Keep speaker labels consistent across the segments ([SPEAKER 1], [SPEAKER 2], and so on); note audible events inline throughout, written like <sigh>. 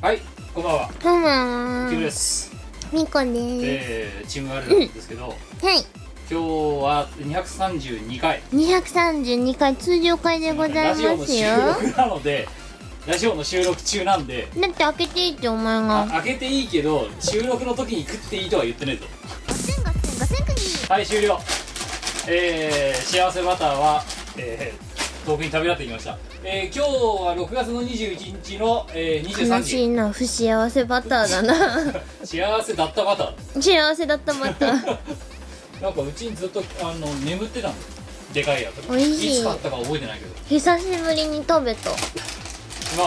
[SPEAKER 1] はい、こんばんは。
[SPEAKER 2] こんばんは
[SPEAKER 1] キムです。
[SPEAKER 2] みこです、
[SPEAKER 1] えー、チームワールドなんですけど、
[SPEAKER 2] はい
[SPEAKER 1] 今日は232回。
[SPEAKER 2] 232回通常回でござい
[SPEAKER 1] ラ
[SPEAKER 2] ます
[SPEAKER 1] ジオ
[SPEAKER 2] よ
[SPEAKER 1] の収録なので、ラジオの収録中なんで、
[SPEAKER 2] だって開けていいってお前
[SPEAKER 1] あ
[SPEAKER 2] が
[SPEAKER 1] 開けていいけど、収録の時に食っていいとは言ってねえぞ。
[SPEAKER 2] ガセンガセンガセンクニー
[SPEAKER 1] はい、終了。えー、幸せバターは、えー、遠くに旅立っていきました。えー、今日は6月の21日の、えー、23
[SPEAKER 2] 悲し
[SPEAKER 1] 時。
[SPEAKER 2] いな不幸せバターだな
[SPEAKER 1] 幸せだったバターです。
[SPEAKER 2] <laughs> 幸せだったバター
[SPEAKER 1] なんかうちにずっとあの眠ってたのでかいやつ
[SPEAKER 2] 美味しい
[SPEAKER 1] つ買ったか覚えてないけど
[SPEAKER 2] 久しぶりに食べた
[SPEAKER 1] ま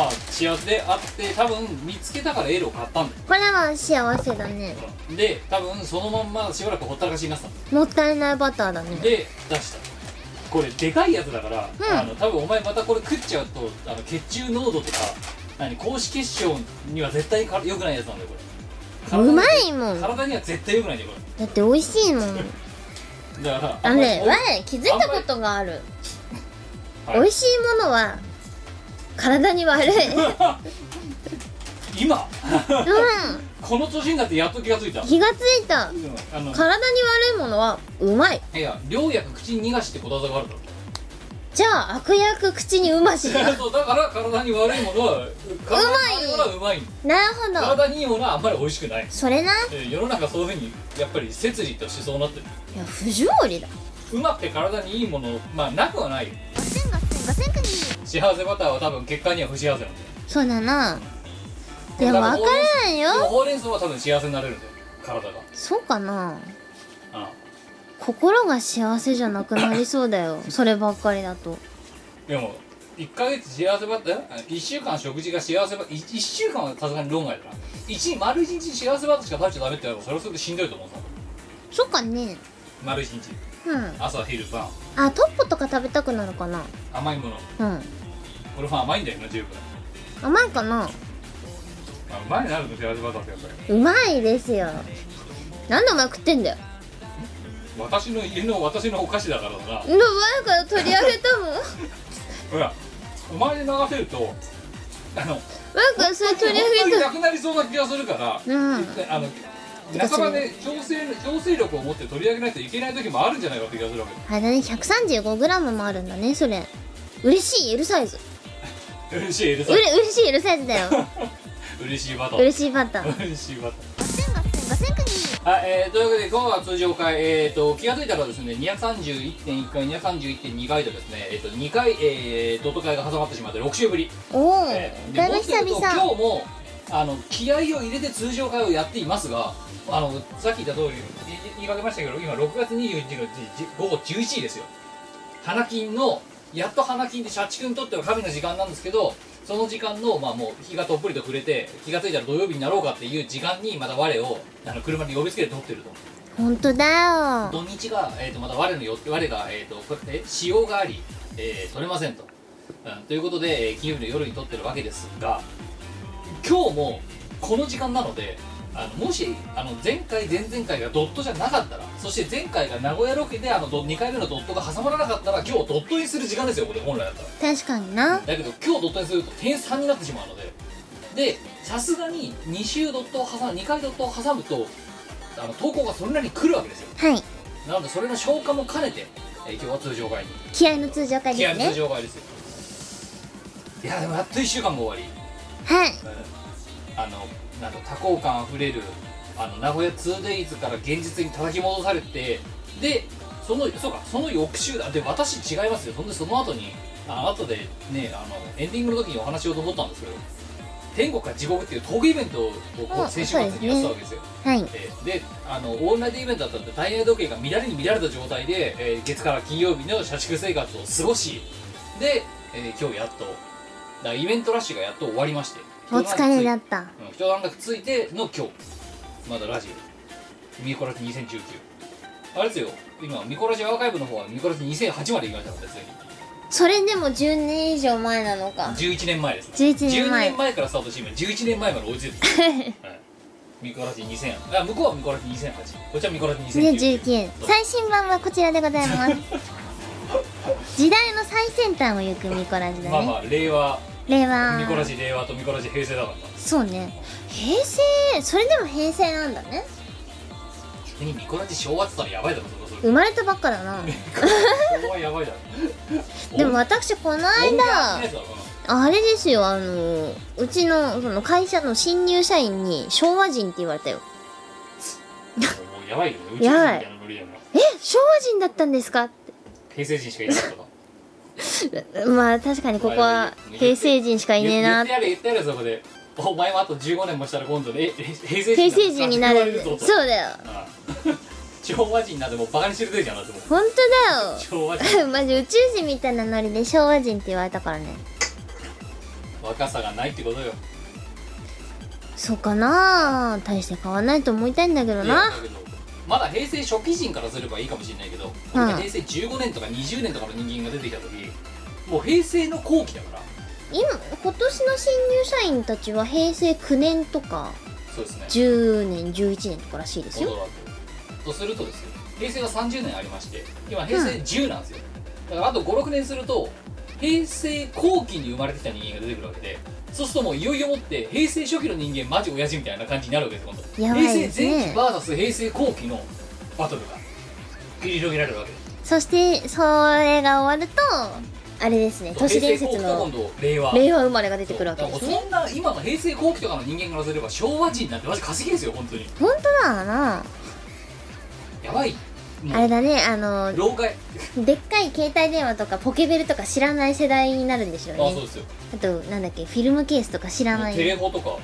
[SPEAKER 1] あ幸せであって多分見つけたからエールを買ったんだよ
[SPEAKER 2] これは幸せだね
[SPEAKER 1] で多分そのまんましばらくほったらかしになってたの
[SPEAKER 2] もったいないバターだね
[SPEAKER 1] で出したこれでかいやつだから、
[SPEAKER 2] うん
[SPEAKER 1] あの多分お前またこれ食っちゃうとあの血中濃度とか何高脂血症には絶対か良くないやつなんだよこれ
[SPEAKER 2] うまいもんだ
[SPEAKER 1] 体には絶対良くないんだよこ
[SPEAKER 2] って美味しいもん
[SPEAKER 1] れだから
[SPEAKER 2] あのね
[SPEAKER 1] んまり
[SPEAKER 2] 我気づいたことがある
[SPEAKER 1] はい
[SPEAKER 2] 美味しいものは体に <laughs> 悪いうん
[SPEAKER 1] 今 <laughs> この年になってやっと気がついた、
[SPEAKER 2] 気がつい
[SPEAKER 1] あ
[SPEAKER 2] た
[SPEAKER 1] の
[SPEAKER 2] 体に悪いものはうまい
[SPEAKER 1] いや良薬口に逃がしってことわざがあるだろ
[SPEAKER 2] じゃあ悪役口にうましだなる
[SPEAKER 1] そうだから体に悪いものは体に悪いものはうまい
[SPEAKER 2] ほど
[SPEAKER 1] 体にいいものはあんまり美味しくない
[SPEAKER 2] それな
[SPEAKER 1] えー世の中そういうふうにやっぱり摂理としそうになってる
[SPEAKER 2] いや不条理だ
[SPEAKER 1] うまくて体にいいものまあなくはないよ
[SPEAKER 2] ガセンガセンガセンクニー
[SPEAKER 1] 幸せバターは多分血管には不幸せなんだよ
[SPEAKER 2] そうだないや
[SPEAKER 1] だら
[SPEAKER 2] わからんよ
[SPEAKER 1] ほうれん草でもほうれん草は多分幸せになれるんだよ体が
[SPEAKER 2] そうかな
[SPEAKER 1] あ
[SPEAKER 2] 心が幸せじゃなくなりそうだよそればっかりだと
[SPEAKER 1] あでも1ヶ月幸せバター1週間食事が幸せバター 1, 週間はさすがに論外だな一丸1日幸せバターしか食べちゃダメって言わればそれはそれでしんどいと思うさ
[SPEAKER 2] そうかね
[SPEAKER 1] 丸1日
[SPEAKER 2] うん
[SPEAKER 1] 朝昼晩
[SPEAKER 2] あトップとか食べたくなるかな
[SPEAKER 1] 甘いもの
[SPEAKER 2] うん
[SPEAKER 1] これも甘いんだよな十分、
[SPEAKER 2] 甘いかな
[SPEAKER 1] まあ、うまいなると幸せバターってやっぱり
[SPEAKER 2] うまいですよなんでお前食ってんだよ
[SPEAKER 1] 私の家の私のお菓子だからだな
[SPEAKER 2] の前から取り上げたもん
[SPEAKER 1] ほらお前で流せるとあの
[SPEAKER 2] 前からそれ取り
[SPEAKER 1] 本当
[SPEAKER 2] 上
[SPEAKER 1] に
[SPEAKER 2] げ
[SPEAKER 1] な
[SPEAKER 2] た
[SPEAKER 1] くなりそうな気がするから、
[SPEAKER 2] うん
[SPEAKER 1] あの半ばで強制強制力を持って取り上げないといけない時もあるんじゃないかって気がするわ
[SPEAKER 2] あれだね 135g もあるんだねそれ嬉しい L サイズ
[SPEAKER 1] け嬉しい嬉
[SPEAKER 2] うれ嬉しい L サイ
[SPEAKER 1] <laughs>
[SPEAKER 2] ズだよ
[SPEAKER 1] 嬉しいバター
[SPEAKER 2] 嬉しいバター
[SPEAKER 1] 嬉しいバター
[SPEAKER 2] 5000クニ
[SPEAKER 1] はい、えー、というわけで今日は通常回、えー、と気が付いたらですね231.1回231.2回とですね、えー、と2回、えー、ドット会が挟まってしまって6週ぶり、
[SPEAKER 2] おお
[SPEAKER 1] えーで
[SPEAKER 2] だいぶ
[SPEAKER 1] もっと言
[SPEAKER 2] 久
[SPEAKER 1] うと今
[SPEAKER 2] 々
[SPEAKER 1] 日もあの気合を入れて通常会をやっていますがあのさっき言った通りい言いかけましたけど今6月21日のじ午後11時ですよ花金のやっと花金で社畜にとっては神の時間なんですけどその時間の、まあ、もう日がとっぷりと暮れて気がついたら土曜日になろうかっていう時間にまた我をあの車に呼びつけて撮ってると
[SPEAKER 2] 本当だよ
[SPEAKER 1] 土日が、えー、とまた我のよ我が、えー、とこうやって使用があり、えー取れませんと、うん、ということで、えー金曜日の夜に撮ってるわけですが今日もこの時間なのであのもしあの前回前々回がドットじゃなかったらそして前回が名古屋ロケであのど2回目のドットが挟まらなかったら今日ドットにする時間ですよこれ本来だったら
[SPEAKER 2] 確かにな
[SPEAKER 1] だけど今日ドットにすると点3になってしまうのででさすがに2週ドットを挟む2回ドットを挟むとあの投稿がそれなりに来るわけですよ
[SPEAKER 2] はい
[SPEAKER 1] なのでそれの消化も兼ねて、えー今日は通常会に
[SPEAKER 2] 気合の通常回
[SPEAKER 1] 気
[SPEAKER 2] で
[SPEAKER 1] 合
[SPEAKER 2] す
[SPEAKER 1] の通
[SPEAKER 2] ね
[SPEAKER 1] 常会ですよいやでもやっと1週間も終わ
[SPEAKER 2] はい
[SPEAKER 1] り、あのなんか多幸感あふれるあの名古屋 2days から現実に叩き戻されてでそのそうかその翌週だで私違いますよそんでその後にあ後でねあのエンディングの時にお話しようと思ったんですけど天国か地獄っていうトークイベントをこ
[SPEAKER 2] あ
[SPEAKER 1] う先週末
[SPEAKER 2] そうです
[SPEAKER 1] にや
[SPEAKER 2] ね
[SPEAKER 1] ってたわけですよ
[SPEAKER 2] はい
[SPEAKER 1] えーであのオールナイトイベントだったんで体内時計が乱れに乱れた状態で、えー月から金曜日の社畜生活を過ごしで、えー今日やっとだからイベントラッシュがやっと終わりまして
[SPEAKER 2] お疲れだ
[SPEAKER 1] っ
[SPEAKER 2] った
[SPEAKER 1] た一段落ついての今日まだラジオミコラジ2019あれですよ今ミコラジアーカイブの方はミコラジ2008まで行きましたので
[SPEAKER 2] それでも10年以上前なのか
[SPEAKER 1] ついに11年前です
[SPEAKER 2] 11年前
[SPEAKER 1] 10年前からスタートして今11年前まで追いついてる、はい、ミコラジ2000あ向こうはミコラジ2008こっちはミコラジ
[SPEAKER 2] ね
[SPEAKER 1] 2009
[SPEAKER 2] 19最新版はこちらでござ
[SPEAKER 1] <laughs>
[SPEAKER 2] います時代の最先端を行くミコラジだね、
[SPEAKER 1] まあまあ令和
[SPEAKER 2] 令和
[SPEAKER 1] ミコラジ令和とミコラジ平成だからな
[SPEAKER 2] そうね平成それでも平成なんだね
[SPEAKER 1] 逆にミコラジ昭和って言ったらやばいだろそれ
[SPEAKER 2] 生まれたばっかだ <laughs> な
[SPEAKER 1] 昭和やばいだろ
[SPEAKER 2] <laughs> でも私こ
[SPEAKER 1] 音
[SPEAKER 2] の
[SPEAKER 1] 楽のや
[SPEAKER 2] 間
[SPEAKER 1] つだろ
[SPEAKER 2] あれですよあのうちのその会社の新入社員に昭和人って言われたよ
[SPEAKER 1] うんもうやばいよね宇宙人み
[SPEAKER 2] やばい
[SPEAKER 1] たいなノリだよな
[SPEAKER 2] え昭和人だったんですか <laughs> っ
[SPEAKER 1] 平成人しかいなかったの
[SPEAKER 2] てまあ確かにここは平成人しかいねえ
[SPEAKER 1] 言
[SPEAKER 2] な
[SPEAKER 1] ってやれ言ってやれそこでお前もあと15年もしたら今度ねえ平成人
[SPEAKER 2] 平成人になる
[SPEAKER 1] そう
[SPEAKER 2] そうだよ
[SPEAKER 1] あ <laughs> あ昭和人なんてもうバカにしてるぜじゃんだってもう
[SPEAKER 2] 本
[SPEAKER 1] 昭和
[SPEAKER 2] 当だ
[SPEAKER 1] 人
[SPEAKER 2] よ <laughs> マジ宇宙人みたいなノリで昭和人って言われたからね
[SPEAKER 1] 若さがないってことよ
[SPEAKER 2] そうかな大して変わんないと思いたいんだけど
[SPEAKER 1] いやだ
[SPEAKER 2] な
[SPEAKER 1] けどまだ平成初期人からすればいいかもしれないけど、俺が平成15年とか20年とかの人間が出てきた時もう平成の後期だから
[SPEAKER 2] 今今年の新入社員たちは平成9年とか
[SPEAKER 1] そうですね
[SPEAKER 2] 10年11年とからしいです
[SPEAKER 1] そう
[SPEAKER 2] よ
[SPEAKER 1] だとするとですよ平成が30年ありまして今平成10なんですよ、だからあと56年すると平成後期に生まれてきた人間が出てくるわけでそうするともういよいよもって平成初期の人間マジ親父みたいな感じになるわけです今度
[SPEAKER 2] やばいで
[SPEAKER 1] 平
[SPEAKER 2] す
[SPEAKER 1] 成
[SPEAKER 2] ね
[SPEAKER 1] 前期 VS 平成後期のバトルが繰り広げられるわけです
[SPEAKER 2] そしてそれが終わるとあれですね都市伝説
[SPEAKER 1] 平成後期
[SPEAKER 2] の
[SPEAKER 1] と今度令和
[SPEAKER 2] 令和生まれが出てくるわけです
[SPEAKER 1] だから
[SPEAKER 2] ね
[SPEAKER 1] そんな今の平成後期とかの人間からすれば昭和人なんてマジ化石ですよ本当に
[SPEAKER 2] 本当だな
[SPEAKER 1] やばいもう
[SPEAKER 2] あれだねあの
[SPEAKER 1] 老害
[SPEAKER 2] でっかい携帯電話とかポケベルとか知らない世代になるんでしょう
[SPEAKER 1] あそう
[SPEAKER 2] ね
[SPEAKER 1] ですよ
[SPEAKER 2] あとなんだっけフィルムケースとか知らない
[SPEAKER 1] テレホとか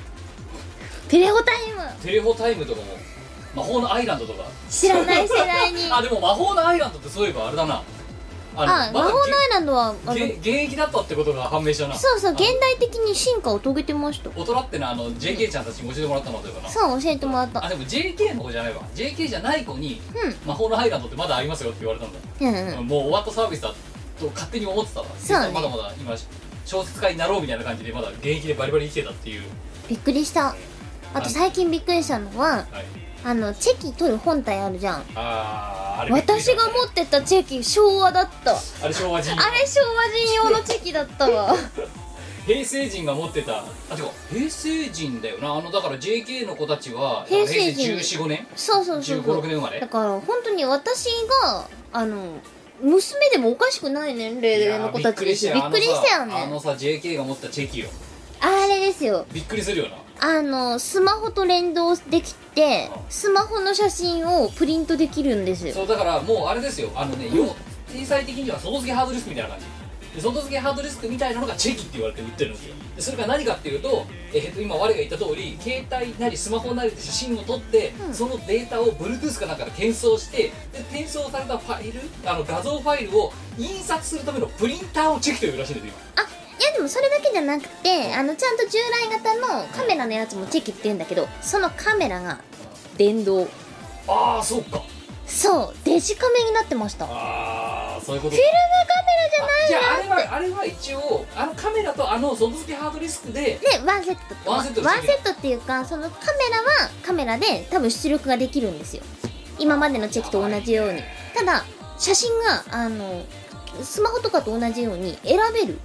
[SPEAKER 2] テレホタイム
[SPEAKER 1] テレホタイムとかも魔法のアイランドとか
[SPEAKER 2] 知らない世代に
[SPEAKER 1] <laughs> あでも魔法のアイランドってそういえばあれだなあ
[SPEAKER 2] あ魔法のアイランドはあの
[SPEAKER 1] げ現役だったってことが判明したな
[SPEAKER 2] そうそう
[SPEAKER 1] あの
[SPEAKER 2] 現代的に進化を遂げてました
[SPEAKER 1] 大人ってなあの JK ちゃんたちに教えてもらったのというかな
[SPEAKER 2] そう教えてもらっ
[SPEAKER 1] あ
[SPEAKER 2] た
[SPEAKER 1] でも JK の方じゃないわ JK じゃない子に
[SPEAKER 2] うん
[SPEAKER 1] 魔法のアイランドってまだありますよって言われたんだよ、
[SPEAKER 2] うんうん
[SPEAKER 1] もう終わったサービスだと勝手に思ってたわ
[SPEAKER 2] そうね
[SPEAKER 1] まだまだ今小説家になろうみたいな感じでまだ現役でバリバリ生きてたっていう、
[SPEAKER 2] びっくりしたあと最近びっくりしたのは
[SPEAKER 1] はい、
[SPEAKER 2] あのチェキ取る本体あるじゃん
[SPEAKER 1] あーあれびっくりし
[SPEAKER 2] 私
[SPEAKER 1] た
[SPEAKER 2] が持ってたチェキ昭和だった
[SPEAKER 1] あれ昭和人
[SPEAKER 2] あれ昭和人用のチェキだった <laughs> わ
[SPEAKER 1] 平成人が持ってたあ違う平成人だよなあのだから JK の子たちは
[SPEAKER 2] 平成人
[SPEAKER 1] 145年
[SPEAKER 2] そうそうそう
[SPEAKER 1] 1 5
[SPEAKER 2] そ
[SPEAKER 1] 6
[SPEAKER 2] う
[SPEAKER 1] 年生まれ
[SPEAKER 2] だから本当に私があの娘でもおかしくない年齢の子たちですよびっくりしたよ
[SPEAKER 1] あのさあの
[SPEAKER 2] ね
[SPEAKER 1] さ JK が持ったチェキよ
[SPEAKER 2] あれですよ
[SPEAKER 1] びっくりするよな
[SPEAKER 2] あのスマホと連動できてスマホの写真をプリントできるんですよ
[SPEAKER 1] そうだからもうあれですよあのねよ天才的には外付けハードディスクみたいな感じで外付けハードディスクみたいなのがチェキって言われて売ってるんですよでそれが何かっていうと,、えーと今我が言った通り携帯なりスマホなりで写真を撮って、
[SPEAKER 2] うん
[SPEAKER 1] そのデータを Bluetooth かなんかで転送してで転送されたファイルあの画像ファイルを印刷するためのプリンターをチェキと呼ぶらしいんですよ
[SPEAKER 2] あいやでもそれだけじゃなくてあのちゃんと従来型のカメラのやつもチェキって言うんだけどそのカメラが電動
[SPEAKER 1] 今ああそうか
[SPEAKER 2] そうデジカメになってましたフィルム
[SPEAKER 1] ああそういうことか
[SPEAKER 2] カメラじ
[SPEAKER 1] じ
[SPEAKER 2] ゃ
[SPEAKER 1] ゃ
[SPEAKER 2] な
[SPEAKER 1] ああれ
[SPEAKER 2] い
[SPEAKER 1] はあれは一応あのカメラとあの外付けハードディスクで
[SPEAKER 2] でワンセットって
[SPEAKER 1] ワンセット
[SPEAKER 2] ワンセットっていうかそのカメラはカメラで多分出力ができるんですよ今までのチェキと同じようにただ写真があのスマホとかと同じように選べる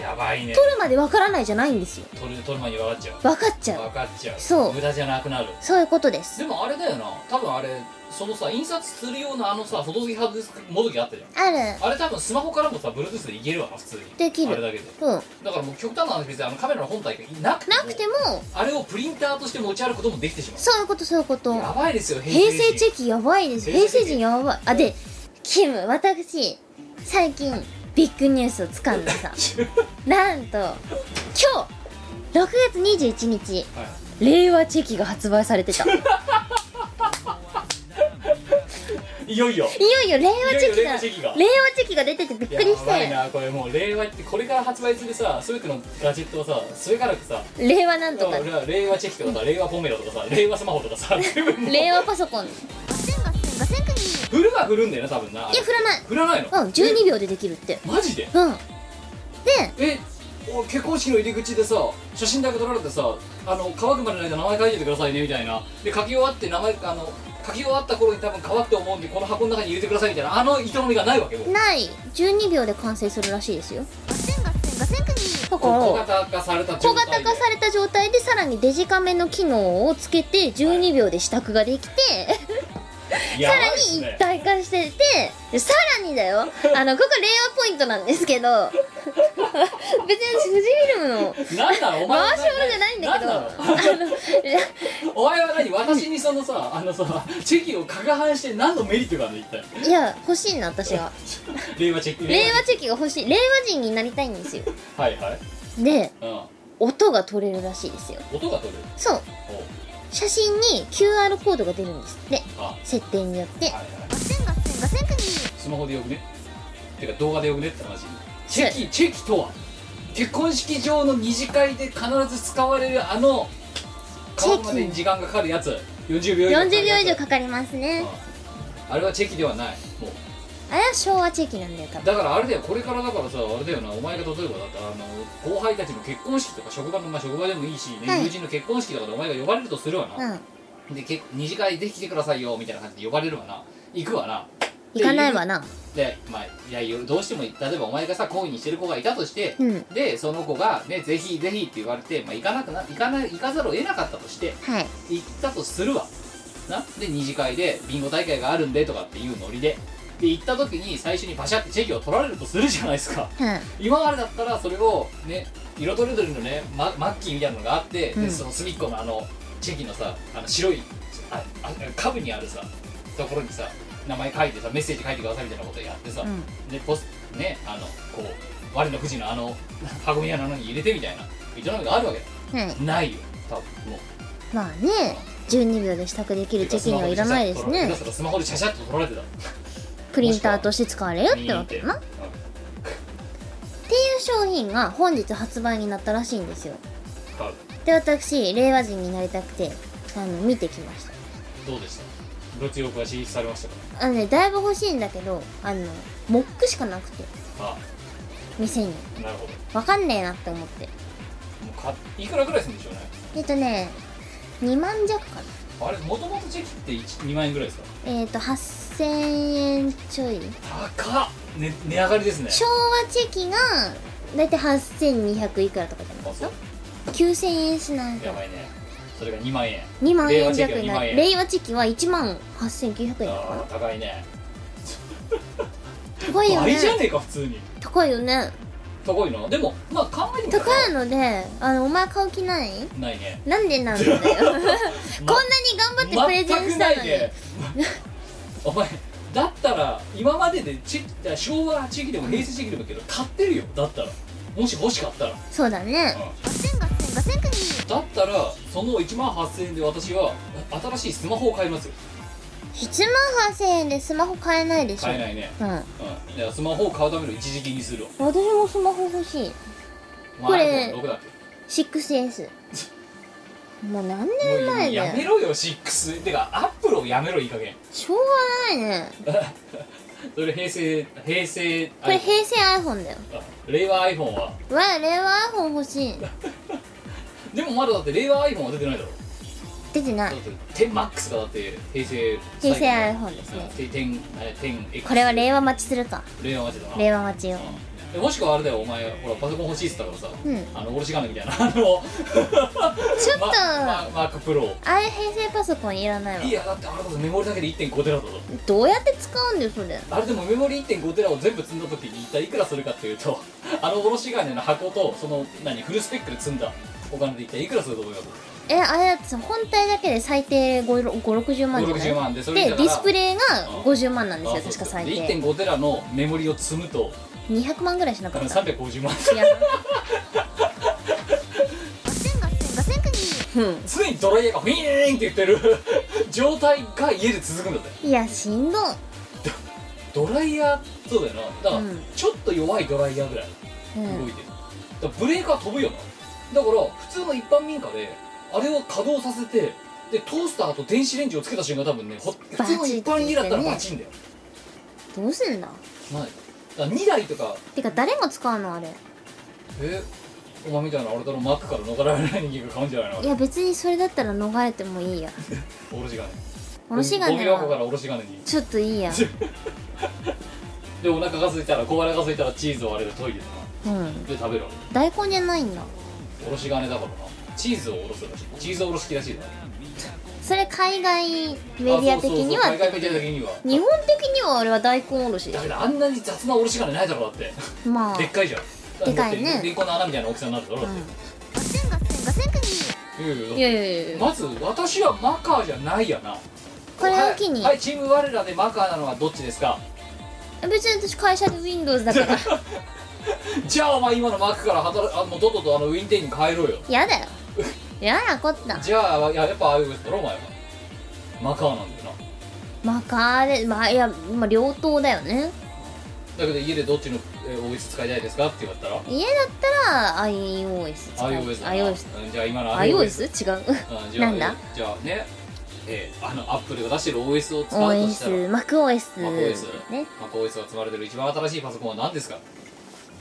[SPEAKER 1] やばいね
[SPEAKER 2] 撮るまでわからないじゃないんですよ
[SPEAKER 1] 撮る撮る前に分かっちゃう
[SPEAKER 2] 分かっちゃう
[SPEAKER 1] 分かっちゃう
[SPEAKER 2] そう
[SPEAKER 1] 無駄じゃなくなる
[SPEAKER 2] そういうことです
[SPEAKER 1] でもあれだよな多分あれそのさ印刷する用のあのさ外付けハードディスクもどきあったじゃん
[SPEAKER 2] ある
[SPEAKER 1] あれ多分スマホからもさ Bluetooth でいけるわな普通に
[SPEAKER 2] できる
[SPEAKER 1] あれだけで
[SPEAKER 2] うん
[SPEAKER 1] だからもう極端な話別にあのカメラの本体がなくても
[SPEAKER 2] なくても
[SPEAKER 1] あれをプリンターとして持ち歩くこともできてしまう
[SPEAKER 2] そういうことそういうこと
[SPEAKER 1] やばいですよ
[SPEAKER 2] 平成チ
[SPEAKER 1] 人
[SPEAKER 2] ェキやばいです
[SPEAKER 1] 平
[SPEAKER 2] 平
[SPEAKER 1] 成
[SPEAKER 2] 成
[SPEAKER 1] 人
[SPEAKER 2] 人やばいあでキム私最近ビッグニュースをつかん
[SPEAKER 1] <laughs>
[SPEAKER 2] でさ <laughs> なんと今日6月21日
[SPEAKER 1] はい
[SPEAKER 2] 令和チェキが発売され
[SPEAKER 1] <laughs>
[SPEAKER 2] てたいよ
[SPEAKER 1] いよいよ
[SPEAKER 2] いよ令和チェキ
[SPEAKER 1] いよいよ令和
[SPEAKER 2] が
[SPEAKER 1] チェキが
[SPEAKER 2] 令和チェキが出ててびっくりし
[SPEAKER 1] やばい
[SPEAKER 2] て
[SPEAKER 1] なこれもう令和ってこれから発売するさ全てのガジェットをさそれからさ
[SPEAKER 2] 令和なんとか
[SPEAKER 1] <laughs> 俺は令和チェキとかさ令和ポメロとかさ令和スマホとか
[SPEAKER 2] <laughs>
[SPEAKER 1] さ全部もう
[SPEAKER 2] 令和パソコンバセンバセンバセンクニー
[SPEAKER 1] 振るは振るんだよな多分ない
[SPEAKER 2] や振らない
[SPEAKER 1] 振らないの
[SPEAKER 2] うん12秒でできるって
[SPEAKER 1] マジで
[SPEAKER 2] うんで
[SPEAKER 1] えお結婚式の入り口でさ写真だけ撮られてさあの乾くまでの間名前書いててくださいねみたいなで書き終わって名前あの書き終わった頃に多分乾くと思うんでこの箱の中に入れてくださいみたいなあの営みがないわけよ
[SPEAKER 2] ない12秒で完成するらしいですよバセンバセンバセンクニーから
[SPEAKER 1] 小型化された
[SPEAKER 2] 小
[SPEAKER 1] 状態
[SPEAKER 2] 型
[SPEAKER 1] で
[SPEAKER 2] 化された状態でさらにデジカメの機能をつけて12秒で支度ができて、
[SPEAKER 1] や
[SPEAKER 2] さ
[SPEAKER 1] ばい
[SPEAKER 2] ら
[SPEAKER 1] っ
[SPEAKER 2] に
[SPEAKER 1] すね
[SPEAKER 2] 一体化しててでさらにだよあのここレイアウトポイントなんですけど別に富士フィルムの
[SPEAKER 1] なんだろうお前は
[SPEAKER 2] 回し物じゃないんだけど
[SPEAKER 1] ななの
[SPEAKER 2] あのら
[SPEAKER 1] お前は何私にそのさあのさチェキをかがはんして何のメリットがあるの一体
[SPEAKER 2] いや欲しいな私は
[SPEAKER 1] 令和チェキ
[SPEAKER 2] 令和チェキが欲しい令和人になりたいんですよ
[SPEAKER 1] はいはい、
[SPEAKER 2] で
[SPEAKER 1] う
[SPEAKER 2] 音が取れるらしいですよ
[SPEAKER 1] ん、音が取れる
[SPEAKER 2] そう
[SPEAKER 1] おう
[SPEAKER 2] 写真に QR コードが出るんですって
[SPEAKER 1] あは
[SPEAKER 2] 設定によって
[SPEAKER 1] いはい
[SPEAKER 2] 5000ガッセンガセンクニ
[SPEAKER 1] スマホでよくねてか動画でよくねって話チェキチェキとは結婚式場の二次会で必ず使われるあの
[SPEAKER 2] チェキ
[SPEAKER 1] 乾くまでに時間がかかるやつ40秒以上かかる
[SPEAKER 2] 40秒以
[SPEAKER 1] や
[SPEAKER 2] 上
[SPEAKER 1] つ
[SPEAKER 2] かかりますね
[SPEAKER 1] うんあれはチェキではないもう
[SPEAKER 2] あれは昭和チェキなんだよ多分
[SPEAKER 1] だからあれだよこれからだからさあれだよなお前が例えばだってあの後輩たちの結婚式とか職場の、まあ、職場でもいいし、ね
[SPEAKER 2] はい
[SPEAKER 1] 友人の結婚式とかでお前が呼ばれるとするわな、
[SPEAKER 2] うん
[SPEAKER 1] でけ二次会で来てくださいよみたいな感じで呼ばれるわな行くわな
[SPEAKER 2] 行かないわな
[SPEAKER 1] でまあいやよどうしても例えばお前がさ恋にしてる子がいたとして、
[SPEAKER 2] うん
[SPEAKER 1] でその子がねぜひぜひって言われて、まあ、行かなくな行かない行かざるを得なかったとして
[SPEAKER 2] はい
[SPEAKER 1] 行ったとするわなで二次会でビンゴ大会があるんでとかっていうノリでで行った時に最初にパシャってチェキを取られるとするじゃないですか <laughs>
[SPEAKER 2] う
[SPEAKER 1] 今までだったらそれをね色とりどりのね、ま、マッキーみたいなのがあって、
[SPEAKER 2] う
[SPEAKER 1] で
[SPEAKER 2] ん
[SPEAKER 1] その隅っこのあのチェキのさあの白いああ下部にあるさところにさ名前書いてさメッセージ書いてくださいみたいなことやってさ、
[SPEAKER 2] んうん
[SPEAKER 1] でポスねあのこう我の富士のあの箱に穴に入れてみたいな営みがあるわけ
[SPEAKER 2] はい
[SPEAKER 1] ないよ多分もう
[SPEAKER 2] まあね12秒で支度できるチェキにはいらないです
[SPEAKER 1] 下手
[SPEAKER 2] ね
[SPEAKER 1] したらスマホでシャシャッと撮られてた
[SPEAKER 2] プリンターとして使われるってわけだな
[SPEAKER 1] う
[SPEAKER 2] っ
[SPEAKER 1] ん
[SPEAKER 2] ていう商品が本日発売になったらしいんですよ
[SPEAKER 1] 買う
[SPEAKER 2] で私令和人になりたくてあの見てきました
[SPEAKER 1] どうでした物欲は刺激されましたか
[SPEAKER 2] あのねだいぶ欲しいんだけどあのモックしかなくて
[SPEAKER 1] あ
[SPEAKER 2] 店に
[SPEAKER 1] あなるほど
[SPEAKER 2] わかんねえなって思って
[SPEAKER 1] もうかいくらぐらいするんでしょうね
[SPEAKER 2] えっとね2万弱かな
[SPEAKER 1] あれもともとチェキって1 2万円ぐらいですか
[SPEAKER 2] えっ、と8000円ちょい
[SPEAKER 1] 高っ、ね、値上がりですね
[SPEAKER 2] 昭和チェキがだいたい8200いくらとかじゃない
[SPEAKER 1] あ
[SPEAKER 2] です
[SPEAKER 1] そ
[SPEAKER 2] か
[SPEAKER 1] う
[SPEAKER 2] 9000円しない
[SPEAKER 1] や
[SPEAKER 2] と
[SPEAKER 1] ばいねそれが2万円
[SPEAKER 2] 2万円弱に
[SPEAKER 1] 令和チェキは2
[SPEAKER 2] な
[SPEAKER 1] 万
[SPEAKER 2] る
[SPEAKER 1] 円
[SPEAKER 2] 令和チェキは1万8900円だったか
[SPEAKER 1] ああ高いね
[SPEAKER 2] な高いよ
[SPEAKER 1] 倍
[SPEAKER 2] ね
[SPEAKER 1] じゃねえか普通に
[SPEAKER 2] 高いよね
[SPEAKER 1] 高いなでもまあ考えてみたら
[SPEAKER 2] 高いのであのお前買う気ない
[SPEAKER 1] ないね
[SPEAKER 2] なんでなんだ <laughs> よこんなに頑張ってプレゼンした
[SPEAKER 1] 全くな
[SPEAKER 2] の
[SPEAKER 1] い
[SPEAKER 2] に、
[SPEAKER 1] ね <laughs> お前だったら今まででチェキあ昭和チェキでも平成チェキでもいいけど買ってるよだったらもし欲しかったら、うん
[SPEAKER 2] そうだねガセンガセンガセンクニ
[SPEAKER 1] だったらその1万8000円で私は新しいスマホを買いますよ
[SPEAKER 2] 1万8000円でスマホ買えないでしょ
[SPEAKER 1] 買えないね
[SPEAKER 2] うん
[SPEAKER 1] うんいやスマホを買うための一時金にするわ
[SPEAKER 2] 私もスマホ欲しい
[SPEAKER 1] まあ
[SPEAKER 2] これ
[SPEAKER 1] iPhone 6だっ
[SPEAKER 2] 6S もう何
[SPEAKER 1] け
[SPEAKER 2] 年
[SPEAKER 1] もう
[SPEAKER 2] 前だ
[SPEAKER 1] やめ
[SPEAKER 2] よ
[SPEAKER 1] ろよ6てかアップルをやめろいい加減 <laughs>
[SPEAKER 2] しょうがないね
[SPEAKER 1] それ平成平成
[SPEAKER 2] これ平成 iPhone だよ
[SPEAKER 1] あ令和 iPhone は
[SPEAKER 2] わ令和 iPhone 欲しい
[SPEAKER 1] でもまだだって令和 iPhone は出てないだろ
[SPEAKER 2] 出てな
[SPEAKER 1] だ
[SPEAKER 2] い
[SPEAKER 1] って10マックスがだって平成
[SPEAKER 2] 平成 iPhone ですね
[SPEAKER 1] うん10 10 10
[SPEAKER 2] これは令和待ちするか
[SPEAKER 1] 令和マジだな
[SPEAKER 2] 令和待ちよ
[SPEAKER 1] うんでもしくはあれだよお前ほらパソコン欲しいっつったからさ、
[SPEAKER 2] うん
[SPEAKER 1] あのおろし金みたいなあ <laughs> のちょっ
[SPEAKER 2] ちょっと、
[SPEAKER 1] マママークプロ
[SPEAKER 2] あれ平成パソコンいらないわ
[SPEAKER 1] いやだってあれこそメモリだけで1.5テラだぞ
[SPEAKER 2] どうやって使うんだよそれ
[SPEAKER 1] あれでもメモリ1.5テラを全部積んだ時に一体いくらするかっていうと <laughs> あのおろし金の箱とその何フルスペックで積んだお金で一体いくらすると思います
[SPEAKER 2] えあれだってさ本体だけで最低560万じゃない
[SPEAKER 1] 560万でそれ
[SPEAKER 2] で
[SPEAKER 1] だ
[SPEAKER 2] デ
[SPEAKER 1] から
[SPEAKER 2] ィスプレイが
[SPEAKER 1] うん
[SPEAKER 2] 50万なんですよ
[SPEAKER 1] あそう
[SPEAKER 2] 確
[SPEAKER 1] そ
[SPEAKER 2] か
[SPEAKER 1] う
[SPEAKER 2] 最
[SPEAKER 1] で
[SPEAKER 2] 低
[SPEAKER 1] 1.5テラのメモリを積むと
[SPEAKER 2] 200万ぐらいしな
[SPEAKER 1] あ
[SPEAKER 2] かっ
[SPEAKER 1] の
[SPEAKER 2] た
[SPEAKER 1] 350万
[SPEAKER 2] いやガセンガセンガセンクニー
[SPEAKER 1] 常にドライヤーがフィーンって言っ
[SPEAKER 2] <laughs>
[SPEAKER 1] てる状態が家で続くんだぜ
[SPEAKER 2] うんいやしんどい
[SPEAKER 1] ドライヤーそうだよなだから
[SPEAKER 2] うん
[SPEAKER 1] ちょっと弱いドライヤーぐらい動いてる、だからブレーカー飛ぶよなだから普通の一般民家であれを稼働させてでトースターと電子レンジをつけた瞬間多分ねほ普通の一般家だったらバ
[SPEAKER 2] バ
[SPEAKER 1] チンだよ、
[SPEAKER 2] うんどうすんだ
[SPEAKER 1] ないだから2台とか
[SPEAKER 2] てか誰が使うのあれ
[SPEAKER 1] えお前みたいな俺とのマックから逃れられない人間が買うんじゃないの
[SPEAKER 2] いや別にそれだったら逃れてもいいや
[SPEAKER 1] おろし金
[SPEAKER 2] おろし
[SPEAKER 1] ゴミ
[SPEAKER 2] 金
[SPEAKER 1] 箱か
[SPEAKER 2] は
[SPEAKER 1] らおろし金に <laughs>
[SPEAKER 2] ちょっといいや
[SPEAKER 1] でお腹が空いたら小腹が空いたらチーズを割れるトイレだ
[SPEAKER 2] うん
[SPEAKER 1] で食べるわ
[SPEAKER 2] 大根じゃないんだ
[SPEAKER 1] けおろし金だからなチーズをおろすらしいチーズおろし器らしいだ
[SPEAKER 2] それ海外メディア的には
[SPEAKER 1] あそうそうそう海外メディア的には
[SPEAKER 2] 日本的にはあれは大根おろしで
[SPEAKER 1] だ
[SPEAKER 2] し
[SPEAKER 1] けどあんなに雑なおろし金ないだろだって
[SPEAKER 2] ょまあ
[SPEAKER 1] でっかいじゃん
[SPEAKER 2] でかいね
[SPEAKER 1] だってレンコンの穴みたいな大きさになるだろだっ
[SPEAKER 2] ガセンガセンガセン
[SPEAKER 1] ていやいやだっ
[SPEAKER 2] い
[SPEAKER 1] て
[SPEAKER 2] やいやいやいや
[SPEAKER 1] まず私はマカーじゃないやな
[SPEAKER 2] これを機に
[SPEAKER 1] はい、はいチーム我らでマカーなのはどっちですか
[SPEAKER 2] 別に私会社で Windows だから <laughs>
[SPEAKER 1] じゃあお前今のマックから働あもうとっととあのウィンテインに変えろよ
[SPEAKER 2] やだよやだこった
[SPEAKER 1] じゃあいややっぱああいうやつだろお前はマカーなんだよな
[SPEAKER 2] まかれまあいやまあ両党だよね
[SPEAKER 1] だけど家でどっちのえー OS 使いたいですかって言われたら
[SPEAKER 2] 家だったら iOS 使う
[SPEAKER 1] iOS だな
[SPEAKER 2] iOS
[SPEAKER 1] うんじゃあ今の iOS
[SPEAKER 2] iOS 違う
[SPEAKER 1] うんじゃあ
[SPEAKER 2] なんだ
[SPEAKER 1] えーじゃあねえーあのアップルが出してる OS を使うとしたら
[SPEAKER 2] OS MacOS
[SPEAKER 1] MacOS
[SPEAKER 2] ね
[SPEAKER 1] MacOS が積まれてる一番新しいパソコンは何ですか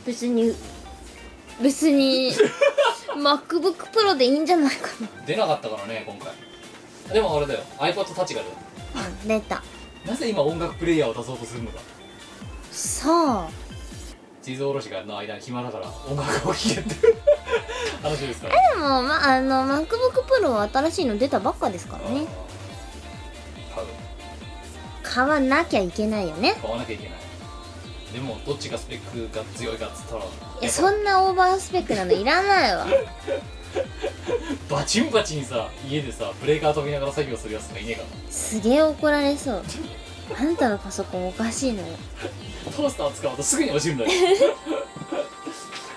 [SPEAKER 2] 別に別 <laughs> に MacBookPro でいいんじゃないか
[SPEAKER 1] 出なかったからね今回でもあれだよ iPod タッチが出た
[SPEAKER 2] なうん出た
[SPEAKER 1] なぜ今音楽プレイヤーを出そうとするのか
[SPEAKER 2] さあ
[SPEAKER 1] 地図おろしがの間に暇だから音楽を聴けって <laughs> 話ですから
[SPEAKER 2] でもまああの MacBookPro は新しいの出たばっかですからね
[SPEAKER 1] 買う
[SPEAKER 2] 買わなきゃいけないよね
[SPEAKER 1] 買わなきゃいけないでもどっちがスペックが強いかっつったら
[SPEAKER 2] いやそんなオーバースペックなのいらないわ
[SPEAKER 1] バチンバチンさ家でさブレーカー飛びながら作業するやつとかいねえか
[SPEAKER 2] すげえ怒られそうあんたのパソコンおかしいのよ
[SPEAKER 1] らトースター使うとすぐに落ちるんだよ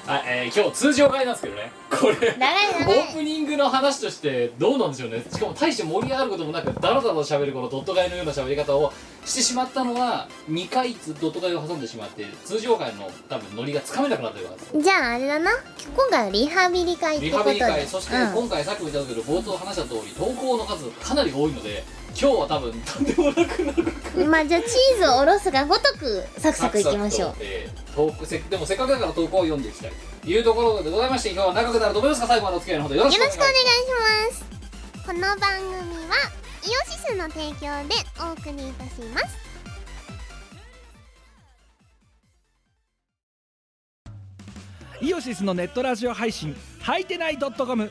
[SPEAKER 1] はい、えー今日通常回なんですけどねこれ
[SPEAKER 2] 長い長
[SPEAKER 1] オー
[SPEAKER 2] い
[SPEAKER 1] プニングの話としてどうなんでしょうねしかも大して盛り上がることもなくダラダラ喋るこのドット買いのような喋り方をしてしまったのは2回ドット買いを挟んでしまって通常回の多分ノリがつかめなくなってるからです
[SPEAKER 2] じゃああれだな今回はリハビリ会って
[SPEAKER 1] リ
[SPEAKER 2] こ
[SPEAKER 1] ハ
[SPEAKER 2] と
[SPEAKER 1] ビ
[SPEAKER 2] で
[SPEAKER 1] リ会そして
[SPEAKER 2] うん
[SPEAKER 1] 今回さっきも言ったけど冒頭話した通り投稿の数かなり多いので今日は多分とんでもなくなる
[SPEAKER 2] まあじゃあチーズをおろすがごとくサクサクいきましょう
[SPEAKER 1] サクサクとえー投稿せでもせっかくだから投稿を読んでいきたいというところでございまして今日は長くなると思いますが最後までお付き合いのほどよろしくお
[SPEAKER 2] よ
[SPEAKER 1] 願
[SPEAKER 2] ろ
[SPEAKER 1] い
[SPEAKER 2] し
[SPEAKER 1] し
[SPEAKER 2] くお
[SPEAKER 1] ま
[SPEAKER 2] 願
[SPEAKER 1] す
[SPEAKER 2] いしますこの番組はイオシスの提供でお送りいたします
[SPEAKER 3] イオシスのネットラジオ配信「はいてない .com」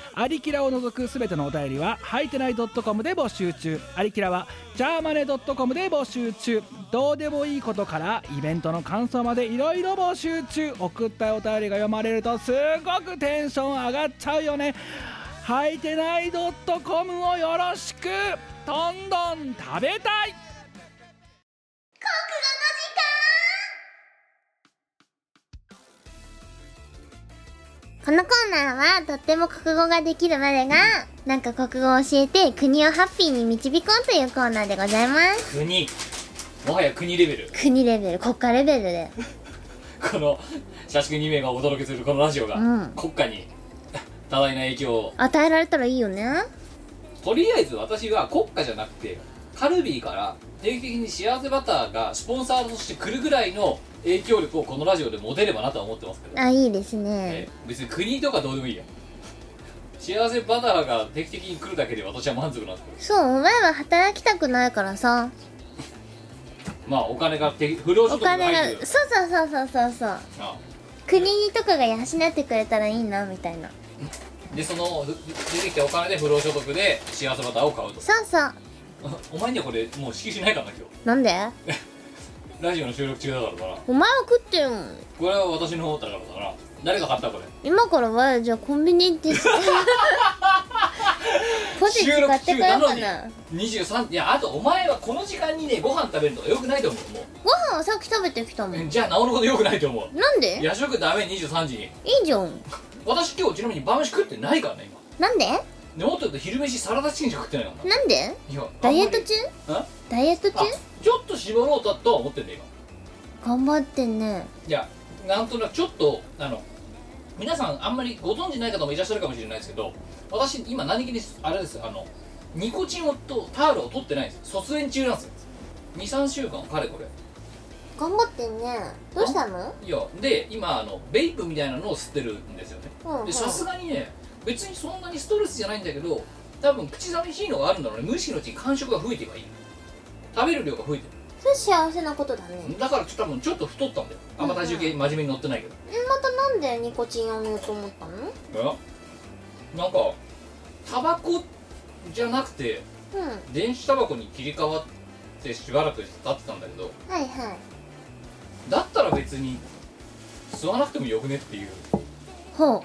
[SPEAKER 3] アリキラを除くすべてのお便りははいてない .com で募集中アリキラはジャーマネ .com で募集中どうでもいいことからイベントの感想までいろいろ募集中送ったお便りが読まれるとすごくテンション上がっちゃうよねはいてない .com をよろしくどんどん食べたい
[SPEAKER 2] このコーナーはとっても国語ができるまでがなんか国語を教えて国をハッピーに導こうというコーナーでございます
[SPEAKER 1] 国もはや国レベル
[SPEAKER 2] 国レベル国家レベルで
[SPEAKER 1] この社畜2名がお届けするこのラジオが、
[SPEAKER 2] うん
[SPEAKER 1] 国家に <laughs> 多大な影響を
[SPEAKER 2] 与えられたらいいよね
[SPEAKER 1] とりあえず私は国家じゃなくてカルビーから定期的に幸せバターがスポンサーとして来るぐらいの影響力をこのラジオで持てればなとは思ってますけど、
[SPEAKER 2] あいいです
[SPEAKER 1] え
[SPEAKER 2] ね
[SPEAKER 1] ー別に国とかどうでもいいや幸せバターが定期的に来るだけで私は満足なんですけど
[SPEAKER 2] そうお前は働きたくないからさ
[SPEAKER 1] まあお金がて不労所
[SPEAKER 2] お
[SPEAKER 1] 得が
[SPEAKER 2] 金が
[SPEAKER 1] 入る
[SPEAKER 2] そうそうそうそうそうそう
[SPEAKER 1] あ
[SPEAKER 2] 国とかが養ってくれたらいいなみたいな
[SPEAKER 1] でそのふ出てきたお金で不労所得で幸せバターを買うと
[SPEAKER 2] そうそう
[SPEAKER 1] お前にはこれもう支給しないからな今
[SPEAKER 2] なんで
[SPEAKER 1] 日ラジオの収録中だからだな
[SPEAKER 2] お前は食ってるもん
[SPEAKER 1] これは私の方だからだから誰が買ったこれ
[SPEAKER 2] 今からはじゃあコンビニ行っ
[SPEAKER 1] <laughs>
[SPEAKER 2] てさポテチ
[SPEAKER 1] 収
[SPEAKER 2] 買
[SPEAKER 1] 録
[SPEAKER 2] って
[SPEAKER 1] 中な
[SPEAKER 2] こよう
[SPEAKER 1] の
[SPEAKER 2] か
[SPEAKER 1] に
[SPEAKER 2] な
[SPEAKER 1] 23いやあとお前はこの時間にねご飯食べるのがよくないと思うも
[SPEAKER 2] ご飯はさっき食べてきたも
[SPEAKER 1] うんうんじゃあなおのことよくないと思う
[SPEAKER 2] なんで
[SPEAKER 1] 夜食ダメ23時に
[SPEAKER 2] いいじゃん
[SPEAKER 1] 私今日ちなみに晩飯食ってないからね今
[SPEAKER 2] なんで
[SPEAKER 1] でもっと言うと昼飯サラダチキンしか食ってないから
[SPEAKER 2] なんで
[SPEAKER 1] ないや
[SPEAKER 2] ダイエット中
[SPEAKER 1] あんま
[SPEAKER 2] ダイエット
[SPEAKER 1] りあ
[SPEAKER 2] 中
[SPEAKER 1] ちょっと絞ろうととは思ってんだよ今
[SPEAKER 2] 頑張ってんね
[SPEAKER 1] いやなんとなくちょっとあの皆さんあんまりご存じない方もいらっしゃるかもしれないですけど私今何気にあれですあのニコチンをとタールを取ってないんですよ卒園中なんですよ23週間かれこれ
[SPEAKER 2] 頑張ってんねどうしたの
[SPEAKER 1] いやで今あのベイプみたいなのを吸ってるんですよね
[SPEAKER 2] うんうん
[SPEAKER 1] でさすがにね別にそんなにストレスじゃないんだけど多分口寂しいのがあるんだろうね無意識のうちに感触が増えてばいい食べる量が増えて
[SPEAKER 2] それ幸せなことだね
[SPEAKER 1] るだからちょっと多分ちょっと太ったんだよあんま体重計真面目に乗ってないけど
[SPEAKER 2] えまたなんでニコチンを塗ろうと思ったのうん
[SPEAKER 1] えなんかタバコじゃなくて電子タバコに切り替わってしばらく経ってたんだけど
[SPEAKER 2] はいはい
[SPEAKER 1] だったら別に吸わなくてもよくねっていう
[SPEAKER 2] ほう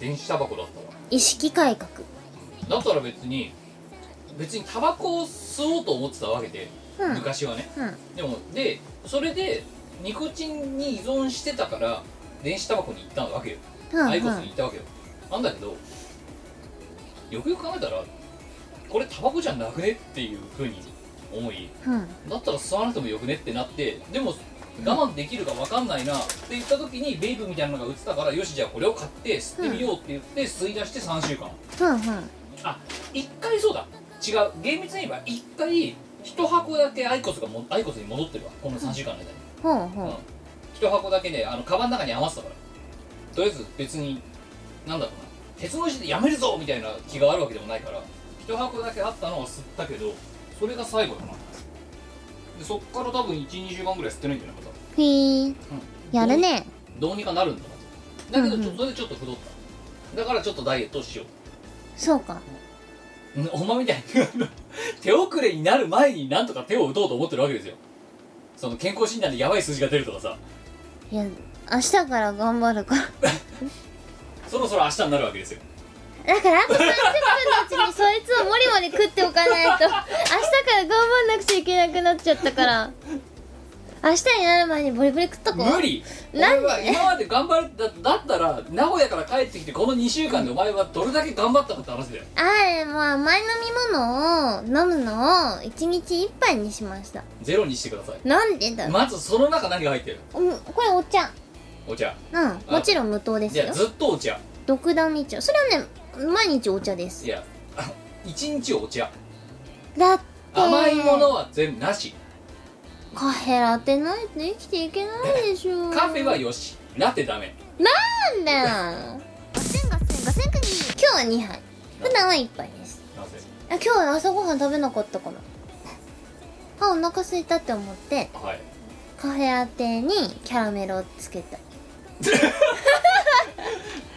[SPEAKER 1] 電子タバコだったわ
[SPEAKER 2] 意識改革
[SPEAKER 1] だったら別に別にタバコを吸おうと思ってたわけで、
[SPEAKER 2] うんうん
[SPEAKER 1] 昔はねでもでそれでニコチンに依存してたから電子タバコに行ったわけよ、
[SPEAKER 2] うん
[SPEAKER 1] アイコ
[SPEAKER 2] う
[SPEAKER 1] スに
[SPEAKER 2] ん
[SPEAKER 1] 行ったわけよなんだけどよくよく考えたらこれタバコじゃなくねっていうふうに思い
[SPEAKER 2] うん
[SPEAKER 1] だったら吸わなくてもよくねってなってでも我慢できるか分かんないなって言った時にベイブみたいなのが売ってたからよしじゃあこれを買って吸ってみようって言って吸い出して3週間
[SPEAKER 2] うん
[SPEAKER 1] あ一回そうだ違う厳密に言えば一回一箱だけアイコスがもアイコスに戻ってるわこの3週間の間に
[SPEAKER 2] ほうほう
[SPEAKER 1] 一箱だけねあのカバンの中に余ってたからとりあえず別になんだろうな鉄の字でやめるぞみたいな気があるわけでもないから一箱だけあったのを吸ったけどそれが最後だなでそっから多分12週間ぐらい吸ってないんじゃないか
[SPEAKER 2] ふいー
[SPEAKER 1] 多分
[SPEAKER 2] やるね
[SPEAKER 1] どうにかなるんだなだけどちょ
[SPEAKER 2] うんうん
[SPEAKER 1] それでちょっと太っただからちょっとダイエットしよう <laughs>
[SPEAKER 2] そうか
[SPEAKER 1] んおまみたいに手遅れになる前になんとか手を打とうと思ってるわけですよその健康診断でやばい数字が出るとかさ
[SPEAKER 2] いや明日から頑張るから
[SPEAKER 1] そろそろ明日になるわけですよ
[SPEAKER 2] だからあと30分のうちにそいつをもりもり食っておかないと明日から頑張んなくちゃいけなくなっちゃったから明日になる前にボリボリ食っとこう
[SPEAKER 1] 無理
[SPEAKER 2] なんで
[SPEAKER 1] 俺は今まで頑張るだだったら名古屋から帰ってきてこの2週間でお前はどれだけ頑張ったかって話だよ
[SPEAKER 2] ああもう甘い飲み物を飲むのを1日1杯にしました
[SPEAKER 1] ゼロにしてください
[SPEAKER 2] なんでだろ
[SPEAKER 1] まずその中何が入ってる
[SPEAKER 2] う、うんこれお茶
[SPEAKER 1] お茶
[SPEAKER 2] うんもちろん無糖です
[SPEAKER 1] いや
[SPEAKER 2] よ
[SPEAKER 1] ずっとお茶
[SPEAKER 2] 独断み茶それはね毎日お茶で
[SPEAKER 1] い
[SPEAKER 2] す
[SPEAKER 1] や <laughs> あ一日お茶
[SPEAKER 2] だって
[SPEAKER 1] 甘いものは全部なし
[SPEAKER 2] カフェラテないと生きていけないでしょ
[SPEAKER 1] カフェはよしラテダメ
[SPEAKER 2] なんだよガセンガセンガセンクニ今日は2杯普段は1杯です
[SPEAKER 1] なぜ
[SPEAKER 2] あ今日は朝ごはん食べなかったからあお腹空いたって思って
[SPEAKER 1] はい <laughs>
[SPEAKER 2] カフェラテにキャラメルをつけた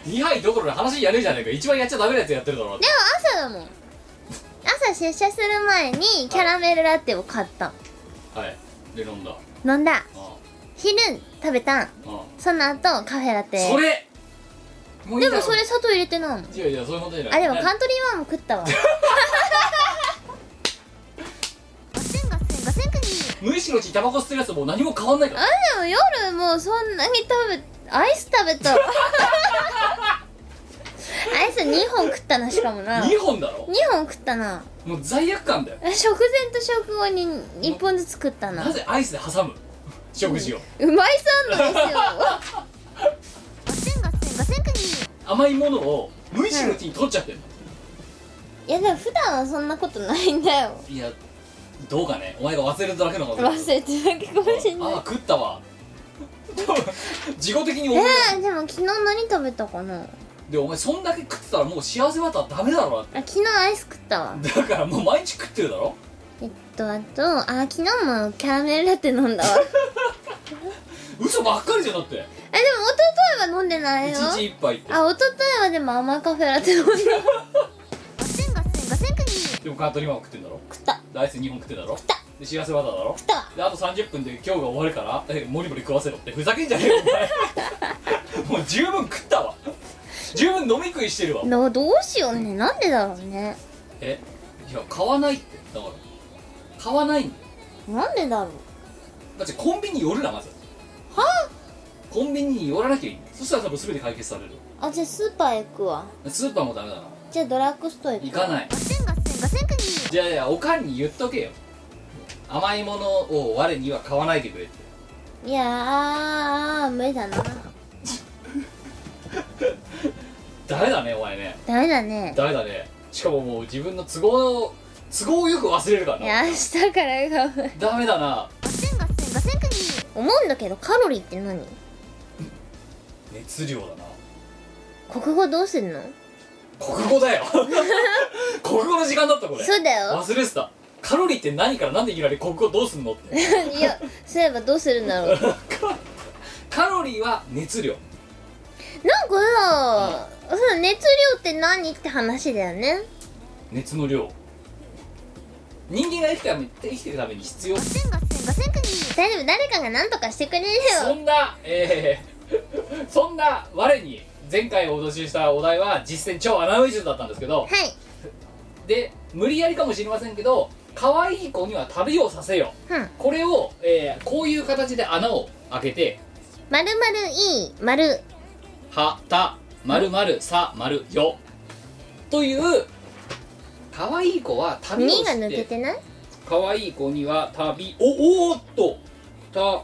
[SPEAKER 1] 2杯どころの話やねえじゃねえか一番やっちゃダメなやつやってるだろ
[SPEAKER 2] でも朝だもん朝出社する前にキャラメルラテを買った
[SPEAKER 1] はいで飲んだ
[SPEAKER 2] 飲んだ
[SPEAKER 1] あ
[SPEAKER 2] 昼食べた
[SPEAKER 1] あああ
[SPEAKER 2] その後カフェラテ
[SPEAKER 1] それもういい
[SPEAKER 2] で
[SPEAKER 1] だろ
[SPEAKER 2] もそれ砂糖入れてないもん
[SPEAKER 1] いやいやそういうことじゃない
[SPEAKER 2] あでも
[SPEAKER 1] な
[SPEAKER 2] カントリーマンも食っ
[SPEAKER 1] <laughs>
[SPEAKER 2] たわガセンガセンガセンクニー
[SPEAKER 1] 無意識のうちにタバコ吸ってるやつはもう何も変わんないから
[SPEAKER 2] でも夜もうそんなに食べアイス
[SPEAKER 1] <laughs>
[SPEAKER 2] 食べたわアイス2本食ったなしかもな2
[SPEAKER 1] 2本だろ
[SPEAKER 2] 本食ったな
[SPEAKER 1] もう罪悪感だよ
[SPEAKER 2] え食前と食後に1本ずつ食ったな
[SPEAKER 1] なぜアイスで挟む食事を
[SPEAKER 2] うまいサンドですよガセンガセンガセンクニー
[SPEAKER 1] <laughs> 甘いものを無意識のうちに取っちゃってる
[SPEAKER 2] <laughs> いやでも普段はそんなことないんだよ
[SPEAKER 1] いやどうかねお前が忘れるだけのこと
[SPEAKER 2] 忘れてるだけかもしんない
[SPEAKER 1] ああ食ったわ多分自己的に思い出す
[SPEAKER 2] えー、でも昨日何食べたかなあ
[SPEAKER 1] でお前そんだけ食ってたらもう幸せだったらダメだろだっ
[SPEAKER 2] 昨日アイス食ったわ
[SPEAKER 1] てだからもう毎日食ってるだろ
[SPEAKER 2] えっとあとあ昨日もキャラメルラテ飲んだわ <laughs> えでも
[SPEAKER 1] 嘘ばっかりじゃんだって
[SPEAKER 2] 一昨日は飲んでないよ
[SPEAKER 1] 1日1杯って
[SPEAKER 2] あ、一昨日はでも甘いカフェラテ飲 <laughs> んだ。ガセンガセンガセンクニー。
[SPEAKER 1] でもカントリーマンを食ってんだろ
[SPEAKER 2] 食った。
[SPEAKER 1] でアイス2本食ってんだろ
[SPEAKER 2] た
[SPEAKER 1] で幸せバターだろ
[SPEAKER 2] 食ったわ。
[SPEAKER 1] であと30分で今日が終わるからえモリモリ食わせろってふざけんじゃねえよお前 <laughs> もう十分食ったわ十分飲み食いしてるわ
[SPEAKER 2] どどうしようね。なんでだろうね。
[SPEAKER 1] えいや買わないってだから買わないんだよ
[SPEAKER 2] なんでだろう。
[SPEAKER 1] だってコンビニ寄るなまずはコンビニに寄らなきゃいいそしたら多分全て解決される
[SPEAKER 2] あ、じゃあスーパー行くわ。
[SPEAKER 1] スーパーもダメだな
[SPEAKER 2] じゃあドラッグストア行く
[SPEAKER 1] 行かない
[SPEAKER 2] ガセンガセンガセンクニー。
[SPEAKER 1] じゃあいやおかんに言っとけよ甘いものを我には買わないでくれって
[SPEAKER 2] いやー、無理だな。
[SPEAKER 1] ダメだねお前ね
[SPEAKER 2] ダメだね。
[SPEAKER 1] ダメだねしかももう自分の都合都合よく忘れるから
[SPEAKER 2] いや
[SPEAKER 1] な
[SPEAKER 2] 明日からが
[SPEAKER 1] ダメだな
[SPEAKER 2] 思うんだけどカロリーって何
[SPEAKER 1] 熱量だな
[SPEAKER 2] 国語どう
[SPEAKER 1] <laughs>
[SPEAKER 2] すんの
[SPEAKER 1] 国語
[SPEAKER 2] <laughs>
[SPEAKER 1] だよ国語の時間だったこれ
[SPEAKER 2] そうだよ
[SPEAKER 1] 忘れてたカロリーって何からなんでいきなり国語どうすんのって <laughs>
[SPEAKER 2] いやそういえばどうするんだろう
[SPEAKER 1] カロリーは熱量
[SPEAKER 2] なんかさその熱量って何って話だよね
[SPEAKER 1] 熱の量人間が生きてため生きていくために必要
[SPEAKER 2] 大丈夫誰かが何とかしてくれる
[SPEAKER 1] そ
[SPEAKER 2] よ
[SPEAKER 1] んなえー <laughs> そんな我に前回お年ししたお題は実践超アナウイズムだったんですけど
[SPEAKER 2] はい
[SPEAKER 1] で無理やりかもしれませんけど可愛い子には旅をさせよ
[SPEAKER 2] うん
[SPEAKER 1] これを、えーこういう形で穴を開けて
[SPEAKER 2] まるまるいいまる
[SPEAKER 1] 「はたまるまるさまるよ」という可愛い子は旅を
[SPEAKER 2] 2が
[SPEAKER 1] し
[SPEAKER 2] 抜け
[SPEAKER 1] て
[SPEAKER 2] てない
[SPEAKER 1] 可愛い子には旅おおーっと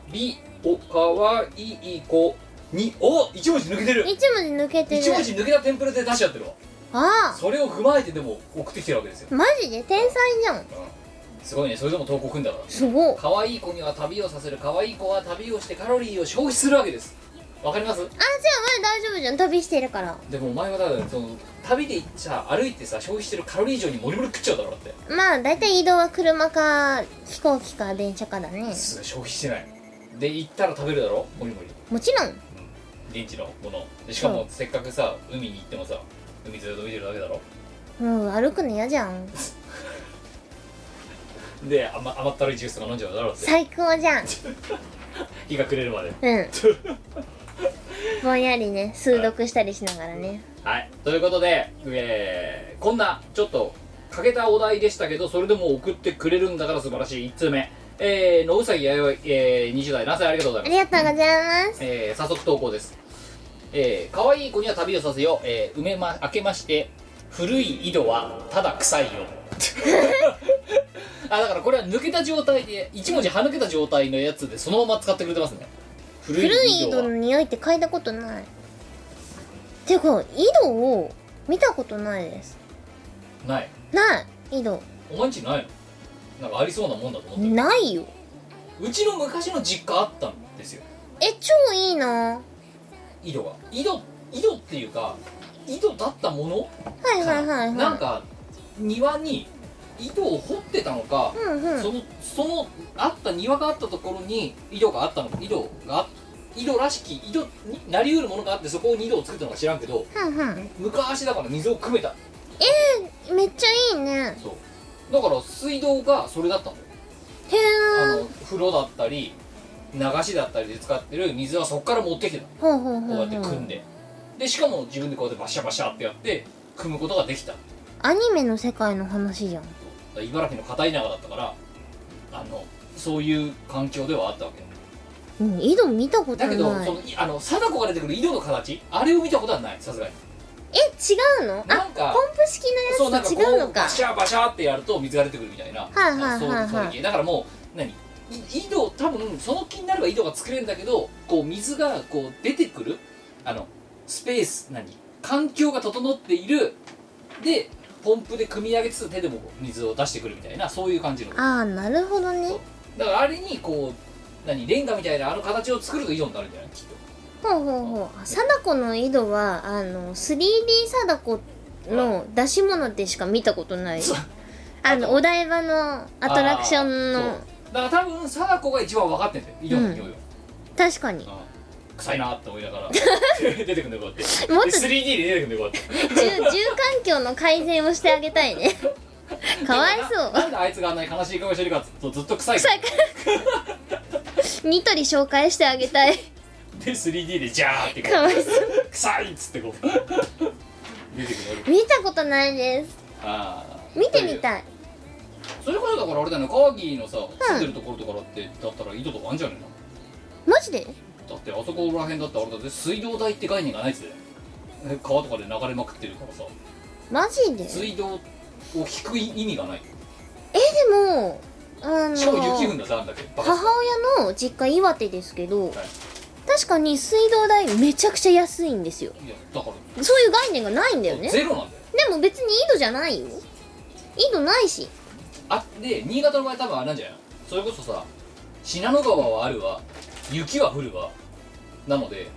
[SPEAKER 1] 旅お可愛い子にお一文字抜けてる
[SPEAKER 2] 1文字抜けてる
[SPEAKER 1] 一文字抜けたテンプレで出しちゃってるわ
[SPEAKER 2] あ
[SPEAKER 1] それを踏まえてでも送ってきてるわけですよ
[SPEAKER 2] あマジで天才じゃん
[SPEAKER 1] すごいねそれでも投稿組んだから
[SPEAKER 2] すごい
[SPEAKER 1] 可愛い子には旅をさせる可愛い子は旅をしてカロリーを消費するわけですわかります
[SPEAKER 2] あじゃあ前大丈夫じゃん旅してるから
[SPEAKER 1] でもお前はだからその旅でさ歩いてさ消費してるカロリー以上にモリモリ食っちゃうだろだって
[SPEAKER 2] まあ大体移動は車か飛行機か電車かだね
[SPEAKER 1] すごい消費してないで行ったら食べるだろモリモリ
[SPEAKER 2] もちろん
[SPEAKER 1] 現地のものでしかもせっかくさ海に行ってもさ海ずっと見てるだけだろ
[SPEAKER 2] うん歩くの嫌じゃん
[SPEAKER 1] で甘甘ったるいジュースとか飲んじゃうだろだって
[SPEAKER 2] 最高じゃん
[SPEAKER 1] 日が暮れるまで
[SPEAKER 2] <laughs> うんぼんやりね数読したりしながらね
[SPEAKER 1] はい、ということで、えーこんなちょっと欠けたお題でしたけどそれでも送ってくれるんだから素晴らしい1通目、えー、野うさぎやよい、えー、20代何歳ありがとうござ
[SPEAKER 2] あ
[SPEAKER 1] いま
[SPEAKER 2] り
[SPEAKER 1] す、
[SPEAKER 2] がとうございます
[SPEAKER 1] えー早速投稿です、えー、可愛い子には旅をさせよう、えー、埋めま開けまして古い井戸はただ臭いよ <laughs> あだからこれは抜けた状態で一文字は抜けた状態のやつでそのまま使ってくれてますね古
[SPEAKER 2] 古
[SPEAKER 1] い
[SPEAKER 2] い
[SPEAKER 1] 井戸
[SPEAKER 2] 井戸
[SPEAKER 1] は
[SPEAKER 2] の匂いって嗅いだことないていうか井戸を見たことないです
[SPEAKER 1] ない
[SPEAKER 2] ない井戸
[SPEAKER 1] お前んちないのなんかありそうなもんだと思って
[SPEAKER 2] ないよ
[SPEAKER 1] うちの昔の実家あったんですよ
[SPEAKER 2] え超いいな
[SPEAKER 1] 井戸が井戸井戸っていうか井戸だったもの
[SPEAKER 2] はいはいはいはい
[SPEAKER 1] なんか庭に井戸を掘ってたのか、
[SPEAKER 2] うんうん
[SPEAKER 1] そのそのあった庭があったところに井戸があったのか井戸が井戸らしき井戸になりうるものがあってそこに井戸を作ったのか知らんけど
[SPEAKER 2] はんはん
[SPEAKER 1] 昔だから水を汲めた
[SPEAKER 2] めっちゃいいね
[SPEAKER 1] そうだから水道がそれだったんだよ
[SPEAKER 2] へ
[SPEAKER 1] あ
[SPEAKER 2] え
[SPEAKER 1] の風呂だったり流しだったりで使ってる水はそこから持ってきてた
[SPEAKER 2] ほうほう
[SPEAKER 1] こ
[SPEAKER 2] ほう
[SPEAKER 1] う
[SPEAKER 2] ほ
[SPEAKER 1] やって組ん
[SPEAKER 2] う
[SPEAKER 1] ででしかも自分でこうやってバシャバシャってやって組むことができただか
[SPEAKER 2] アニメの世界の話じゃん
[SPEAKER 1] ら茨城の片田舎だったからあのそういう環境ではあったわけよ
[SPEAKER 2] うん井戸見たこと
[SPEAKER 1] だ
[SPEAKER 2] な
[SPEAKER 1] け
[SPEAKER 2] い
[SPEAKER 1] どそのいあの貞子が出てくる井戸の形あれを見たことはないさすがに
[SPEAKER 2] え違うのあ
[SPEAKER 1] なんか
[SPEAKER 2] ポンプ式のやつと違うのか
[SPEAKER 1] バシャバシャってやると水が出てくるみたいな、
[SPEAKER 2] はいはいはいはい
[SPEAKER 1] そうそういう系だからもう何い井戸多分その気になれば井戸が作れるんだけどこう水がこう出てくるあのスペース何環境が整っているでポンプで汲み上げつつ手でも水を出してくるみたいなそういう感じのだか
[SPEAKER 2] ああなるほどね
[SPEAKER 1] そうらあれにこう何レンガみたいなあの形を作ると井戸になるんじゃないきっと
[SPEAKER 2] ほうほうほうあ貞子の井戸はあの 3D 貞子の出し物でしか見たことない
[SPEAKER 1] そう
[SPEAKER 2] あのお台場のアトラクション
[SPEAKER 1] あー
[SPEAKER 2] の
[SPEAKER 1] そうだから多分貞子が一番分かってんだよ井戸の匂いを、
[SPEAKER 2] 確かに
[SPEAKER 1] うん臭いなって思いなが
[SPEAKER 2] <laughs>
[SPEAKER 1] ら出てくんだよこうやって
[SPEAKER 2] もっと
[SPEAKER 1] 3D で出てくんだよこうやって
[SPEAKER 2] 住住環境の改善をしてあげた
[SPEAKER 1] <laughs>
[SPEAKER 2] いねかわいそ
[SPEAKER 1] な
[SPEAKER 2] う
[SPEAKER 1] なんであいつがあんなに悲しい顔してるかずっとずっと臭い
[SPEAKER 2] 臭い <laughs> ニトリ紹介してあげたい
[SPEAKER 1] で 3D でジャーってこう
[SPEAKER 2] かわいそう
[SPEAKER 1] 臭いっつってこう出てくる
[SPEAKER 2] 見たことないです
[SPEAKER 1] あー
[SPEAKER 2] 見てみたい
[SPEAKER 1] それこそだからあれだよね川木のさ住んでるところとかだってだったら井戸とかあんじゃねえの
[SPEAKER 2] マジで
[SPEAKER 1] だってあそこら辺だってあれだぜ水道代って概念がないっつってね川とかで流れまくってるからさ
[SPEAKER 2] マジで
[SPEAKER 1] 水道を引く意味がない
[SPEAKER 2] えでもあの
[SPEAKER 1] しかも雪降るんだぜあんだけバカ
[SPEAKER 2] 母親の実家岩手ですけど、
[SPEAKER 1] い
[SPEAKER 2] 確かに水道代めちゃくちゃ安いんですよ
[SPEAKER 1] いやだから
[SPEAKER 2] そういう概念がないんだよね
[SPEAKER 1] ゼロなんだよ
[SPEAKER 2] でも別に井戸じゃないよ井戸ないし
[SPEAKER 1] あで新潟の場合多分あれなんじゃないのそれこそさ信濃川はあるわ雪は降るわなので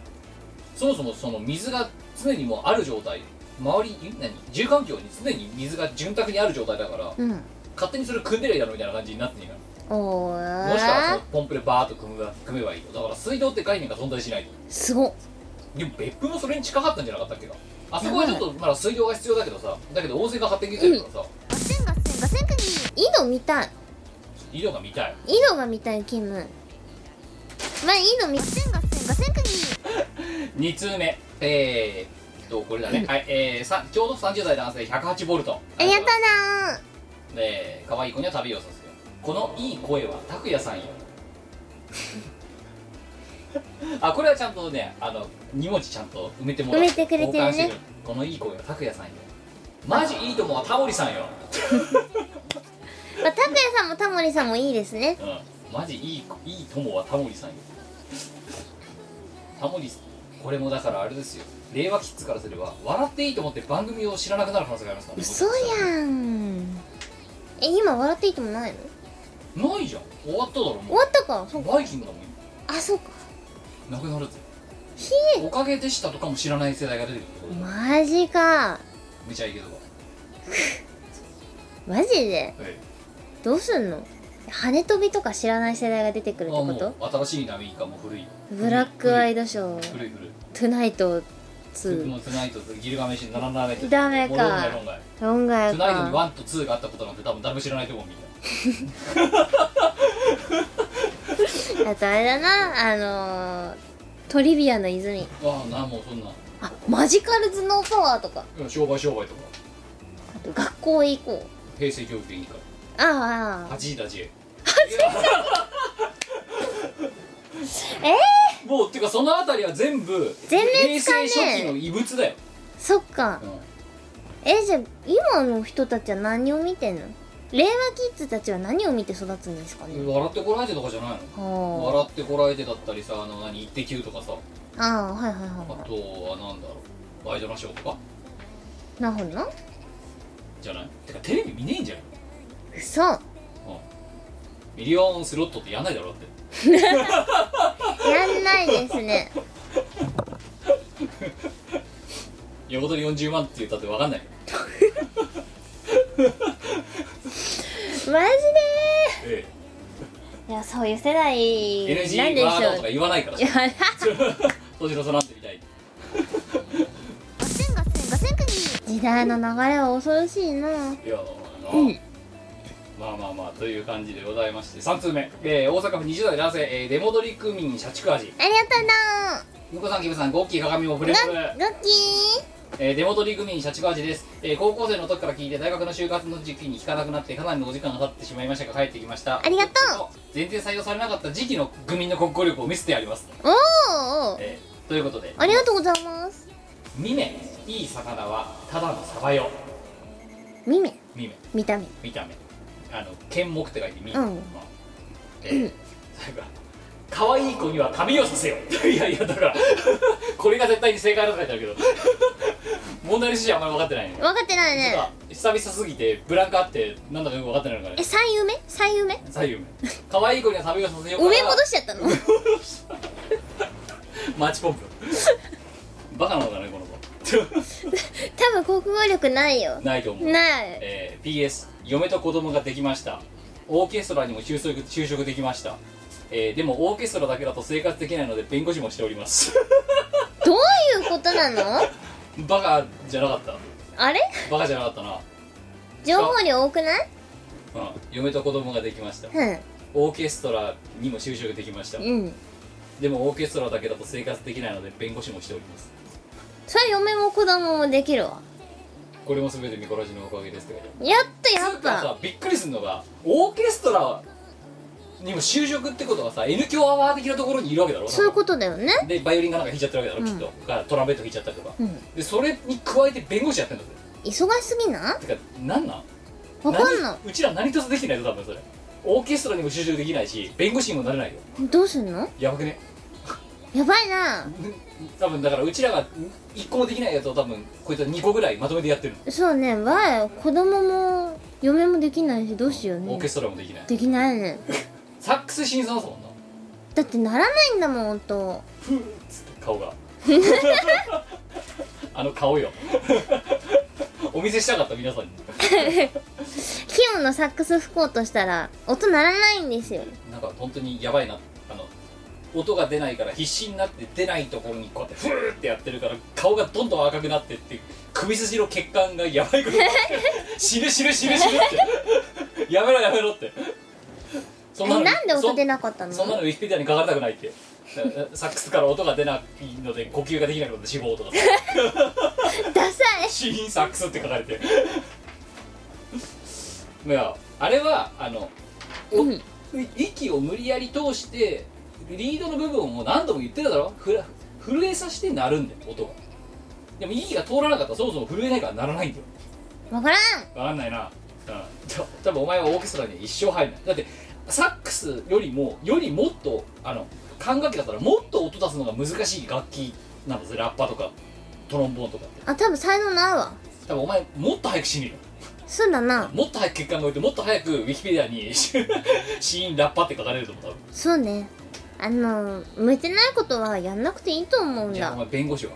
[SPEAKER 1] そもそもその水が常にもうある状態周りん何住環境に常に水が潤沢にある状態だから
[SPEAKER 2] うん
[SPEAKER 1] 勝手にそれ組んでりゃいいだろみたいな感じになってんじゃない
[SPEAKER 2] お
[SPEAKER 1] もしくはその
[SPEAKER 2] ー
[SPEAKER 1] ポンプでバーッと組む組めばいいとだから水道って概念が存在しないと
[SPEAKER 2] すごっ
[SPEAKER 1] でも別府もそれに近かったんじゃなかったっけかあそこはちょっとまだ水道が必要だけどさだけど温泉が勝手に出てるからさ
[SPEAKER 2] ガセンガセンガセンクニ井戸見たい
[SPEAKER 1] 井戸が見たい
[SPEAKER 2] 井戸が見たいキムまあ井戸見ガセンガセンガセンクニ
[SPEAKER 1] 2通目えー、っとこれだね、はいえー、さちょうど30代男性108ボルト
[SPEAKER 2] あやったな
[SPEAKER 1] えー、可愛い子には旅をさせよこのいい声は拓也
[SPEAKER 2] <laughs>
[SPEAKER 1] さんよあこれはちゃんとねあの2文字ちゃんと埋めてもら
[SPEAKER 2] 埋めてくれてる
[SPEAKER 1] 交換
[SPEAKER 2] ね
[SPEAKER 1] してくこのいい声は拓也さんよマジいいともはタモリさんよ、
[SPEAKER 2] ーまあ、拓也さんもタモリさんもいいですね
[SPEAKER 1] うん、マジいいいいともはタモリさんよタモリこれもだからあれですよ令和キッズからすれば笑っていいと思って番組を知らなくなる可能性がありますからね
[SPEAKER 2] 嘘やんえ今笑っていいともないの
[SPEAKER 1] ないじゃん終わっただろ
[SPEAKER 2] 終
[SPEAKER 1] も
[SPEAKER 2] わったかそうう
[SPEAKER 1] バイキングだもん今
[SPEAKER 2] あそうか
[SPEAKER 1] なくなるぜ
[SPEAKER 2] ひ
[SPEAKER 1] おかげでしたとかも知らない世代が出てくる
[SPEAKER 2] えマジか
[SPEAKER 1] めちゃいいけど、は
[SPEAKER 2] マジで
[SPEAKER 1] い、
[SPEAKER 2] どうすんの羽飛びとか知らない世代が出てくるって
[SPEAKER 1] あ
[SPEAKER 2] こ
[SPEAKER 1] も
[SPEAKER 2] と
[SPEAKER 1] う新しい波かもう古い
[SPEAKER 2] ブラックアイ
[SPEAKER 1] ド
[SPEAKER 2] ドショー
[SPEAKER 1] 古い古い
[SPEAKER 2] 「トゥナイト
[SPEAKER 1] 古いも
[SPEAKER 2] 2
[SPEAKER 1] うトゥナイトギルガメシ並んだめ」
[SPEAKER 2] ダメか
[SPEAKER 1] もう論外論外」
[SPEAKER 2] 音
[SPEAKER 1] ト
[SPEAKER 2] 楽
[SPEAKER 1] ゥナイトに
[SPEAKER 2] か
[SPEAKER 1] ワンとツーがあったことなんて多分誰も知らないと思うみんな
[SPEAKER 2] あとあれだなあのー、トリビアの泉
[SPEAKER 1] ああなもうそんな
[SPEAKER 2] あマジカル頭脳パワーとか
[SPEAKER 1] うん商売商売とか
[SPEAKER 2] あと学校へ行こう
[SPEAKER 1] 平成教育でいいか
[SPEAKER 2] ああああ
[SPEAKER 1] 8時だち
[SPEAKER 2] え
[SPEAKER 1] もうっていうかそのあたりは全部
[SPEAKER 2] 全滅
[SPEAKER 1] 平
[SPEAKER 2] したね
[SPEAKER 1] 成初期の異物だよ、
[SPEAKER 2] ー、そっか
[SPEAKER 1] うん
[SPEAKER 2] えじゃあ今の人たちは何を見てんの令和キッズたちは何を見て育つんですかね
[SPEAKER 1] 笑ってこらえてとかじゃないの
[SPEAKER 2] は
[SPEAKER 1] 笑ってこらえてだったりさあの何「イッテ Q!」とかさ
[SPEAKER 2] あああはいは
[SPEAKER 1] あ
[SPEAKER 2] いは
[SPEAKER 1] とはなんだろうワイドナショーとか
[SPEAKER 2] いなるほどな
[SPEAKER 1] じゃないてかテレビ見ねえんじゃん、うん、
[SPEAKER 2] 嘘
[SPEAKER 1] ミリオンスロットってやんないだろだって
[SPEAKER 2] やんないで
[SPEAKER 1] <laughs>
[SPEAKER 2] すね
[SPEAKER 1] 横取り40万って言ったって分かんないよ
[SPEAKER 2] マジで
[SPEAKER 1] え
[SPEAKER 2] ーいやそういう世代
[SPEAKER 1] え
[SPEAKER 2] なん
[SPEAKER 1] NG
[SPEAKER 2] でし
[SPEAKER 1] ワードと
[SPEAKER 2] ょ
[SPEAKER 1] か
[SPEAKER 2] う
[SPEAKER 1] 言わないから
[SPEAKER 2] いやな
[SPEAKER 1] <laughs> 年の差なんてみたい
[SPEAKER 2] 時代の流れは恐ろしいない
[SPEAKER 1] やーなあ、まあまあまあという感じでございまして3通目、えー大阪府20代男性、えー出戻り区民社畜味
[SPEAKER 2] ありがとうな
[SPEAKER 1] 向こさんキムさんゴッキー鏡もフレッシュ
[SPEAKER 2] ガッキ
[SPEAKER 1] えー、デモトリグミン社畜味です、えー高校生の時から聞いて大学の就活の時期に聞かなくなってかなりのお時間が経ってしまいましたが帰ってきました
[SPEAKER 2] ありがと
[SPEAKER 1] う全然採用されなかった時期の愚民の国語力を見せてやります、
[SPEAKER 2] ーおーおー
[SPEAKER 1] えーということで
[SPEAKER 2] ありがとうございます
[SPEAKER 1] ミメいい魚はただのサバよ
[SPEAKER 2] ミメ
[SPEAKER 1] ミメ
[SPEAKER 2] 見た目
[SPEAKER 1] 見た目あの剣目って書いてミメ、
[SPEAKER 2] うん
[SPEAKER 1] まあえーそれから可愛い子には旅をさせよ <laughs> いやいやだからこれが絶対に正解だと書いてあるけど <laughs> 問題の趣旨あんまり分かってないね
[SPEAKER 2] 分かってないね
[SPEAKER 1] 久々すぎてブランクあってなんだかよく分かってないのか
[SPEAKER 2] え
[SPEAKER 1] ね
[SPEAKER 2] 三夢
[SPEAKER 1] <laughs>
[SPEAKER 2] 三夢
[SPEAKER 1] 左右目可愛い子には旅をさせようから
[SPEAKER 2] 梅戻しちゃ
[SPEAKER 1] <laughs>
[SPEAKER 2] ったの
[SPEAKER 1] マッチポンプバカなのだねこの子 <laughs>
[SPEAKER 2] 多分国語力ないよ
[SPEAKER 1] ないと思う、
[SPEAKER 2] ない
[SPEAKER 1] えー PS 嫁と子供ができましたオーケストラにも就職就職できました、えーでもオーケストラだけだと生活できないので弁護士もしております
[SPEAKER 2] <laughs> どういうことなの
[SPEAKER 1] バカじゃなかった
[SPEAKER 2] あれ
[SPEAKER 1] バカじゃなかったな、
[SPEAKER 2] 情報量多くない
[SPEAKER 1] うん、嫁と子供ができました
[SPEAKER 2] うん
[SPEAKER 1] オーケストラにも就職できました
[SPEAKER 2] うん
[SPEAKER 1] でもオーケストラだけだと生活できないので弁護士もしております
[SPEAKER 2] それ嫁も子供もできるわ
[SPEAKER 1] これも全てミコラジのおかげですって書いてある
[SPEAKER 2] やっとや
[SPEAKER 1] つ
[SPEAKER 2] っ
[SPEAKER 1] うかさ
[SPEAKER 2] ぱ
[SPEAKER 1] びっくりするのがオーケストラにも就職ってことはさ N 響アワー的なところにいるわけだろ
[SPEAKER 2] そういうことだよね
[SPEAKER 1] とでバイオリンがなんか弾いちゃってるわけだろ、
[SPEAKER 2] うん
[SPEAKER 1] きっとかトランペット弾いちゃったりとか、
[SPEAKER 2] うん
[SPEAKER 1] でそれに加えて弁護士やってんだぜ
[SPEAKER 2] 忙しすぎな
[SPEAKER 1] てかなんなん
[SPEAKER 2] わかんな
[SPEAKER 1] 何うちら何一つできてないぞ多分それオーケストラにも就職できないし弁護士にもなれないよ
[SPEAKER 2] いどうすんの
[SPEAKER 1] やばくね
[SPEAKER 2] やばいな
[SPEAKER 1] 多分だからうちらが1個もできないやつを多分こいつは2個ぐらいまとめてやってる
[SPEAKER 2] そうねわあ子供も嫁もできないしどうしよう
[SPEAKER 1] オ
[SPEAKER 2] ね
[SPEAKER 1] ーケストラもできない
[SPEAKER 2] できないね
[SPEAKER 1] サックス新さんですもんな
[SPEAKER 2] だってならないんだもん音
[SPEAKER 1] 顔
[SPEAKER 2] <laughs>
[SPEAKER 1] があの顔よ <laughs> お見せしたかった皆さんに
[SPEAKER 2] キヨンのサックス吹こうとしたら音ならないんですよ
[SPEAKER 1] なんか本当にやばいなあの音が出ないから必死になって出ないところにこうやってフーってやってるから顔がどんどん赤くなってって首筋の血管がやばいことになって死ぬ死ぬ死ぬ死ぬってやめろやめろってそ
[SPEAKER 2] え
[SPEAKER 1] んなの
[SPEAKER 2] なんで音出
[SPEAKER 1] そ
[SPEAKER 2] なかったの
[SPEAKER 1] そんなのウィキペディアに書かれたくないってだからサックスから音が出ないので呼吸ができなくなって死亡とかさ
[SPEAKER 2] ダサい
[SPEAKER 1] シーンサックスって書かれていやあれはあの、お
[SPEAKER 2] うん
[SPEAKER 1] 息を無理やり通してリードの部分を何度も言ってるだろふら震えさせて鳴るんだよ音がでも息が通らなかったらそもそも震えないから鳴らないんだよ
[SPEAKER 2] わからん
[SPEAKER 1] わかんないなうんた多分お前はオーケストラには一生入らないだってサックスよりもよりもっとあの管楽器だったらもっと音出すのが難しい楽器なんだぜラッパとかトロンボーンとかって
[SPEAKER 2] あ多分才能ないわ
[SPEAKER 1] 多分お前もっと早く死ぬよ
[SPEAKER 2] そうだな
[SPEAKER 1] もっと早く血管が動いてもっと早くウィキペディアに <laughs> 死因ラッパって書かれると思う多分
[SPEAKER 2] そうねあの向いてないことはやんなくていいと思うん
[SPEAKER 1] じゃあお
[SPEAKER 2] だ
[SPEAKER 1] 前弁護士は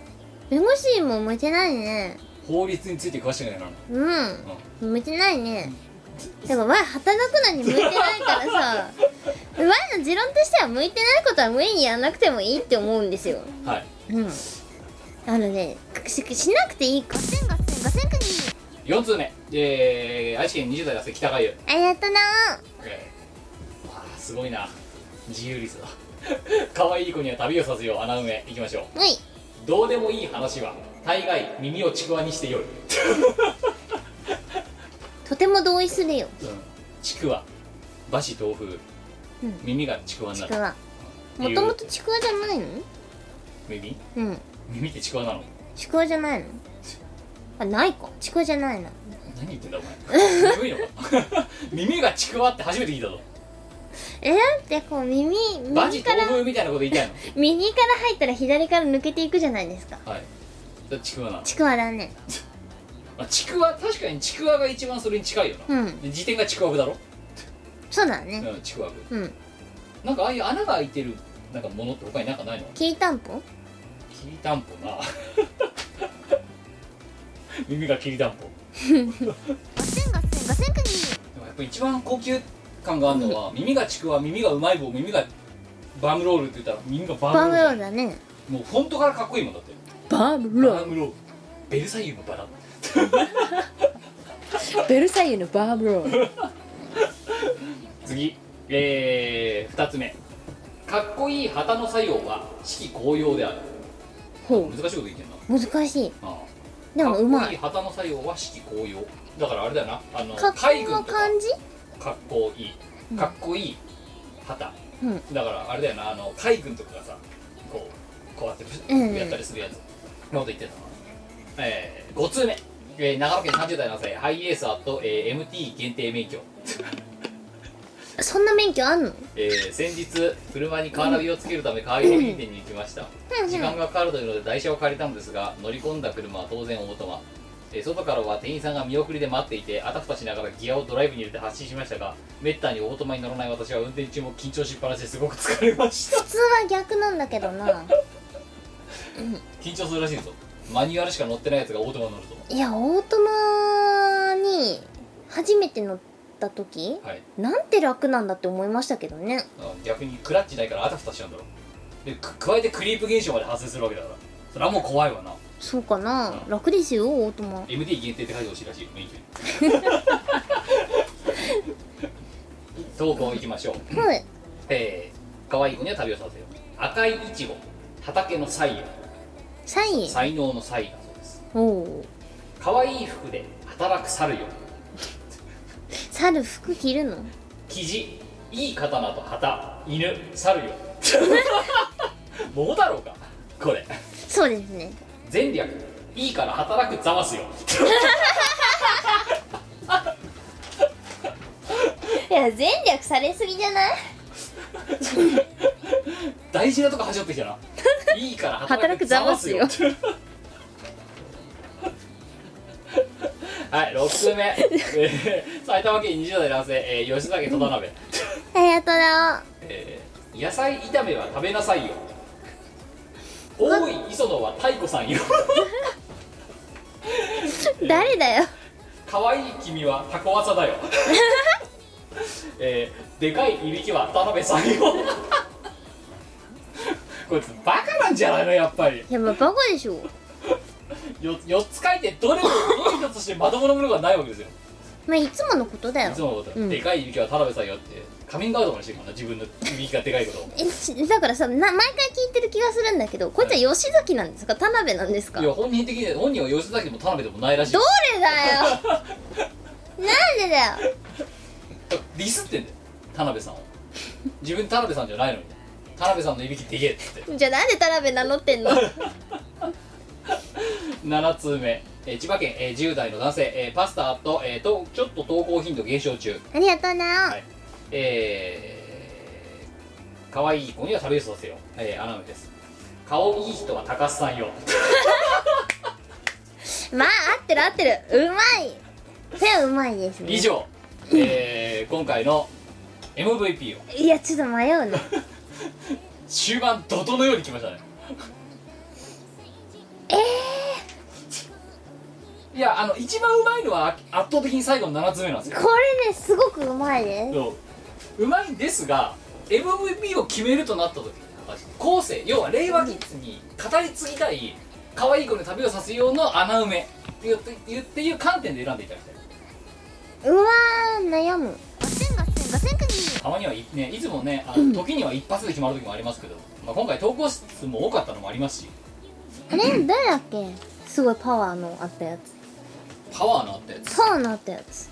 [SPEAKER 2] 弁護士も向いてないね
[SPEAKER 1] 法律について詳しくないな
[SPEAKER 2] うん向いてないねだからわい働くのに向いてないから
[SPEAKER 1] <laughs>
[SPEAKER 2] さわいの持論としては向いてないことは無理にやらなくてもいいって思うんですよ
[SPEAKER 1] はい
[SPEAKER 2] うんあのねししなくていいガセンガセンガセンクニー
[SPEAKER 1] 4通目えー、愛知県20代男性北海優、
[SPEAKER 2] ありがとな
[SPEAKER 1] えー、わあすごいな自由率だ <laughs> 可愛い子には旅をさせよう穴埋めいきましょう
[SPEAKER 2] おい
[SPEAKER 1] どうでもいい話は大概耳をちくわにしてよい、
[SPEAKER 2] とても同意するよ
[SPEAKER 1] うん、ちくわ馬子豆腐、
[SPEAKER 2] うん
[SPEAKER 1] 耳がちくわに
[SPEAKER 2] ち
[SPEAKER 1] な
[SPEAKER 2] く
[SPEAKER 1] る
[SPEAKER 2] わもともとちくわじゃないの
[SPEAKER 1] 耳
[SPEAKER 2] うん
[SPEAKER 1] 耳ってちくわなの
[SPEAKER 2] ちくわじゃないのあないかちくわじゃないな
[SPEAKER 1] 何言ってんだお
[SPEAKER 2] <laughs>
[SPEAKER 1] 前眠いのか <laughs> 耳がちくわって初めて聞いたぞ
[SPEAKER 2] えだってこう耳
[SPEAKER 1] バ
[SPEAKER 2] 右
[SPEAKER 1] ジ
[SPEAKER 2] から
[SPEAKER 1] 豆腐みたいなこと言いたい
[SPEAKER 2] <laughs> 右から入ったら左から抜けていくじゃないですか
[SPEAKER 1] のはいだちくわなの
[SPEAKER 2] ちくわだね
[SPEAKER 1] あちくわ確かにちくわが一番それに近いよな、
[SPEAKER 2] うん
[SPEAKER 1] で辞典がちくわぶだろ、
[SPEAKER 2] そうだ
[SPEAKER 1] う
[SPEAKER 2] ね
[SPEAKER 1] ん、ちくわぶ
[SPEAKER 2] うん
[SPEAKER 1] なんかああいう穴が開いてるなんかものって他になんかないの
[SPEAKER 2] きりたんぽ
[SPEAKER 1] きりたんぽな <laughs> 耳がきりたんぽ
[SPEAKER 2] ガセンガセンガセンクニー
[SPEAKER 1] でもやっぱ一番高級感があるのは、耳がちくわ耳がうまい棒耳がバームロールって言ったら耳がバー
[SPEAKER 2] バ
[SPEAKER 1] ム
[SPEAKER 2] ブ
[SPEAKER 1] ロ
[SPEAKER 2] ロ
[SPEAKER 1] ール
[SPEAKER 2] ーだね
[SPEAKER 1] もうフォントからかっこいいもんだって
[SPEAKER 2] バブ
[SPEAKER 1] バームロールベルサイユのバラ
[SPEAKER 2] ベルサイユのバブロー
[SPEAKER 1] 次えー、2つ目かっこいい旗の作用は四季紅葉である
[SPEAKER 2] ほ
[SPEAKER 1] 難しいこと言ってんな
[SPEAKER 2] う難しい
[SPEAKER 1] ああ
[SPEAKER 2] でもう
[SPEAKER 1] かっ
[SPEAKER 2] ま
[SPEAKER 1] こいい
[SPEAKER 2] い
[SPEAKER 1] 旗の作用は四季紅葉だからあれだよなあの
[SPEAKER 2] 格
[SPEAKER 1] 海
[SPEAKER 2] 好
[SPEAKER 1] 軍
[SPEAKER 2] の
[SPEAKER 1] とか
[SPEAKER 2] 感じ
[SPEAKER 1] かっこいいかっこいい旗、
[SPEAKER 2] うん
[SPEAKER 1] だからあれだよなあの海軍とかがさこうこうやってブシ
[SPEAKER 2] うんうん
[SPEAKER 1] ッやったりするやつのこと言ってたなえー、5通目、えー、長野県30代男性ハイエーサーと、えー、MT 限定免許
[SPEAKER 2] そんな免許あんの
[SPEAKER 1] えー先日車にカーナビをつけるためカー用品店に行きました
[SPEAKER 2] うん
[SPEAKER 1] 時間がかかるというので台車を借りたのですが乗り込んだ車は当然オートマ、えー外からは店員さんが見送りで待っていてあたふたしながらギアをドライブに入れて発進しましたがめったにオートマに乗らない私は運転中も緊張しっぱなしですごく疲れました
[SPEAKER 2] 普通は逆なんだけど <laughs> な
[SPEAKER 1] 緊張するらしいぞマニュアルしか乗ってないやつがオートマに乗る
[SPEAKER 2] いやオートマに初めて乗った時
[SPEAKER 1] とはい
[SPEAKER 2] なんて楽なんだって思いましたけどね
[SPEAKER 1] あ逆にクラッチないからあたふたしちゃうんだろでく加えてクリープ現象まで発生するわけだからそれはもう怖いわな
[SPEAKER 2] そうかな
[SPEAKER 1] うん
[SPEAKER 2] 楽ですよオートマ
[SPEAKER 1] MD 限定って書いてほしいらしい免許に投稿いきましょう
[SPEAKER 2] はい
[SPEAKER 1] えー、可愛い子には旅をさせよう赤いイチゴ畑のサイ
[SPEAKER 2] サイン
[SPEAKER 1] 才能のサイだそうです
[SPEAKER 2] おお
[SPEAKER 1] 可愛い服で働く猿よ
[SPEAKER 2] 猿服着るの
[SPEAKER 1] 生地いい刀と旗犬猿よ桃太郎かこれ
[SPEAKER 2] そうですね
[SPEAKER 1] 前略いいから働くざますよ
[SPEAKER 2] いや前略されすぎじゃない
[SPEAKER 1] 大事なとこ端折ってきたないいから働くざますよ
[SPEAKER 2] 働
[SPEAKER 1] はい6通目、えー埼玉県20代男性、えー吉崎戸田鍋、
[SPEAKER 2] ありがとうな
[SPEAKER 1] えー野菜炒めは食べなさいよ大井磯野は太子さんよ
[SPEAKER 2] 誰だよ
[SPEAKER 1] 可愛い君はタコワサだよえーでかいいびきは田辺さんよこいつバカなんじゃないのやっぱり
[SPEAKER 2] いやまあバカでしょ
[SPEAKER 1] よ4つ書いてどれもどれ一つしてまともなものがないわけです
[SPEAKER 2] <laughs>
[SPEAKER 1] よ
[SPEAKER 2] まあいつものことだ
[SPEAKER 1] い
[SPEAKER 2] よ
[SPEAKER 1] つものこと、
[SPEAKER 2] うん
[SPEAKER 1] でかいいびきは田辺さんよってカミングアウトまでしてるからな自分のいびきがでかいことを
[SPEAKER 2] えしだからさな毎回聞いてる気がするんだけどこいつは吉崎なんですか田辺なんですか
[SPEAKER 1] いや本人的に本人は吉崎でも田辺でもないらしい
[SPEAKER 2] どれだよ
[SPEAKER 1] <laughs>
[SPEAKER 2] なんでだよ
[SPEAKER 1] ディスってんだよ田辺さんを自分田辺さんじゃないのに田辺さんのいびきでけえっつって
[SPEAKER 2] じゃあなんで田辺名乗ってんの
[SPEAKER 1] 7通目、えー千葉県、えー10代の男性、えーパスタと,、えーとちょっと投稿頻度減少中
[SPEAKER 2] ありがとうな、
[SPEAKER 1] はいえー、可愛い子には食べるさせよう、えー、アナウンです顔いい人は高須さんよ
[SPEAKER 2] まあ合ってる合ってるうまいそれはうまいですね
[SPEAKER 1] 以上、えー今回の MVP を
[SPEAKER 2] いやちょっと迷うな
[SPEAKER 1] 終盤怒涛のように来ましたね
[SPEAKER 2] えー、
[SPEAKER 1] いやあの一番うまいのはあ圧倒的に最後の7つ目なんですよ
[SPEAKER 2] これねすごくうまいです
[SPEAKER 1] そううまいんですが MVP を決めるとなった時後世要は令和キッズに語り継ぎたい可愛い子に旅をさせようの穴埋めっていうっていう観点で選んでいただきたいう
[SPEAKER 2] わー悩むガセンガセンガセンクニ
[SPEAKER 1] たまにはい,、ね、いつもねあの時には一発で決まる時もありますけど、まあ、今回投稿数も多かったのもありますし
[SPEAKER 2] あれ誰だっけすごいパワーのあったやつ
[SPEAKER 1] パワーのあったやつ
[SPEAKER 2] パワーのあったやつ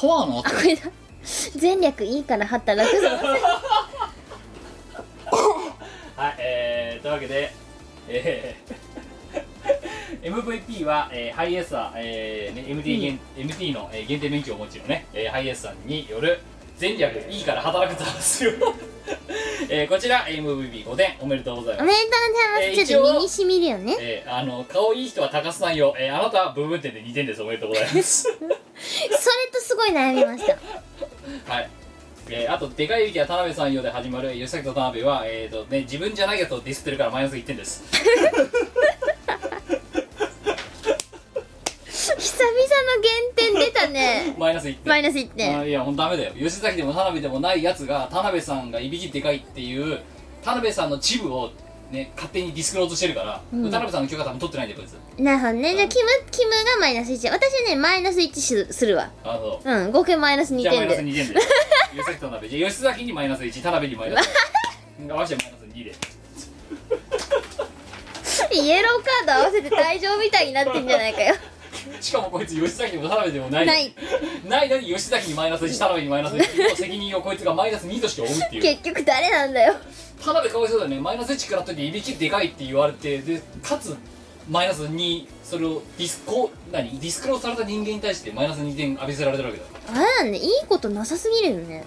[SPEAKER 1] パワーのあっ
[SPEAKER 2] あ
[SPEAKER 1] た
[SPEAKER 2] これだ前略いいから働くぞ
[SPEAKER 1] はいえー、というわけでえー <laughs> MVP は、えーハイエーサー、えーね、MT, 限 MT の、えー限定免許をお持ちのね、えーハイエーサーによる全略いいから働くとですよ、 <laughs> えーこちら MVP5 点おめでとうござい
[SPEAKER 2] お
[SPEAKER 1] ま
[SPEAKER 2] め
[SPEAKER 1] す、
[SPEAKER 2] でとうございます、
[SPEAKER 1] えー
[SPEAKER 2] ちょっ
[SPEAKER 1] 一応
[SPEAKER 2] と身にしみるよね
[SPEAKER 1] えーあの顔いい人は高須さんよ、えーあなたは部分点で2点ですおめでとうございます
[SPEAKER 2] それとすごい悩みました
[SPEAKER 1] はいえーあと、でかい雪は田辺さんよで始まる吉崎と田辺は、えーとね、自分じゃないやつをディスってるからマイナス1点です。
[SPEAKER 2] 久々の減点出
[SPEAKER 1] <laughs>
[SPEAKER 2] たね
[SPEAKER 1] マイナス1点。
[SPEAKER 2] マイナス1
[SPEAKER 1] あ
[SPEAKER 2] 点
[SPEAKER 1] いやもうダメだよ吉崎でも田辺でもないやつが田辺さんがいびきでかいっていう田辺さんのチブをね勝手にディスクロードしてるから、
[SPEAKER 2] うん
[SPEAKER 1] 田辺さんの許可多分取ってないんだよこいつ
[SPEAKER 2] なるほどねじゃあキムキムがマイナス1私ねマイナス1しするわ
[SPEAKER 1] あそう
[SPEAKER 2] うん合計マイナス2
[SPEAKER 1] じゃあマイ
[SPEAKER 2] 点
[SPEAKER 1] ナス
[SPEAKER 2] で
[SPEAKER 1] 2点で
[SPEAKER 2] <laughs>
[SPEAKER 1] 吉崎と田辺じゃあ吉崎にマイナス1田辺にマイナス1
[SPEAKER 2] <laughs>
[SPEAKER 1] 合わせてマイナス2で
[SPEAKER 2] イエローカード合わせて退場みたいになってんじゃない
[SPEAKER 1] <laughs>
[SPEAKER 2] かよ
[SPEAKER 1] しかもこいつ吉崎でも田辺でもない
[SPEAKER 2] ない
[SPEAKER 1] ないのに吉崎にマイナス1田辺にマイナス1の責任をこいつがマイナス2として負うっていう
[SPEAKER 2] 結局誰なんだよ
[SPEAKER 1] 田辺かわいそうだよねマイナス1食らっといていびきでかいって言われてでかつマイナス2それをディスコ何ディスクローズされた人間に対してマイナス2点浴びせられてるわけだ
[SPEAKER 2] あれだねいいことなさすぎるよね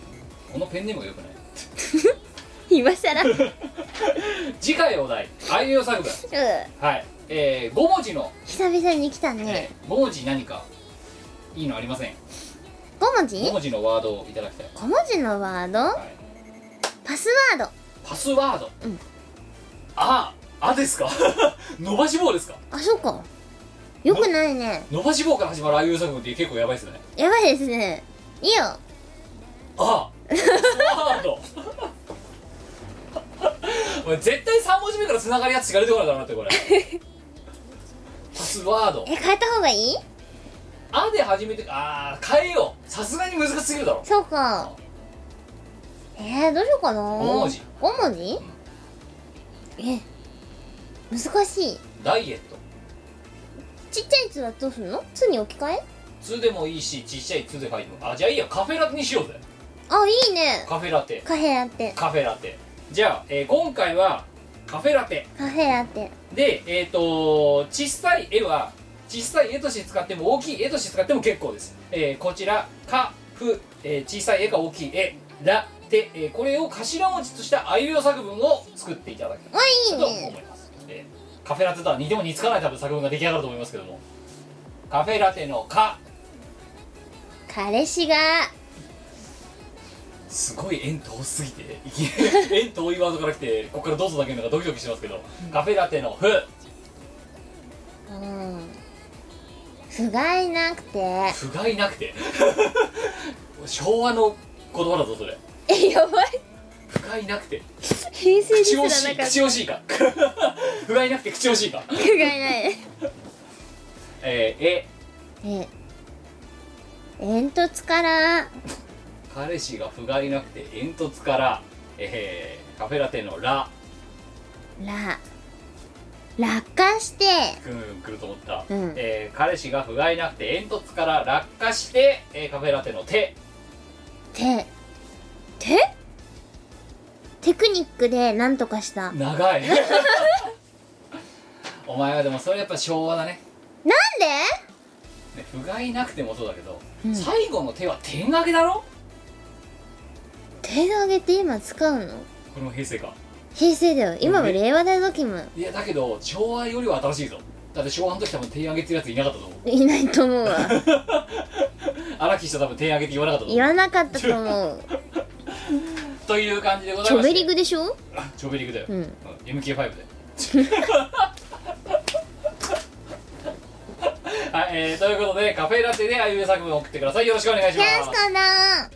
[SPEAKER 1] このペンネームがよくない
[SPEAKER 2] 今さ
[SPEAKER 1] <laughs>
[SPEAKER 2] らうん
[SPEAKER 1] 次回お題あいうえお作文はいえー、5文字の、
[SPEAKER 2] 久々に来たね
[SPEAKER 1] えー、5文字何かいいのありません
[SPEAKER 2] 5文字
[SPEAKER 1] 5文字のワードをいただきたい、
[SPEAKER 2] 5文字のワード
[SPEAKER 1] はい、
[SPEAKER 2] パスワード
[SPEAKER 1] パスワード、
[SPEAKER 2] うん
[SPEAKER 1] ああですか <laughs> 伸ばし棒ですか
[SPEAKER 2] あそうかよくないね
[SPEAKER 1] 伸ばし棒から始まるあいうえお作文って結構やばいですよね
[SPEAKER 2] やばいですねいいよ
[SPEAKER 1] ああワードおい絶対3文字目からつながるやつしか出てこないだろうなってこれパスワード
[SPEAKER 2] え変えた方がいい
[SPEAKER 1] 「あ」で始めてああ変えようさすがに難しすぎるだろ
[SPEAKER 2] そうかえー、どうしようかな5
[SPEAKER 1] 文字
[SPEAKER 2] 5文字え難しい
[SPEAKER 1] ダイエット
[SPEAKER 2] ちっちゃい「つ」はどうすんの「つ」に置き換え
[SPEAKER 1] 「つ」でもいいしちっちゃい「つ」で書いてもあじゃあいいやカフェラテにしようぜ
[SPEAKER 2] あいいね
[SPEAKER 1] カフェラテ
[SPEAKER 2] カフェラテ
[SPEAKER 1] カフェラテじゃあ、えー今回はカフェラテ
[SPEAKER 2] カフェラテ
[SPEAKER 1] でえっ、と小さい絵は小さい絵として使っても大きい絵として使っても結構です、えーこちら「か」「ふ」えー小さい絵か大きい絵「ら」で、えーこれを頭文字としたあいうえお作文を作っていただき
[SPEAKER 2] あ
[SPEAKER 1] た
[SPEAKER 2] いい
[SPEAKER 1] いと思
[SPEAKER 2] ね
[SPEAKER 1] います、えーカフェラテとは似ても似つかない多分作文が出来上がると思いますけどもカフェラテの「カ
[SPEAKER 2] 彼氏が
[SPEAKER 1] すごい縁遠すぎていきなり <laughs> 縁遠いワードから来てここからどうぞだけのがドキドキしますけど、カフェラテの「ふ」
[SPEAKER 2] うん不甲斐なくて
[SPEAKER 1] 不甲斐なくて昭和の言葉だぞそれ
[SPEAKER 2] えやばい
[SPEAKER 1] 不甲斐なくて
[SPEAKER 2] 平成
[SPEAKER 1] 口惜
[SPEAKER 2] です
[SPEAKER 1] し
[SPEAKER 2] らないかった
[SPEAKER 1] 口惜しいか <laughs> 不甲斐なくて口惜しいか
[SPEAKER 2] 不甲斐ない
[SPEAKER 1] えー、え
[SPEAKER 2] え煙突から
[SPEAKER 1] 彼氏が不甲斐なくて煙突から、えー、カフェラテの「ラ
[SPEAKER 2] ら落下して」
[SPEAKER 1] くん来ると思った、
[SPEAKER 2] うん
[SPEAKER 1] えー彼氏が不甲斐なくて煙突から落下して、えーカフェラテの「手
[SPEAKER 2] ててテクニックで何とかした」なんで
[SPEAKER 1] 長い <laughs> お前はでもそれやっぱ昭和だねね不甲斐なくてもそうだけど、
[SPEAKER 2] うん
[SPEAKER 1] 最後の手は点上げだろ
[SPEAKER 2] 手上げて今使うの
[SPEAKER 1] この平成か
[SPEAKER 2] 平成だよ今も
[SPEAKER 1] え
[SPEAKER 2] 令和だぞキム
[SPEAKER 1] いやだけど昭和よりは新しいぞだって昭和の時多分手上げってるやついなかったと
[SPEAKER 2] <laughs>
[SPEAKER 1] 思う
[SPEAKER 2] いないと思うわ
[SPEAKER 1] <laughs> 荒木下多分手上げって言わなかったと
[SPEAKER 2] 言
[SPEAKER 1] 思
[SPEAKER 2] わなかったと思う
[SPEAKER 1] うという感じでござい
[SPEAKER 2] チ
[SPEAKER 1] ま
[SPEAKER 2] ョ
[SPEAKER 1] す
[SPEAKER 2] ベリグでしょ
[SPEAKER 1] チョベリグだよ、
[SPEAKER 2] うん
[SPEAKER 1] MK5
[SPEAKER 2] <laughs>
[SPEAKER 1] ではい、えー、ということでカフェラテであいうえ作文を送ってくださいよろしくお願いし
[SPEAKER 2] キ
[SPEAKER 1] ま
[SPEAKER 2] ャス
[SPEAKER 1] す
[SPEAKER 2] かな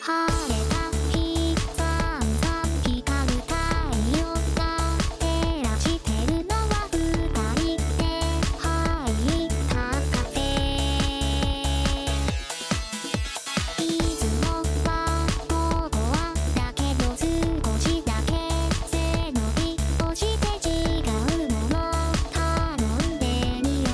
[SPEAKER 4] 晴れた日、さんざん光る太陽が照らしてるのは二人で入ったカフェいつもは午後はだけど少しだけ背伸びをして違うもの頼んでみよ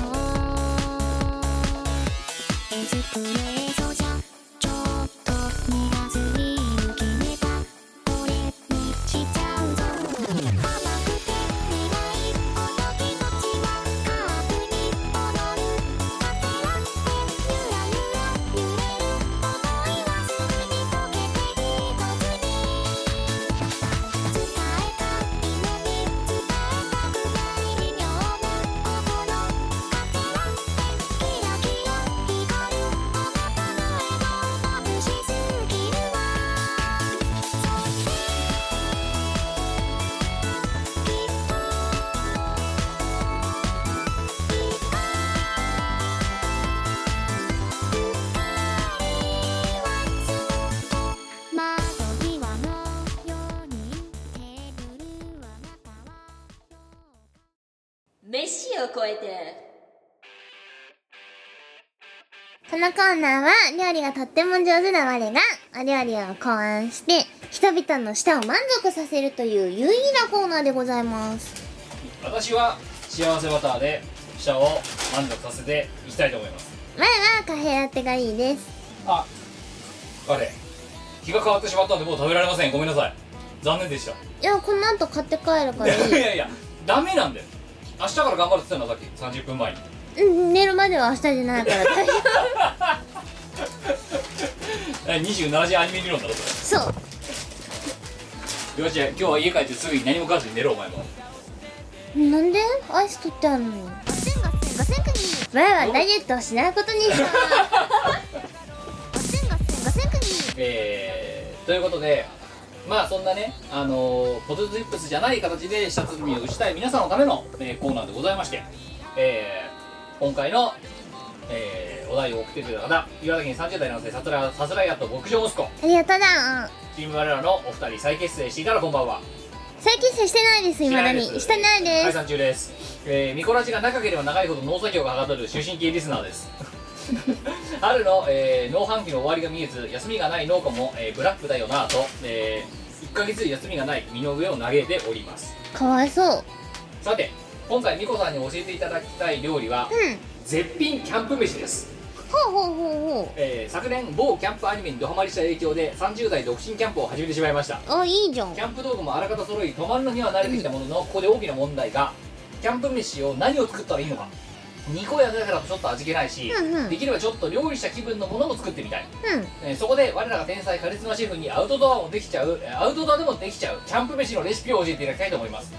[SPEAKER 4] うエスプレッソじゃちょっと目がずり受け目がこれにしちゃうぞ甘くて苦いおと気持ちはカーブに踊るカフェラテゆらゆら揺れる想いはすぐに溶けて一つに伝えたいのに伝えたくない微妙な心カフェラテキラキラ光る眩しすぎるわ窓際のようにテーブルはまたは
[SPEAKER 5] 飯を超えて
[SPEAKER 2] このコーナーは料理がとっても上手な我がお料理を考案して人々の舌を満足させるという有意義なコーナーでございます
[SPEAKER 1] 私は幸せバターで舌を満足させていきたいと思います
[SPEAKER 2] 前はカフェラテがいいです
[SPEAKER 1] ああれ日が変わってしまったんでもう食べられませんごめんなさい残念でした
[SPEAKER 2] いやこの後買って帰る
[SPEAKER 1] い
[SPEAKER 2] から
[SPEAKER 1] や
[SPEAKER 2] い
[SPEAKER 1] いやいやダメなんだよ明日から頑張るって言ってたのさっき30分前に <laughs>
[SPEAKER 2] い <laughs> うん寝るまでは明日じゃないから大丈夫
[SPEAKER 1] え27時アニメ理論だろそ
[SPEAKER 2] <laughs> そう
[SPEAKER 1] れよし今日は家帰ってすぐに何も食わずに寝ろお前も
[SPEAKER 2] なんでアイス取ってあんの前はダイエットをしないことにした
[SPEAKER 1] えー、ということでまあそんなねあのーポテトチップスじゃない形で下積みを打ちたい皆さんのための、えーコーナーでございまして、えー今回の、えーお題を送ってくれた方岩手県30代男性さすらさすらいやと牧場息子
[SPEAKER 2] <laughs> ありがとうだ
[SPEAKER 1] チーム我らのお二人再結成していたらこんばんは
[SPEAKER 2] 再結成してないです未だにしてないで
[SPEAKER 1] 解
[SPEAKER 2] す
[SPEAKER 1] 散中です、えー、ミコラジが長ければ長いほど脳作業がはかどる終身系リスナーです
[SPEAKER 2] <laughs>
[SPEAKER 1] 春の、えー、農繁期の終わりが見えず休みがない農家も、えーブラックだよなぁと、え1ヶ月休みがない身の上を嘆いております
[SPEAKER 2] かわいそう
[SPEAKER 1] さて今回ミコさんに教えていただきたい料理は
[SPEAKER 2] うん
[SPEAKER 1] 絶品キャンプ飯です、
[SPEAKER 2] ほうほうほうほ
[SPEAKER 1] えー昨年某キャンプアニメにドハマりした影響で30代独身キャンプを始めてしまいました
[SPEAKER 2] うあいいじゃん
[SPEAKER 1] キャンプ道具もあらかた揃い泊まるのには慣れてきたもののここで大きな問題がキャンプ飯を何を作ったらいいのか2個やだからとちょっと味気ないし、
[SPEAKER 2] うんうん
[SPEAKER 1] できればちょっと料理した気分のものも作ってみたい、
[SPEAKER 2] うん
[SPEAKER 1] えーそこで我らが天才カリスマシェフにアウトドアをできちゃうえーアウトドアでもできちゃうキャンプ飯のレシピを教えていただきたいと思います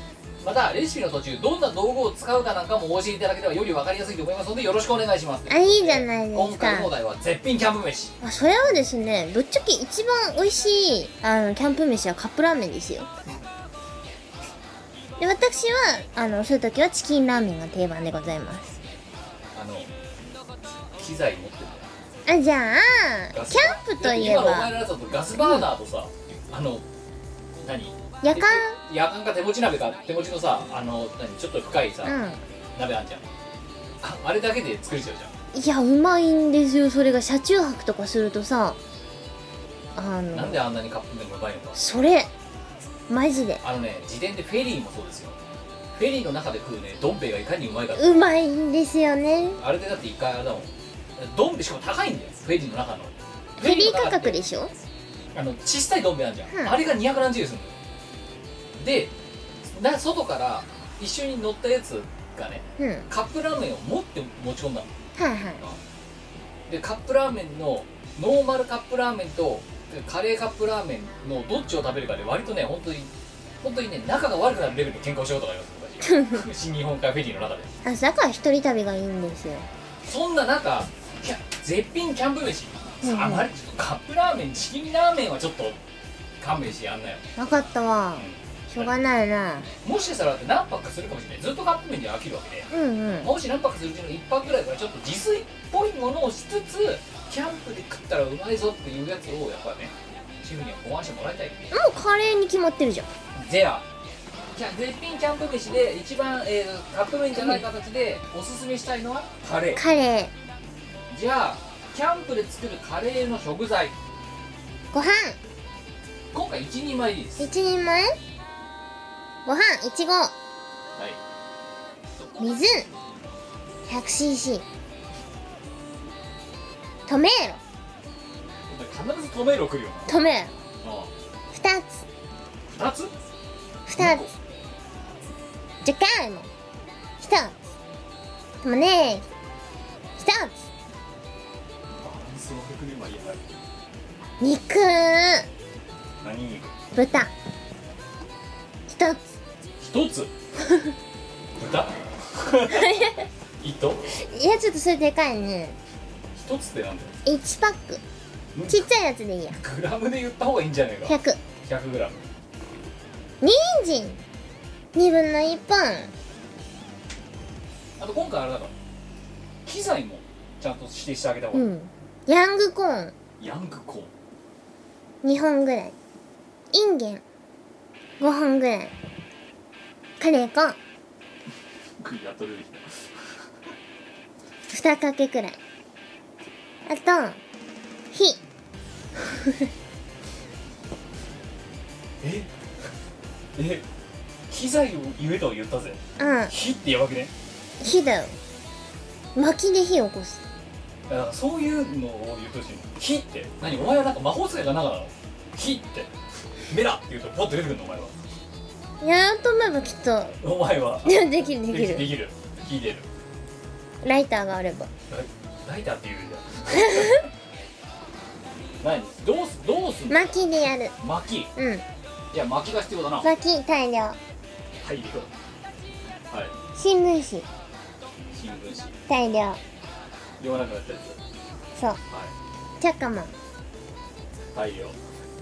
[SPEAKER 1] またレシピの途中どんな道具を使うかなんかもお教えいただければより分かりやすいと思いますのでよろしくお願いします
[SPEAKER 2] あいいじゃないですか
[SPEAKER 1] 今回のお題は絶品キャンプ飯
[SPEAKER 2] あそれはですねぶっちゃけ一番美味しいあのキャンプ飯はカップラーメンですよで私はあのそういう時はチキンラーメンが定番でございます
[SPEAKER 1] あの機材持ってる
[SPEAKER 2] あじゃ
[SPEAKER 1] ガ
[SPEAKER 2] あ
[SPEAKER 1] ス
[SPEAKER 2] キャンプといえ
[SPEAKER 1] 今のお前
[SPEAKER 2] ば
[SPEAKER 1] らだとガスバーナーとさ、あの何
[SPEAKER 2] 夜間
[SPEAKER 1] 夜間か手持ち鍋か手持ちのさあの何ちょっと深いさ、
[SPEAKER 2] う
[SPEAKER 1] 鍋あんじゃんああれだけで作れちゃうじゃん
[SPEAKER 2] んいやうまいんですよそれが車中泊とかするとさあ
[SPEAKER 1] なん
[SPEAKER 2] の
[SPEAKER 1] であんなにカップ麺がうまいのか
[SPEAKER 2] それマジで
[SPEAKER 1] あのね自転でフェリーもそうですよフェリーの中で食うねどん兵衛がいかにうまいか
[SPEAKER 2] うまいんですよね
[SPEAKER 1] あれでだって一回あれだもんどん兵衛しかも高いんだよフェリーの中の
[SPEAKER 2] フェリー価格
[SPEAKER 1] で
[SPEAKER 2] でしょ
[SPEAKER 1] あの小さいどん兵衛あんじゃん、
[SPEAKER 2] うん
[SPEAKER 1] あれが200何十円するのよでな外から一緒に乗ったやつがね
[SPEAKER 2] うんはい
[SPEAKER 1] カップラーメンを持って持ち込んだの
[SPEAKER 2] はい
[SPEAKER 1] でカップラーメンのノーマルカップラーメンとカレーカップラーメンのどっちを食べるかで割とね本当に本当にね仲が悪くなるレベルの喧嘩をしようとかあります昔新日本海フェリーの中で
[SPEAKER 2] あだから一人旅がいいんですよ
[SPEAKER 1] そんな中キャ絶品キャンプ飯
[SPEAKER 2] うんうん
[SPEAKER 1] あまりちょっとカップラーメンチキンラーメンはちょっと勘弁してやんなよ
[SPEAKER 2] 分かったわしょうがないな
[SPEAKER 1] もしかしたらだって何泊かするかもしれないずっとカップ麺で飽きるわけで
[SPEAKER 2] うんうん
[SPEAKER 1] もし何泊するうちの1泊ぐらいからちょっと自炊っぽいものをしつつキャンプで食ったらうまいぞっていうやつをやっぱねシェフには考案してもらいたい
[SPEAKER 2] もうカレーに決まってるじゃん
[SPEAKER 1] ゼアキャ絶品キャンプ飯で一番、えーカップ麺じゃない形でおすすめしたいのはカレー
[SPEAKER 2] カレ
[SPEAKER 1] じゃあキャンプで作るカレーの食材
[SPEAKER 2] ーご飯
[SPEAKER 1] 今回1人前でいいです
[SPEAKER 2] 一人前ご飯いちご
[SPEAKER 1] はい
[SPEAKER 2] 水 100cc トメーロ
[SPEAKER 1] お前必ずトメーロ来るよ
[SPEAKER 2] トメー
[SPEAKER 1] な
[SPEAKER 2] ロ2つ
[SPEAKER 1] 2つ
[SPEAKER 2] 2
[SPEAKER 1] 個
[SPEAKER 2] つじゃがいも1つ玉ねぎ1つ
[SPEAKER 1] バランス悪くねまあいいや
[SPEAKER 2] 肉
[SPEAKER 1] 何肉
[SPEAKER 2] 豚1つ
[SPEAKER 1] 一
[SPEAKER 2] <laughs>
[SPEAKER 1] つ豚糸
[SPEAKER 2] いやちょっとそれでかいね
[SPEAKER 1] 一つってなんだよ
[SPEAKER 2] 1パックちっちゃいやつでいいや
[SPEAKER 1] グラムで言った方がいいんじゃねえか
[SPEAKER 2] 100
[SPEAKER 1] 100グラム
[SPEAKER 2] 人参2分の1本
[SPEAKER 1] あと今回あれだから機材もちゃんと指定してあげた方が
[SPEAKER 2] う
[SPEAKER 1] いい、
[SPEAKER 2] んヤングコーン
[SPEAKER 1] ヤングコーン
[SPEAKER 2] 2本ぐらいインゲン5本ぐらいカレー粉
[SPEAKER 1] クイアと出てきた
[SPEAKER 2] 2かけくらいあと火
[SPEAKER 1] ええ機材を言えとは言ったぜ
[SPEAKER 2] うん
[SPEAKER 1] 火ってやばくね
[SPEAKER 2] 火だよ薪で火を起こす
[SPEAKER 1] だからそういうのを言ってほしいの火って何お前はなんか魔法使いかなんかなの火ってメラって言うとポッと出てくるのお前は
[SPEAKER 2] やろうと思えばきっと <laughs>
[SPEAKER 1] お前は
[SPEAKER 2] できるでき
[SPEAKER 1] で
[SPEAKER 2] る
[SPEAKER 1] きる火出る
[SPEAKER 2] ライターがあれば
[SPEAKER 1] ライライターって言うじ <laughs> ゃん何どうすどうすんの
[SPEAKER 2] 薪でやる
[SPEAKER 1] 薪
[SPEAKER 2] うん
[SPEAKER 1] いや薪が必要だなはい
[SPEAKER 2] 薪大
[SPEAKER 1] い
[SPEAKER 2] 量
[SPEAKER 1] いよはい
[SPEAKER 2] 新聞紙
[SPEAKER 1] 新聞紙
[SPEAKER 2] 大量
[SPEAKER 1] 読まなくなったや
[SPEAKER 2] そ
[SPEAKER 1] つ
[SPEAKER 2] う
[SPEAKER 1] は
[SPEAKER 2] チャカマン
[SPEAKER 1] い太陽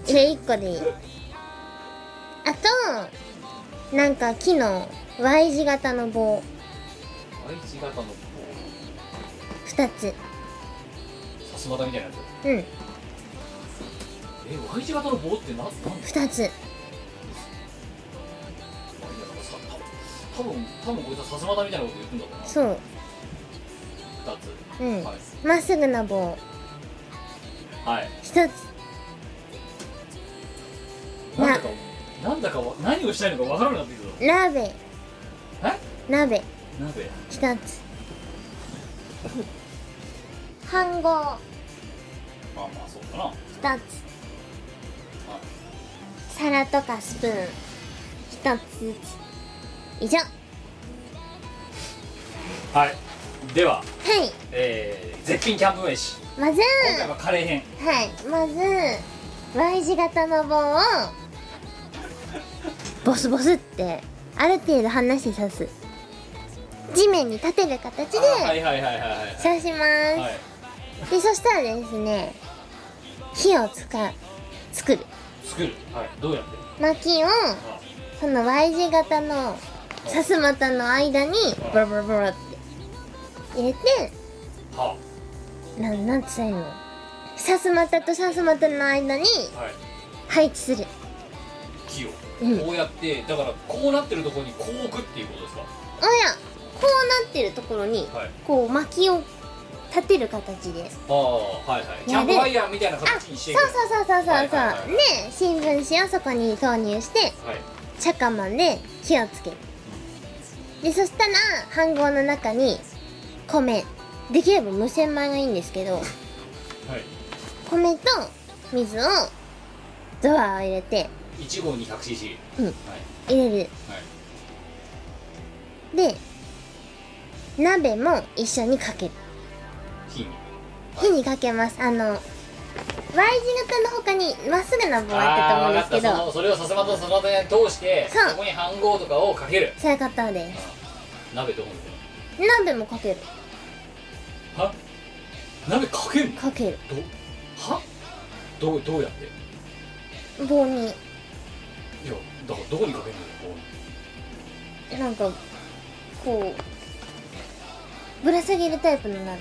[SPEAKER 2] それ1個でいいあとなんか木の Y 字型の棒
[SPEAKER 1] Y 字型のこ
[SPEAKER 2] 2つ
[SPEAKER 1] うさすまたみたいなやつ
[SPEAKER 2] うん
[SPEAKER 1] え Y 字型の棒ってななんだ
[SPEAKER 2] 2つ
[SPEAKER 1] さ多分多分こいつはさすまたみたいなこと言ってんだろうな
[SPEAKER 2] そう
[SPEAKER 1] 2つ
[SPEAKER 2] うん
[SPEAKER 1] はい、
[SPEAKER 2] まっすぐな棒
[SPEAKER 1] はい、
[SPEAKER 2] 1つ
[SPEAKER 1] なんだかなんだかわ何をしたいのかわからなくなってきたぞ
[SPEAKER 2] ラーメン
[SPEAKER 1] え
[SPEAKER 2] 鍋
[SPEAKER 1] 鍋
[SPEAKER 2] 一つ飯盒
[SPEAKER 1] まあまあそうだな
[SPEAKER 2] 一つ皿とかスプーン一つずつ以上は
[SPEAKER 1] はいではいえー、絶品キャンプ飯
[SPEAKER 2] まず
[SPEAKER 1] 今回はカレー編
[SPEAKER 2] はいまず Y 字型の棒をボスボスってある程度離して刺す地面に立てる形で
[SPEAKER 1] あはいはいはいはいはい
[SPEAKER 2] 刺します、
[SPEAKER 1] はい
[SPEAKER 2] でそしたらですね火を使う作る
[SPEAKER 1] 作るはいどうやって
[SPEAKER 2] 薪を
[SPEAKER 1] あ
[SPEAKER 2] その Y 字型の刺す股の間にボロボロボロって入れて
[SPEAKER 1] は
[SPEAKER 2] なんなんて言ったらいいの刺す股と刺す股の間に
[SPEAKER 1] あはい
[SPEAKER 2] 配置する
[SPEAKER 1] 木を
[SPEAKER 2] うん
[SPEAKER 1] こうやってだからこうなってるところにこう置くっていうことですか
[SPEAKER 2] あいやこうなってるところに
[SPEAKER 1] はい
[SPEAKER 2] こう薪を立てる形で
[SPEAKER 1] ああはいはい
[SPEAKER 2] い
[SPEAKER 1] キャ
[SPEAKER 2] や
[SPEAKER 1] ン
[SPEAKER 2] で
[SPEAKER 1] プファイヤーみたいな
[SPEAKER 2] あそう
[SPEAKER 1] 形にし
[SPEAKER 2] そ
[SPEAKER 1] て
[SPEAKER 2] う
[SPEAKER 1] いく
[SPEAKER 2] そうそうそうそう、
[SPEAKER 1] はいはいはい
[SPEAKER 2] で新聞紙をそこに投入して
[SPEAKER 1] はい
[SPEAKER 2] チャカマンで火をつけるでそしたら飯盒の中に米できれば無洗米がいいんですけ
[SPEAKER 1] <laughs>
[SPEAKER 2] ど
[SPEAKER 1] はい
[SPEAKER 2] 米と水をドアを入れて
[SPEAKER 1] 1号 200cc
[SPEAKER 2] うん
[SPEAKER 1] はい
[SPEAKER 2] 入れる
[SPEAKER 1] はい
[SPEAKER 2] で鍋も一緒にかける
[SPEAKER 1] 火に
[SPEAKER 2] 火にかけますあの Y 字型の他にまっすぐな棒あったと思うんですけ
[SPEAKER 1] あーわかったそ
[SPEAKER 2] ど
[SPEAKER 1] のそれをさすまたさすまたに通して
[SPEAKER 2] そう
[SPEAKER 1] そこに飯盒とかをかける
[SPEAKER 2] そういうことです
[SPEAKER 1] 鍋どう思う
[SPEAKER 2] 鍋もかける
[SPEAKER 1] は鍋かけるの
[SPEAKER 2] かける
[SPEAKER 1] どはどうどうやって
[SPEAKER 2] 棒に
[SPEAKER 1] いやだからどこにかけるのよ
[SPEAKER 2] なんかこうぶら下げるタイプの鍋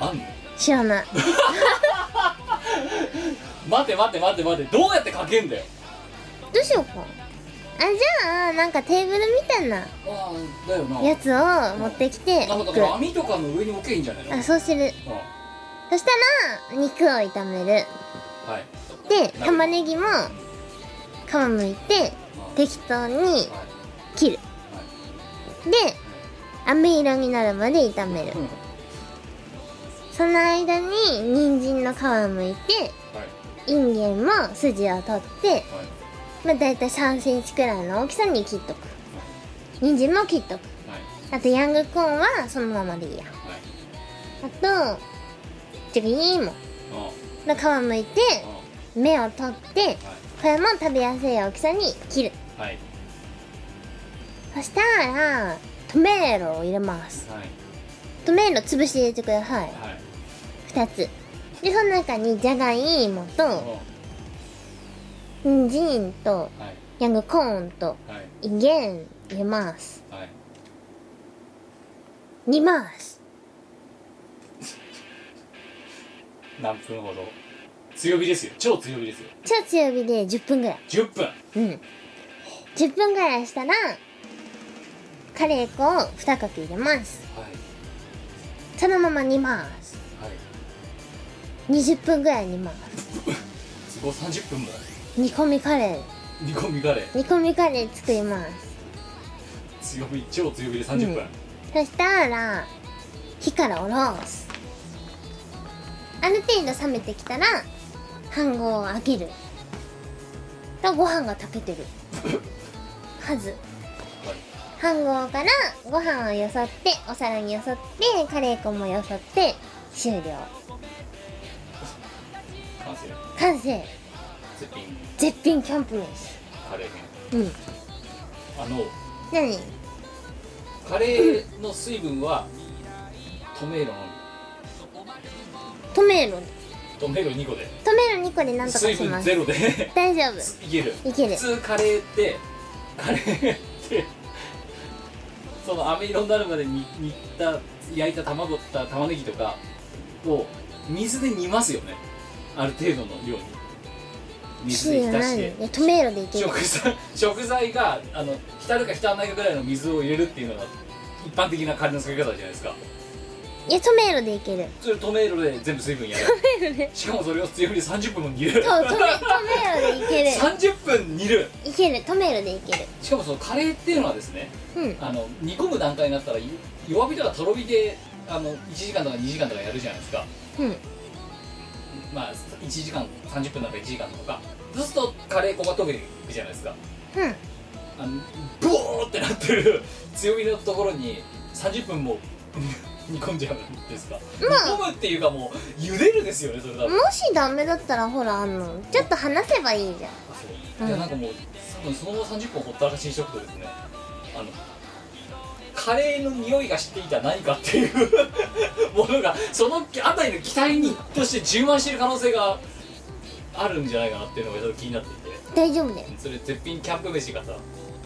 [SPEAKER 1] あんの
[SPEAKER 2] 知らない
[SPEAKER 1] 待って待って待って待ってどうやってかけんだよ
[SPEAKER 2] どうしようかあじゃあなんかテーブルみたいな
[SPEAKER 1] ああだよな
[SPEAKER 2] やつを持ってきて
[SPEAKER 1] なんかだ
[SPEAKER 2] 置
[SPEAKER 1] から
[SPEAKER 2] く
[SPEAKER 1] 網とかの上に置けばいいんじゃないの
[SPEAKER 2] あそうする
[SPEAKER 1] うん
[SPEAKER 2] そしたら肉を炒める
[SPEAKER 1] はい
[SPEAKER 2] で
[SPEAKER 1] 鍋
[SPEAKER 2] 玉ねぎも皮むいて適当に
[SPEAKER 1] はい
[SPEAKER 2] 切るで飴色になるまで炒める
[SPEAKER 1] うんは
[SPEAKER 2] その間に人参の皮をむいて
[SPEAKER 1] いはい
[SPEAKER 2] インゲンも筋を取ってまあ大体3センチくらいの大きさに切っとく人参も切っとく
[SPEAKER 1] はい
[SPEAKER 2] あとヤングコーンはそのままでいいや
[SPEAKER 1] はい
[SPEAKER 2] あとジャギ
[SPEAKER 1] う
[SPEAKER 2] ーも
[SPEAKER 1] んうん
[SPEAKER 2] の皮むいて目を取ってこれも食べやすい大きさに切る
[SPEAKER 1] はいはい
[SPEAKER 2] そしたらトメーロを入れます
[SPEAKER 1] はい
[SPEAKER 2] トメーロ潰して入れてください
[SPEAKER 1] はい
[SPEAKER 2] 2つでその中にじゃがいもと
[SPEAKER 1] う
[SPEAKER 2] 人参と
[SPEAKER 1] んはい
[SPEAKER 2] ヤングコーンと
[SPEAKER 1] はい
[SPEAKER 2] インゲン入れます
[SPEAKER 1] はい
[SPEAKER 2] 煮ます
[SPEAKER 1] 何分ほど強火ですよ超強火ですよ
[SPEAKER 2] 超強火で10分ぐらい
[SPEAKER 1] 10分
[SPEAKER 2] うん10分ぐらいしたらカレー粉を2かけ入れます
[SPEAKER 1] はい <laughs>
[SPEAKER 2] そのまま煮ます
[SPEAKER 1] はい
[SPEAKER 2] 20分ぐらい煮ま
[SPEAKER 1] そ
[SPEAKER 2] す
[SPEAKER 1] こ30分も
[SPEAKER 2] 煮込みカレ
[SPEAKER 1] 煮込みカレー
[SPEAKER 2] ー煮込みカレー作ります
[SPEAKER 1] 強火超強火で30分、
[SPEAKER 2] うんそしたら火から下ろすある程度冷めてきたら飯盒を開けるとご飯が炊けてるはず
[SPEAKER 1] はい
[SPEAKER 2] 飯盒からご飯をよそってお皿によそってカレー粉もよそって終了
[SPEAKER 1] 完成
[SPEAKER 2] 完成
[SPEAKER 1] 絶品
[SPEAKER 2] 絶品キャンプ
[SPEAKER 1] カレー編
[SPEAKER 2] 飯うん
[SPEAKER 1] あの
[SPEAKER 2] 何
[SPEAKER 1] カレーの水分はトメーロの
[SPEAKER 2] トメーロ
[SPEAKER 1] トメーロ2個で
[SPEAKER 2] トメーロ2個でなんとか
[SPEAKER 1] 水
[SPEAKER 2] し
[SPEAKER 1] 分
[SPEAKER 2] ます
[SPEAKER 1] ゼロで
[SPEAKER 2] 大丈夫
[SPEAKER 1] いける
[SPEAKER 2] いける
[SPEAKER 1] 普通カレーってカレーってその飴色になるまでに煮た焼いた卵とか玉ねぎとかを水で煮ますよねある程度の量に水で浸し
[SPEAKER 2] い
[SPEAKER 1] て
[SPEAKER 2] やトメーロでいける
[SPEAKER 1] 食材食材があの浸るか浸らないかぐらいの水を入れるっていうのが一般的なカレーの作り方じゃないですか
[SPEAKER 2] いやトメーロでいける
[SPEAKER 1] それトメールで全部水分やる
[SPEAKER 2] <laughs>
[SPEAKER 1] しかもそれを強火で30分も煮る
[SPEAKER 2] そうトメトメーロでいける
[SPEAKER 1] 30分煮る
[SPEAKER 2] いけるトメーロでいける
[SPEAKER 1] しかもそのカレーっていうのはですね
[SPEAKER 2] うん
[SPEAKER 1] あの煮込む段階になったらゆ弱火とかとろ火であの1時間とか2時間とかやるじゃないですか
[SPEAKER 2] うん
[SPEAKER 1] まあ1時間30分なんか1時間とかずっとカレー粉が溶けていくじゃないですか
[SPEAKER 2] うん
[SPEAKER 1] あのブオーってなってる強火のところに30分も <laughs> 煮込んじゃうんですか、煮込むっていうかもう茹でるですよねそれ多分、
[SPEAKER 2] もしダメだったらほらあのちょっと話せばいいじゃん
[SPEAKER 1] そう
[SPEAKER 2] うん
[SPEAKER 1] いやなんかもう多分そのまま30分ほったらかしにしとくとですねあのカレーの匂いがしていた何かっていう <laughs> ものがその辺りの期待にとして充満している可能性があるんじゃないかなっていうのがちょっと気になっていて
[SPEAKER 2] 大丈夫だよ
[SPEAKER 1] それ絶品キャンプ飯がさ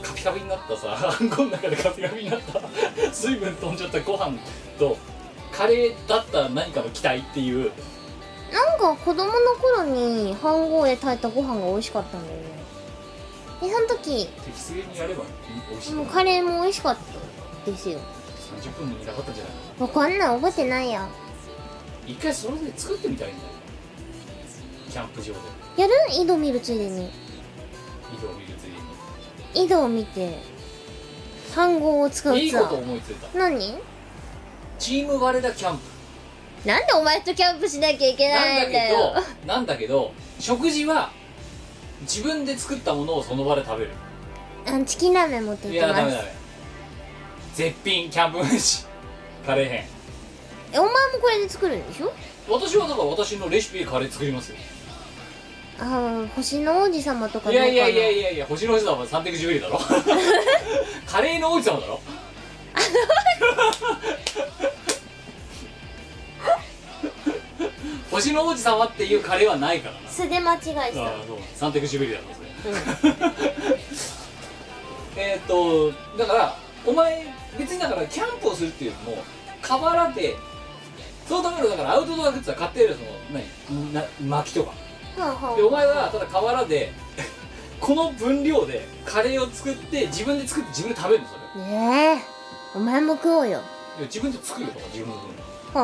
[SPEAKER 1] カピカピになったさ <laughs> あんこの中でカピカピになった水分飛んじゃったご飯とカレーだった何かの期待っていう
[SPEAKER 2] なんか子供の頃に飯盒で炊いたご飯が美味しかったんだよねでその時
[SPEAKER 1] 適正にやれば美味しい
[SPEAKER 2] も
[SPEAKER 1] の
[SPEAKER 2] う
[SPEAKER 1] に
[SPEAKER 2] カレーも美味しかったですよ
[SPEAKER 1] 30分も煮なかったんじゃないの
[SPEAKER 2] わかんない覚えてないや
[SPEAKER 1] 一回それで作ってみたいんだよキャンプ場で
[SPEAKER 2] やる井戸見るついでに
[SPEAKER 1] 井戸を見るついでに
[SPEAKER 2] 井戸を見て飯盒を使うツアー
[SPEAKER 1] いいこと思いついた
[SPEAKER 2] 何
[SPEAKER 1] チーム割れだキャンプ
[SPEAKER 2] なんでお前とキャンプしなきゃいけ
[SPEAKER 1] な
[SPEAKER 2] ない
[SPEAKER 1] ん
[SPEAKER 2] んだよ
[SPEAKER 1] だけどなんだけど食事は自分で作ったものをその場で食べる
[SPEAKER 2] あのチキンラーメン持って
[SPEAKER 1] い
[SPEAKER 2] いき
[SPEAKER 1] やダ
[SPEAKER 2] ま
[SPEAKER 1] メ
[SPEAKER 2] す
[SPEAKER 1] ダメ絶品キャンプ飯カレー編
[SPEAKER 2] えお前もこれで作るんでしょ
[SPEAKER 1] 私はだから私のレシピでカレー作りますよ
[SPEAKER 2] ああ星の王子様とかどう
[SPEAKER 1] い
[SPEAKER 2] か
[SPEAKER 1] や
[SPEAKER 2] ない
[SPEAKER 1] やいやいやいや星の王子様は310だろ <laughs> カレーの王子様だろ星の王子様っていうカレーはないからな
[SPEAKER 2] 素で間違えてた
[SPEAKER 1] ああそうサンテクシュベリだもんそれ、 <laughs> えーっとだからお前別にだからキャンプをするっていうよりも河原でそのためのだからアウトドアグッズは買ってるよその何な薪とか
[SPEAKER 2] はあはあ
[SPEAKER 1] でお前はただ河原で <laughs> この分量でカレーを作って自分で作って自分で食べるのそれ
[SPEAKER 2] ねえお前も食おうよ
[SPEAKER 1] いや自分で作るよだから自分の分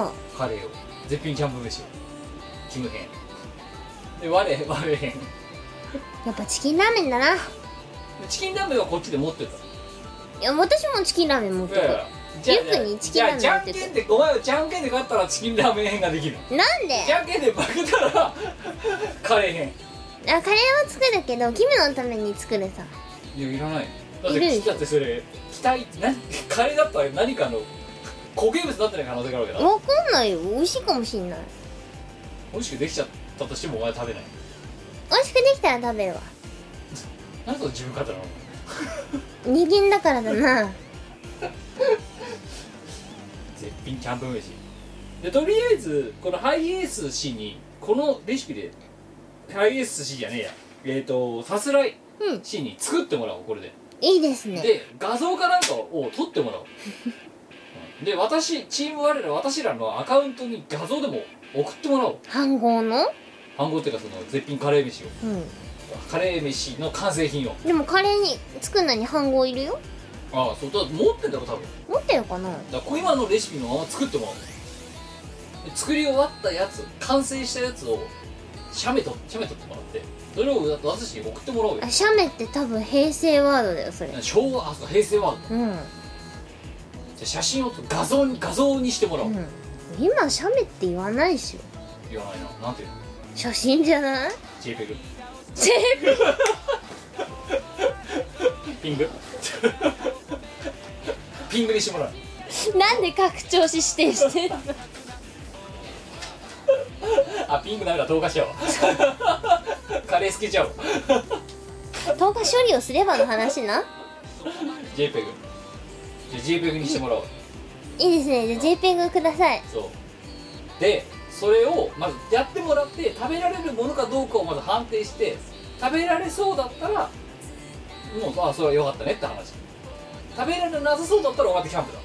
[SPEAKER 2] は
[SPEAKER 1] カレーを絶品キャンプ飯をキム編で我我編
[SPEAKER 2] あやっぱチキンラーメンだない
[SPEAKER 1] でチキンラーメンはこっちで持ってた
[SPEAKER 2] や私もチキンラーメン持ってくる
[SPEAKER 1] じゃあ
[SPEAKER 2] リュックにチキンラーメン
[SPEAKER 1] じゃあ
[SPEAKER 2] 持ってく
[SPEAKER 1] じゃんけんでお前はじゃんけんで勝ったらチキンラーメン編ができる
[SPEAKER 2] なんで
[SPEAKER 1] じゃんけんで負けたらカレー編
[SPEAKER 2] あカレーは作るけどキムのために作るさ
[SPEAKER 1] いやいらないだっ
[SPEAKER 2] いるで
[SPEAKER 1] て
[SPEAKER 2] しょ
[SPEAKER 1] だってそれ期待なカレーだったら何かの固形物になってない可能性があるわけだ
[SPEAKER 2] わかんないよ美味しいかもしんない
[SPEAKER 1] 美味しくできちゃったとしてもお前は食べない
[SPEAKER 2] 美味しくできたら食べるわ
[SPEAKER 1] なんでその自分勝手なの
[SPEAKER 2] 人間だからだな
[SPEAKER 1] 絶品キャンプ飯でとりあえずこのハイエース氏にこのレシピでハイエース氏じゃねえやえっ、とさすらい
[SPEAKER 2] うん
[SPEAKER 1] 氏に作ってもらおうこれで
[SPEAKER 2] いいですね
[SPEAKER 1] で画像かなんかを撮ってもらおううんで私チーム我ら私らのアカウントに画像でも送ってもらおう
[SPEAKER 2] 飯盒の
[SPEAKER 1] 飯盒っていうかその絶品カレー飯を
[SPEAKER 2] うん
[SPEAKER 1] カレー飯の完成品を
[SPEAKER 2] でもカレーに作るのに飯盒いるよ
[SPEAKER 1] ああそうだ持ってんだろ多分だか
[SPEAKER 2] 持ってるかな
[SPEAKER 1] らこう今のレシピのまま作ってもらおうで作り終わったやつ完成したやつを写メと写メ撮ってもらってそれをだって私に送ってもらおうよ
[SPEAKER 2] あ写メって多分平成ワードだよそれ
[SPEAKER 1] 昭和あそう平成ワード
[SPEAKER 2] うん、うん、
[SPEAKER 1] じゃあ写真を画像に画像にしてもらおう、
[SPEAKER 2] 今写メって言わないでしょ
[SPEAKER 1] 言わないななんていうの
[SPEAKER 2] 写真じゃない <laughs>
[SPEAKER 1] JPEG
[SPEAKER 2] 全部
[SPEAKER 1] ピングピングにしてもらう
[SPEAKER 2] なんで拡張子指定 <laughs> してんの
[SPEAKER 1] あピングダメだ投下しちゃうわカレー好きちゃうわ
[SPEAKER 2] 10日処理をすればの話な
[SPEAKER 1] JPEG じゃあ JPEG にしてもらおう
[SPEAKER 2] いいですねじゃあ JPEG ください
[SPEAKER 1] そうでそれをまずやってもらって食べられるものかどうかをまず判定して食べられそうだったらもうあそれは良かったねって話食べられなさそうだったら終わってキャンプだ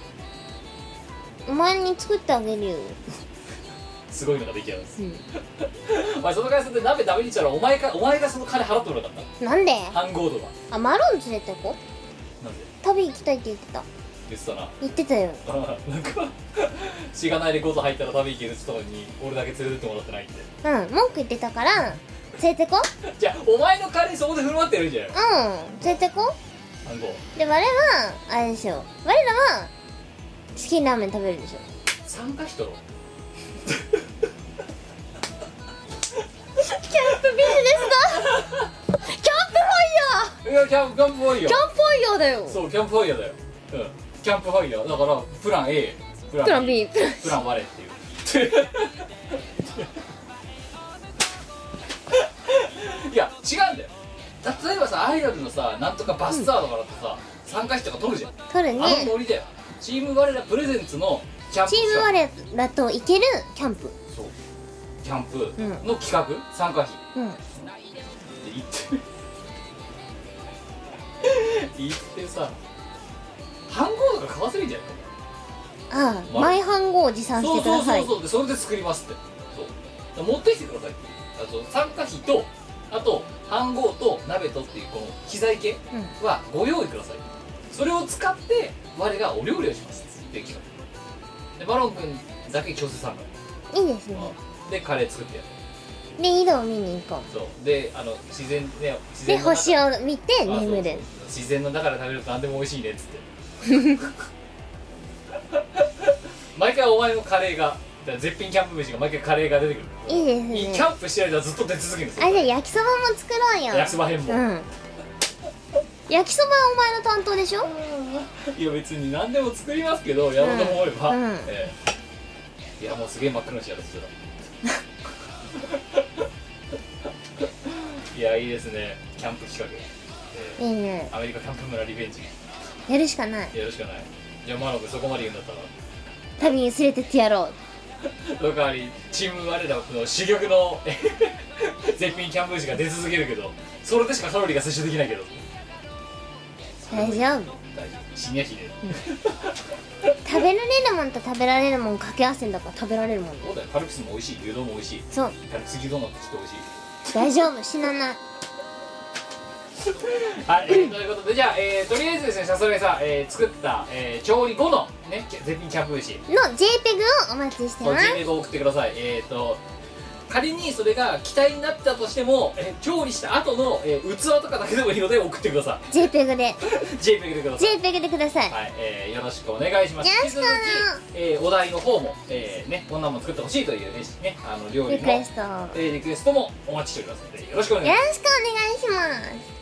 [SPEAKER 2] お前に作ってあげるよ、
[SPEAKER 1] すごいのが出来上がるんです
[SPEAKER 2] う
[SPEAKER 1] <laughs> お前その会社で鍋食べに行ったらお前かお前がその金払ってもらったんだ
[SPEAKER 2] ん、なんで
[SPEAKER 1] 半合度が
[SPEAKER 2] あマロン連れてこ
[SPEAKER 1] なんで
[SPEAKER 2] 食べ行きたいって言ってた
[SPEAKER 1] 言ってたな
[SPEAKER 2] 言ってたよね
[SPEAKER 1] うんなん <laughs> かしがないレコード入ったら食べ行ける人に俺だけ連れてってもらってないって
[SPEAKER 2] うん文句言ってたから連れてこ
[SPEAKER 1] じゃあお前のカレーそこで振る舞ってやるじゃんよ
[SPEAKER 2] うん連れてこ
[SPEAKER 1] あんこ
[SPEAKER 2] で我々はあれでしょ我らはチキンラーメン食べるでしょ
[SPEAKER 1] 参加しとろ
[SPEAKER 2] キャンプビジネスだ <laughs> キャンプファイヤー
[SPEAKER 1] いやキャンプキャンプファイヤ
[SPEAKER 2] キ
[SPEAKER 1] ー
[SPEAKER 2] ャンプファイヤーだよ
[SPEAKER 1] そうキャンプファイヤーだようんキャンプファイヤーだからプラン A プラン B
[SPEAKER 2] プラン B
[SPEAKER 1] プラン我っていう <laughs> いや違うんだよ例えばさアイドルのさなんとかバスターとかだとさ、参加費とか取るじゃん、
[SPEAKER 2] 取るね
[SPEAKER 1] あのノリだよチーム我らプレゼンツのキャンプ
[SPEAKER 2] チーム我らと行けるキャンプ
[SPEAKER 1] そうキャンプ
[SPEAKER 2] うん
[SPEAKER 1] の企画、参加費
[SPEAKER 2] うん
[SPEAKER 1] って言って <laughs> 言ってさハンコとか買わせるんじゃない
[SPEAKER 2] ああ
[SPEAKER 1] まあ
[SPEAKER 2] 前半号を持参し
[SPEAKER 1] そ
[SPEAKER 2] て
[SPEAKER 1] う
[SPEAKER 2] く
[SPEAKER 1] そ
[SPEAKER 2] だ
[SPEAKER 1] う
[SPEAKER 2] さ
[SPEAKER 1] そ
[SPEAKER 2] いう
[SPEAKER 1] そうでそれで作りますってそう持ってきてくださいってあと参加費とあと飯盒と鍋とっていうこの機材系はご用意くださいそれを使って我がお料理をしますっていう企画でバロン君だけ強制参
[SPEAKER 2] うんいいです
[SPEAKER 1] 加、
[SPEAKER 2] ね
[SPEAKER 1] でカレー作ってやる
[SPEAKER 2] で井戸を見に行こ
[SPEAKER 1] そうであの自然ね自
[SPEAKER 2] うで
[SPEAKER 1] 然の中
[SPEAKER 2] 星を見て
[SPEAKER 1] あそう
[SPEAKER 2] 眠る
[SPEAKER 1] そう自然の中で食べると何でも美味しいねっつって <laughs> 毎回お前のカレーがだから絶品キャンプ飯が毎回カレーが出てくる
[SPEAKER 2] いいですね
[SPEAKER 1] キャンプしてる間ずっと出続けるんです
[SPEAKER 2] あじゃあ
[SPEAKER 1] よ
[SPEAKER 2] 焼きそばも作ろうよ
[SPEAKER 1] 焼きそば編も、
[SPEAKER 2] うん焼きそばはお前の担当でしょ
[SPEAKER 1] いや別に何でも作りますけどやろうと思えば、
[SPEAKER 2] うんうん
[SPEAKER 1] ええいやもうすげえ真っ黒にしやるそしたら <laughs> いやいいですねキャンプ企画、え
[SPEAKER 2] いいね
[SPEAKER 1] えアメリカキャンプ村リベンジ
[SPEAKER 2] やるしかない
[SPEAKER 1] やるしかないじゃあマロン君そこまで言うんだったら <laughs>
[SPEAKER 2] 旅に連れてってやろう
[SPEAKER 1] その代わりチーム我らの珠玉の <laughs> え絶品キャンプ飯が出続けるけどそれでしかカロリーが摂取できないけど
[SPEAKER 2] 大丈夫
[SPEAKER 1] 大丈夫深夜日で
[SPEAKER 2] 食べられるもんと食べられるもん掛け合わせんだから食べられるもんだ
[SPEAKER 1] <laughs> そうだよカルピスも美味しい牛丼も美味しい
[SPEAKER 2] そう
[SPEAKER 1] カルピス牛丼だってきっと美味しい
[SPEAKER 2] 大丈夫死なない
[SPEAKER 1] はい、 <laughs> えーということでじゃあ、えーとりあえずですねさすがさん、えー作った、えー調理後の、ね、き絶品キャンプ飯
[SPEAKER 2] の JPEG をお待ちして
[SPEAKER 1] こ
[SPEAKER 2] ま
[SPEAKER 1] れ
[SPEAKER 2] す
[SPEAKER 1] G メールを送ってくださいえっ、と仮にそれが機体になったとしても、えー調理した後の、えー器とかだけでもいいので送ってくださ
[SPEAKER 2] JPEG で
[SPEAKER 1] い J メールでください
[SPEAKER 2] JPEG でください
[SPEAKER 1] はい、えーよろしくお願いします。
[SPEAKER 2] よろしく
[SPEAKER 1] 引き続き、えーお題の方も、えーね、こんなもん作ってほしいというね、ねあの料理の
[SPEAKER 2] リクエストを
[SPEAKER 1] えーリクエストもお待ちしておりますので、よろしくお願いし
[SPEAKER 2] よ
[SPEAKER 1] ま
[SPEAKER 2] ろ
[SPEAKER 1] す。
[SPEAKER 2] しくお願いします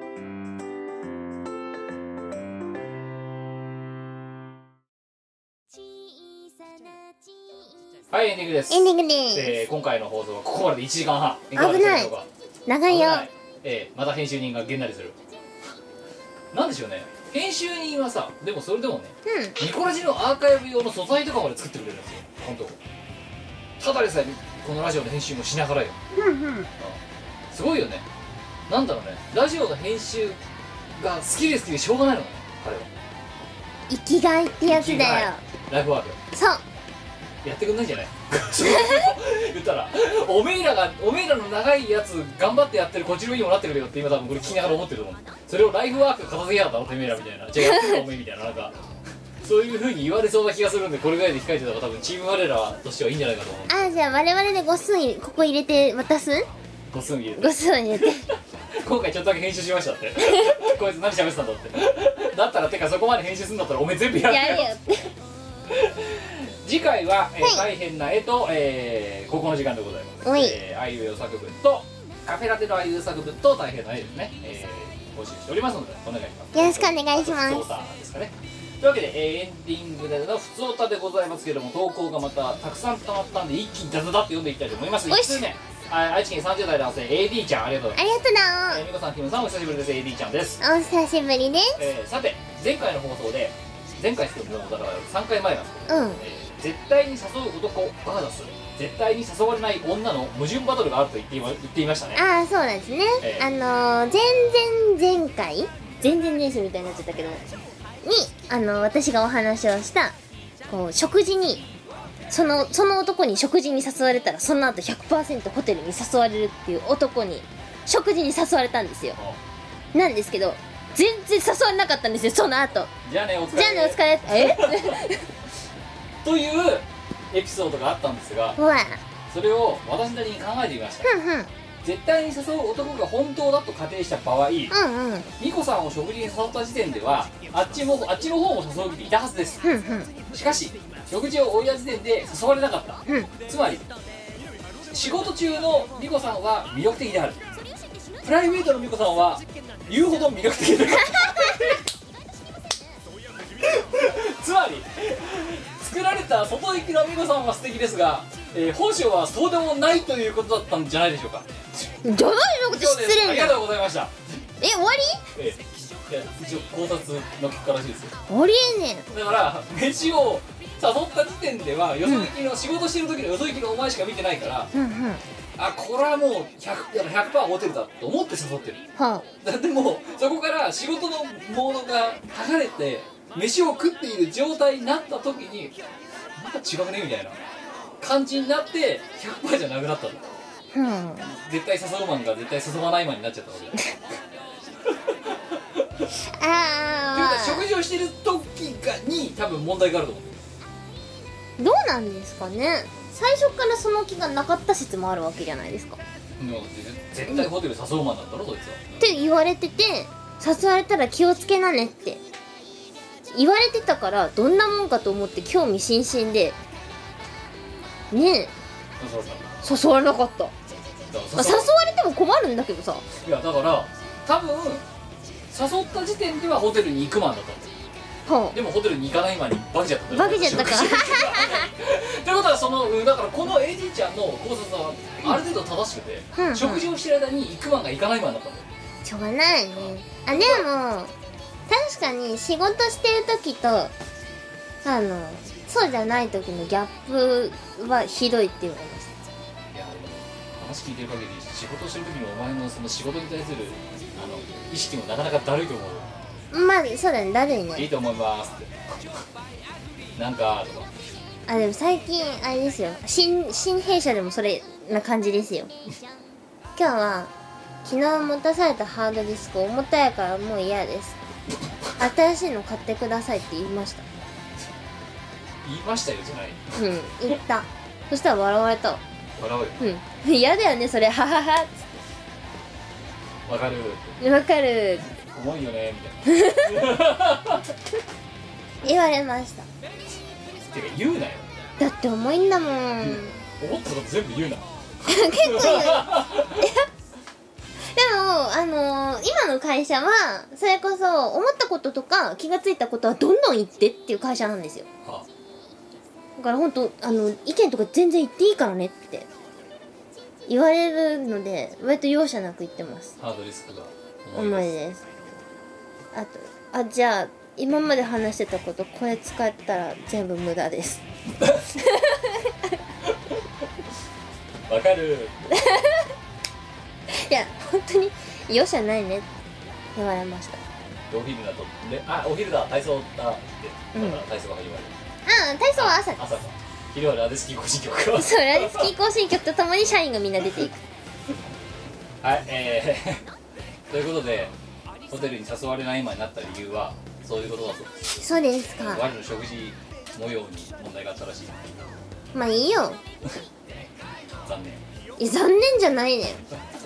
[SPEAKER 1] はい、エンディングです。
[SPEAKER 2] エンディングで
[SPEAKER 1] えー今回の放送はここまで1時間半。いかがで
[SPEAKER 2] 危
[SPEAKER 1] した
[SPEAKER 2] な
[SPEAKER 1] で
[SPEAKER 2] い
[SPEAKER 1] しょうか
[SPEAKER 2] す長いよ
[SPEAKER 1] 危ないえーまた編集人がげんなりする。なんでしょうね。編集人はさ、でもそれでもね、
[SPEAKER 2] うん
[SPEAKER 1] ニコラジのアーカイブ用の素材とかまで作ってくれるんですよ、本当。ただでさえ、このラジオの編集もしながらよ。すごいよねなんだろうねラジオの編集が好きで好きでしょうがないのね彼は
[SPEAKER 2] 生きがいってやつだよ
[SPEAKER 1] ライフワー
[SPEAKER 2] そう
[SPEAKER 1] クやってくんないんじゃない言ったらおめえらがおめえらの長いやつ頑張ってやってるこっちのにもなってくれよって今多分これ聞きながら思ってると思うそれをライフワーク片付けやがったのてめえらみたいなじゃあやってるおめえみたいななんかそういうふうに言われそうな気がするんでこれぐらいで控えてた方が多分チーム我らとしてはいいんじゃないかと思う
[SPEAKER 2] ああじゃあ我々で五寸入れここ入れて渡す
[SPEAKER 1] ごすん言えて
[SPEAKER 2] 五寸入れて
[SPEAKER 1] 今回ちょっとだけ編集しましたって <laughs> こいつ何喋ってたんだってだったらてかそこまで編集するんだったらおめえ全部やる
[SPEAKER 2] やるよって
[SPEAKER 1] 次回は、えー大変な絵と、えー、ここの時間でございます、
[SPEAKER 2] はい
[SPEAKER 1] えー、あいうえお作文とカフェラテのあいうえお作文と大変な絵ですね、えー、募集しておりますのでお願いします
[SPEAKER 2] よろしくお願いしま
[SPEAKER 1] ふ
[SPEAKER 2] す
[SPEAKER 1] つおたですかねというわけで、えーエンディングでのふつおたでございますけれども投稿がまたたくさん溜まったんで一気にダダダって読んでいきたいと思います
[SPEAKER 2] よ
[SPEAKER 1] 1
[SPEAKER 2] し
[SPEAKER 1] 通目あ愛知県30代男性 AD ちゃんありがとうござい
[SPEAKER 2] ありがとう
[SPEAKER 1] ます、えー、美子さんキムさんお久しぶりです AD ちゃんです
[SPEAKER 2] なお久しぶりね
[SPEAKER 1] えーさて前回の放送で前回って言ってもだから3回前なんですけど、
[SPEAKER 2] う
[SPEAKER 1] え
[SPEAKER 2] ん
[SPEAKER 1] ー絶対に誘う男バカだす絶対に誘われない女の矛盾バトルがあると言っていま言っていましたね
[SPEAKER 2] ああそうなんですね、
[SPEAKER 1] ええ
[SPEAKER 2] あのー、前々前回前々前週みたいになっちゃったけどにあのー私がお話をしたこう食事にそのその男に食事に誘われたらその後100%ホテルに誘われるっていう男に食事に誘われたんですよなんですけど全然誘われなかったんですよその後
[SPEAKER 1] じゃあねお疲れ
[SPEAKER 2] じゃあねお疲れえ
[SPEAKER 1] というエピソードがあったんですが
[SPEAKER 2] うわ
[SPEAKER 1] それを私なりに考えてみました
[SPEAKER 2] ふんふん
[SPEAKER 1] 絶対に誘う男が本当だと仮定した場合
[SPEAKER 2] うんうん
[SPEAKER 1] 美子さんを食事に誘った時点ではあっちもあっちの方も誘う気でいたはずです
[SPEAKER 2] ふんふん
[SPEAKER 1] しかし食事を終えた時点で誘われなかった
[SPEAKER 2] ふん
[SPEAKER 1] つまり仕事中の美子さんは魅力的であるプライベートの美子さんは言うほど魅力的である <laughs> つまり作られた外行きの美子さんは素敵ですが、えー本性はそうでもないということだったんじゃないでしょうか
[SPEAKER 2] じゃないの
[SPEAKER 1] 以上
[SPEAKER 2] 失
[SPEAKER 1] ですあ
[SPEAKER 2] 礼
[SPEAKER 1] り
[SPEAKER 2] な
[SPEAKER 1] がとうございました、
[SPEAKER 2] え終わり
[SPEAKER 1] えーいや一応考察の結果らしいですよ
[SPEAKER 2] 終わりえねん
[SPEAKER 1] だから飯を誘った時点ではよそ行きの、仕事してる時のよそ行きのお前しか見てないから
[SPEAKER 2] ふんふん
[SPEAKER 1] あこれはもう 100%, 100ホテルだと思って誘ってる
[SPEAKER 2] は
[SPEAKER 1] だってもうそこから仕事のモードが剥がれて飯を食っている状態になった時になんか違うねみたいな感じになって100%じゃなくなったの
[SPEAKER 2] あふん
[SPEAKER 1] 絶対誘うマンが絶対誘わないマンになっちゃったわけだっていうのは
[SPEAKER 2] あ
[SPEAKER 1] 食事をしてる時がに多分問題があると思う
[SPEAKER 2] ーどうなんですかね最初からその気がなかった説もあるわけじゃないですかっ
[SPEAKER 1] もうぜ絶対ホテル誘うマンだったろそいつは
[SPEAKER 2] て言われてて誘われたら気をつけなねって言われてたからどんなもんかと思って興味津々でねえ
[SPEAKER 1] そうそうそう
[SPEAKER 2] 誘われなかった、ま
[SPEAKER 1] だか
[SPEAKER 2] あ、誘
[SPEAKER 1] ら
[SPEAKER 2] われても困るんだけどさ
[SPEAKER 1] いやだから多分誘った時点ではホテルに行くマンだったんですよ
[SPEAKER 2] は
[SPEAKER 1] でもホテルに行かないマンにバケちゃったんだ
[SPEAKER 2] あ
[SPEAKER 1] よ
[SPEAKER 2] バケちゃった
[SPEAKER 1] <laughs>
[SPEAKER 2] から
[SPEAKER 1] ということはそのうんだからこの AD ちゃんの考察はある程度正しくて、
[SPEAKER 2] うんうん
[SPEAKER 1] 食事をしてる間に行くマンが行かないマンだったんだよ
[SPEAKER 2] しょうがないねあでも確かに仕事してる時とあのそうじゃない時のギャップはひどいって言われまし
[SPEAKER 1] いやでも話聞いてる限り仕事してる時のお前のその仕事に対するあの意識もなかなかだるいと思うよ
[SPEAKER 2] たまあそうだねだるい
[SPEAKER 1] いい
[SPEAKER 2] ね
[SPEAKER 1] と思いますってなんかとか
[SPEAKER 2] あでも最近あれですよ新新弊社でもそれな感じですよ今日は昨日持たされたハードディスク重たいからもう嫌です新しいの買ってくださいって言いました
[SPEAKER 1] 言いましたよじゃない
[SPEAKER 2] うん言ったそしたら笑われたわ
[SPEAKER 1] 笑うよ
[SPEAKER 2] うん嫌だよねそれははは
[SPEAKER 1] わかる
[SPEAKER 2] わかる
[SPEAKER 1] 重いよねみたいな
[SPEAKER 2] 言われました
[SPEAKER 1] てか言うなよ
[SPEAKER 2] だって重いんだもんで
[SPEAKER 1] 思ったこと全部言うな <laughs>
[SPEAKER 2] もあのー今の会社はそれこそ思ったこととか気がついたことはどんどん言ってっていう会社なんですよ
[SPEAKER 1] あ
[SPEAKER 2] だから本当あの意見とか全然言っていいからねって言われるので割と容赦なく言ってます
[SPEAKER 1] ハードリスクが
[SPEAKER 2] 重いですあとあじゃあ今まで話してたことこれ使ったら全部無駄です
[SPEAKER 1] わかる
[SPEAKER 2] いや本当に容赦ないねって言われました
[SPEAKER 1] お昼だとであお昼だ体操だって言って
[SPEAKER 2] うん
[SPEAKER 1] だから体操が始まる、
[SPEAKER 2] あ体操は朝です
[SPEAKER 1] 朝か昼はラデスキー個人曲
[SPEAKER 2] <laughs>
[SPEAKER 1] か
[SPEAKER 2] そうラデスキー行進曲とともに社員がみんな出ていく
[SPEAKER 1] はいえー、 <laughs> ということでホテルに誘われない今になった理由はそういうことだそうです
[SPEAKER 2] そうですか
[SPEAKER 1] 我の食事模様に問題があったらしい
[SPEAKER 2] まあいいよ
[SPEAKER 1] 残念
[SPEAKER 2] いや残念じゃないね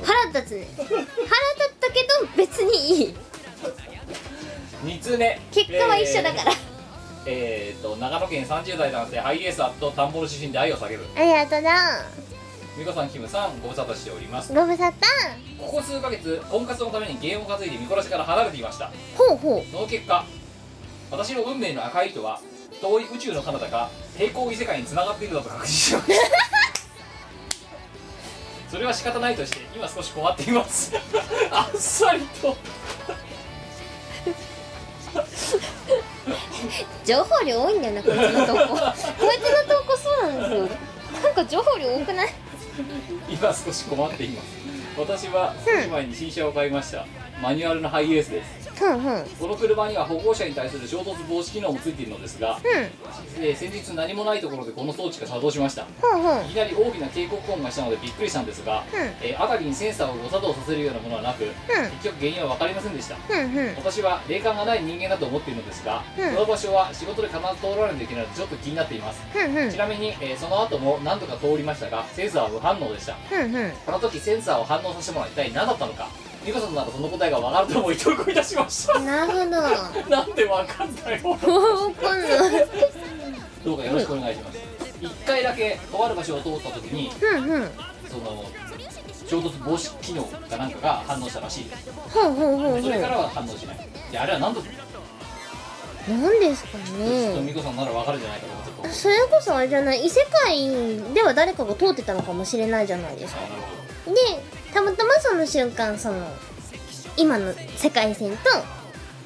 [SPEAKER 2] 腹立つね腹立ったけど別にいい
[SPEAKER 1] 2通目
[SPEAKER 2] 結果は一緒だから、
[SPEAKER 1] ええー、と長野県30代男性ハイエースアット田んぼの主人で愛を叫ぶ
[SPEAKER 2] ありがとうな
[SPEAKER 1] 美香さんキムさんご無沙汰しております
[SPEAKER 2] ご無沙汰
[SPEAKER 1] ここ数ヶ月婚活のためにゲームを担いで見こらしから離れていました
[SPEAKER 2] ほうほ
[SPEAKER 1] その結果私の運命の赤い糸は遠い宇宙の彼方か平行異世界に繋がっているのだと確信しましたそれは仕方ないとして今少し困っています <laughs> あっさりと
[SPEAKER 2] う情報量多いんだよ <laughs> なこいつの投稿こいつの投稿そうなんですよなんか情報量多くない
[SPEAKER 1] 今少し困っています私は少し前に新車を買いましたマニュアルのハイエースです
[SPEAKER 2] ふんふんうん
[SPEAKER 1] この車には歩行者に対する衝突防止機能もついているのですが、えー先日何もないところでこの装置が作動しました
[SPEAKER 2] ほうほ
[SPEAKER 1] い
[SPEAKER 2] う
[SPEAKER 1] きなり大きな警告音がしたのでびっくりしたんですが、
[SPEAKER 2] うん
[SPEAKER 1] えー辺りにセンサーを誤作動させるようなものはなく、結局原因は分かりませんでした
[SPEAKER 2] ふんふん
[SPEAKER 1] 私は霊感がない人間だと思っているのですが、
[SPEAKER 2] うん
[SPEAKER 1] この場所は仕事で必ず通らないといけないのでちょっと気になっています、
[SPEAKER 2] ふんふん
[SPEAKER 1] ちなみに、えーその後も何度か通りましたがセンサーは無反応でした
[SPEAKER 2] ふんふん
[SPEAKER 1] この時センサーを反応させたものは一体何だったのか美子さんならその答えが分かると思い投稿いたしました <laughs>
[SPEAKER 2] なる <laughs> ほど
[SPEAKER 1] なんで分かんないの
[SPEAKER 2] わかんない
[SPEAKER 1] どうかよろしくお願いします一回だけとある場所を通った時に
[SPEAKER 2] ふんふん
[SPEAKER 1] その衝突防止機能かなんかが反応したらしいです
[SPEAKER 2] ほうほうほうほ
[SPEAKER 1] それから
[SPEAKER 2] う
[SPEAKER 1] は反応しないであれは何だったのか
[SPEAKER 2] なんですか
[SPEAKER 1] ちょっと
[SPEAKER 2] ね
[SPEAKER 1] 美子さんなら分かるんじゃないかと思ってこう
[SPEAKER 2] それこそあれじゃない異世界では誰かが通ってたのかもしれないじゃないですか
[SPEAKER 1] あなるほど
[SPEAKER 2] でたまたまその瞬間その今の世界線と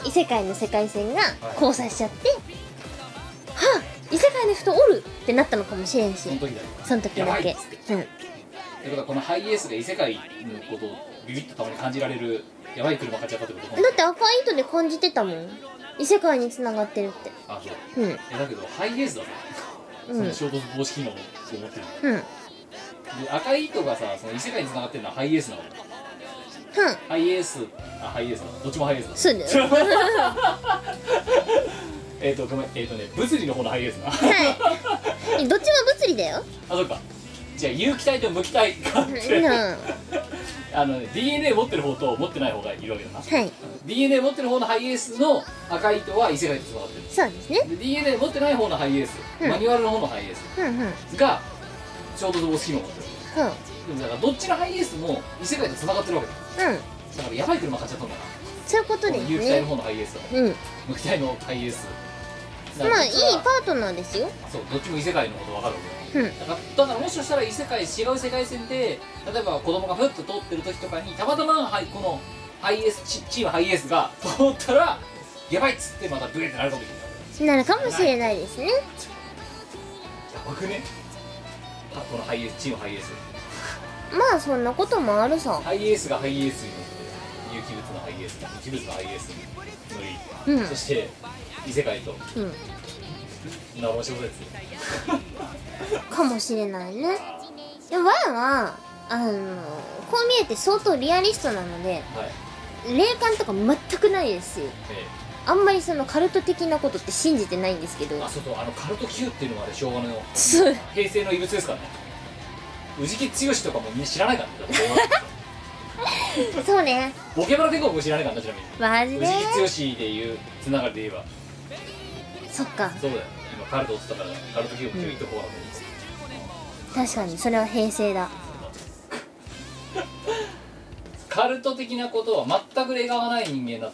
[SPEAKER 2] 異世界の世界線が交差しちゃって「はあ異世界の人おる!」ってなったのかもしれんし
[SPEAKER 1] その時だよ
[SPEAKER 2] その時
[SPEAKER 1] やば
[SPEAKER 2] だ
[SPEAKER 1] い
[SPEAKER 2] け
[SPEAKER 1] っつってと
[SPEAKER 2] うん
[SPEAKER 1] いうことはこのハイエースが異世界のことをビビッとたまに感じられるやばい車買っちゃったってこと
[SPEAKER 2] だって赤い糸で感じてたもん異世界につながってるって
[SPEAKER 1] あそう
[SPEAKER 2] うん
[SPEAKER 1] えだけどハイエースだぞ、
[SPEAKER 2] う
[SPEAKER 1] そ
[SPEAKER 2] ん
[SPEAKER 1] の衝突防止機能を持ってる
[SPEAKER 2] うんうん
[SPEAKER 1] で赤い糸がさその異世界に繋がってるのはハイエースなのハイエースあハイエースだどっちもハイエースだ
[SPEAKER 2] そうだよ
[SPEAKER 1] えっ、とごめんえっ、とね物理の方のハイエースな <laughs>
[SPEAKER 2] はいどっちも物理だよ
[SPEAKER 1] あそっかじゃあ有機体と無機体があっ
[SPEAKER 2] うん
[SPEAKER 1] て、
[SPEAKER 2] は
[SPEAKER 1] あのね DNA 持ってる方と持ってない方がいるわけだな、
[SPEAKER 2] い
[SPEAKER 1] DNA 持ってる方のハイエースの赤い糸は異世界と繋がってる
[SPEAKER 2] そうですね
[SPEAKER 1] で DNA 持ってない方のハイエース、
[SPEAKER 2] うん
[SPEAKER 1] マニュアルの方のハイエース
[SPEAKER 2] うんうんうん
[SPEAKER 1] が衝突防止機能を持ってるでもだからどっちのハイエースも異世界と繋がってるわけだ
[SPEAKER 2] うん
[SPEAKER 1] だからやばい車買っちゃったんだな
[SPEAKER 2] そういうこと
[SPEAKER 1] こ
[SPEAKER 2] で
[SPEAKER 1] の
[SPEAKER 2] す
[SPEAKER 1] 有機体の
[SPEAKER 2] ね
[SPEAKER 1] 方のハイエースと
[SPEAKER 2] うん
[SPEAKER 1] 無機体のハイエースだから
[SPEAKER 2] まあいいパートナーですよ
[SPEAKER 1] そうどっちも異世界のこと分かるわけ
[SPEAKER 2] うん
[SPEAKER 1] だからだからもしかしたら異世界違う世界線で例えば子供がふっと通ってる時とかにたまたまはいこのハイエースチチームハイエースが通ったらやばいっつってまたブレってなるかもしれない
[SPEAKER 2] なのかもしれないですね
[SPEAKER 1] やばくねあこのハイエースチームハイエース
[SPEAKER 2] まあそんなこともあるさ
[SPEAKER 1] ハイエースがハイエースに乗って有機物のハイエースが無機物のハイエースに乗り、
[SPEAKER 2] うん
[SPEAKER 1] そして異世界と
[SPEAKER 2] うん
[SPEAKER 1] な面白いですよ
[SPEAKER 2] かもしれないねでもワンはあのこう見えて相当リアリストなので
[SPEAKER 1] はい、
[SPEAKER 2] 霊感とか全くないですし
[SPEAKER 1] え
[SPEAKER 2] あんまりそのカルト的なことって信じてないんですけ
[SPEAKER 1] え
[SPEAKER 2] ど
[SPEAKER 1] あそうそうあのカルト Q っていうのはあれ昭和の
[SPEAKER 2] そう
[SPEAKER 1] 平成の異物ですからね氏木剛とかもみんな知らないからねだって
[SPEAKER 2] <laughs> そうね
[SPEAKER 1] ボケバラ天国も知らないからなちなみ
[SPEAKER 2] マジ
[SPEAKER 1] に
[SPEAKER 2] で
[SPEAKER 1] 氏木剛でいうつながりで言えば
[SPEAKER 2] そっか
[SPEAKER 1] そうだよ今カルトっつったからカルト Q も Q いっとこうなのに、
[SPEAKER 2] 確かにそれは平成だ
[SPEAKER 1] カルト的なことは全く例外がない人間だ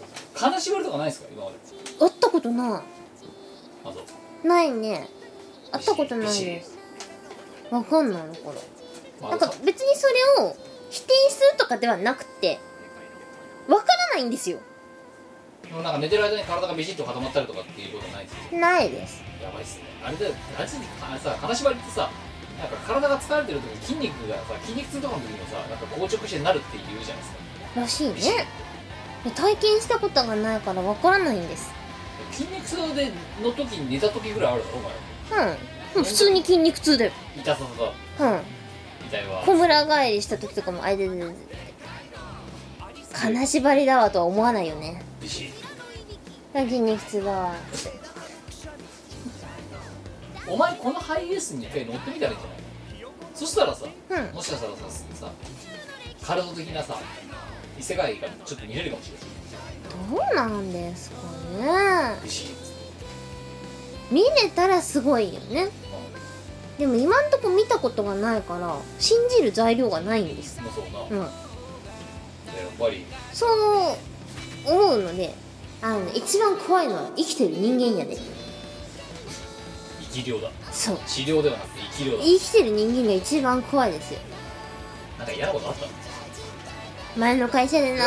[SPEAKER 1] と悲しむとかないですか今まで
[SPEAKER 2] 会ったことな
[SPEAKER 1] あそう
[SPEAKER 2] いないね会ったことないですわかんないのこれ
[SPEAKER 1] まあ
[SPEAKER 2] なんか別にそれを否定するとかではなくてわからないんですよ
[SPEAKER 1] もうなんか寝てる間に体がビシッと固まったりとかっていうことはないですよ
[SPEAKER 2] ないです
[SPEAKER 1] やばいっすねあれだよあれあれさ金縛りってさなんか体が疲れてる時に筋肉がさ筋肉痛とかの時にもさなんか硬直してなるって言うじゃないですから
[SPEAKER 2] しいね体験したことがないからわからないんです
[SPEAKER 1] 筋肉痛での時に寝た時ぐらいあるだろお前
[SPEAKER 2] うん普通に筋肉痛だよ
[SPEAKER 1] 痛さとか
[SPEAKER 2] うん
[SPEAKER 1] 痛い
[SPEAKER 2] 小
[SPEAKER 1] は
[SPEAKER 2] 村帰りした時とかもあれで金縛りだわとは思わないよね
[SPEAKER 1] ビシッ
[SPEAKER 2] 筋肉痛だわ
[SPEAKER 1] お前このハイエースに一回乗ってみたらいいんじゃないそしたらさ
[SPEAKER 2] うん
[SPEAKER 1] もしかしたらささカルト的なさ異世界がちょっと見れるかもしれない
[SPEAKER 2] どうなんですかね
[SPEAKER 1] ビシッ
[SPEAKER 2] 見れたらすごいよねでも今んとこ見たことがないから信じる材料がないんです
[SPEAKER 1] まあそうな、
[SPEAKER 2] う
[SPEAKER 1] やっ
[SPEAKER 2] ん
[SPEAKER 1] ぱり
[SPEAKER 2] そう思うのであの一番怖いのは生きてる人間やで
[SPEAKER 1] 生き量だ
[SPEAKER 2] そう
[SPEAKER 1] 治療ではなくて生き量だ
[SPEAKER 2] 生きてる人間が一番怖いですよ
[SPEAKER 1] なんか嫌なことあったの
[SPEAKER 2] 前の会社で <laughs> な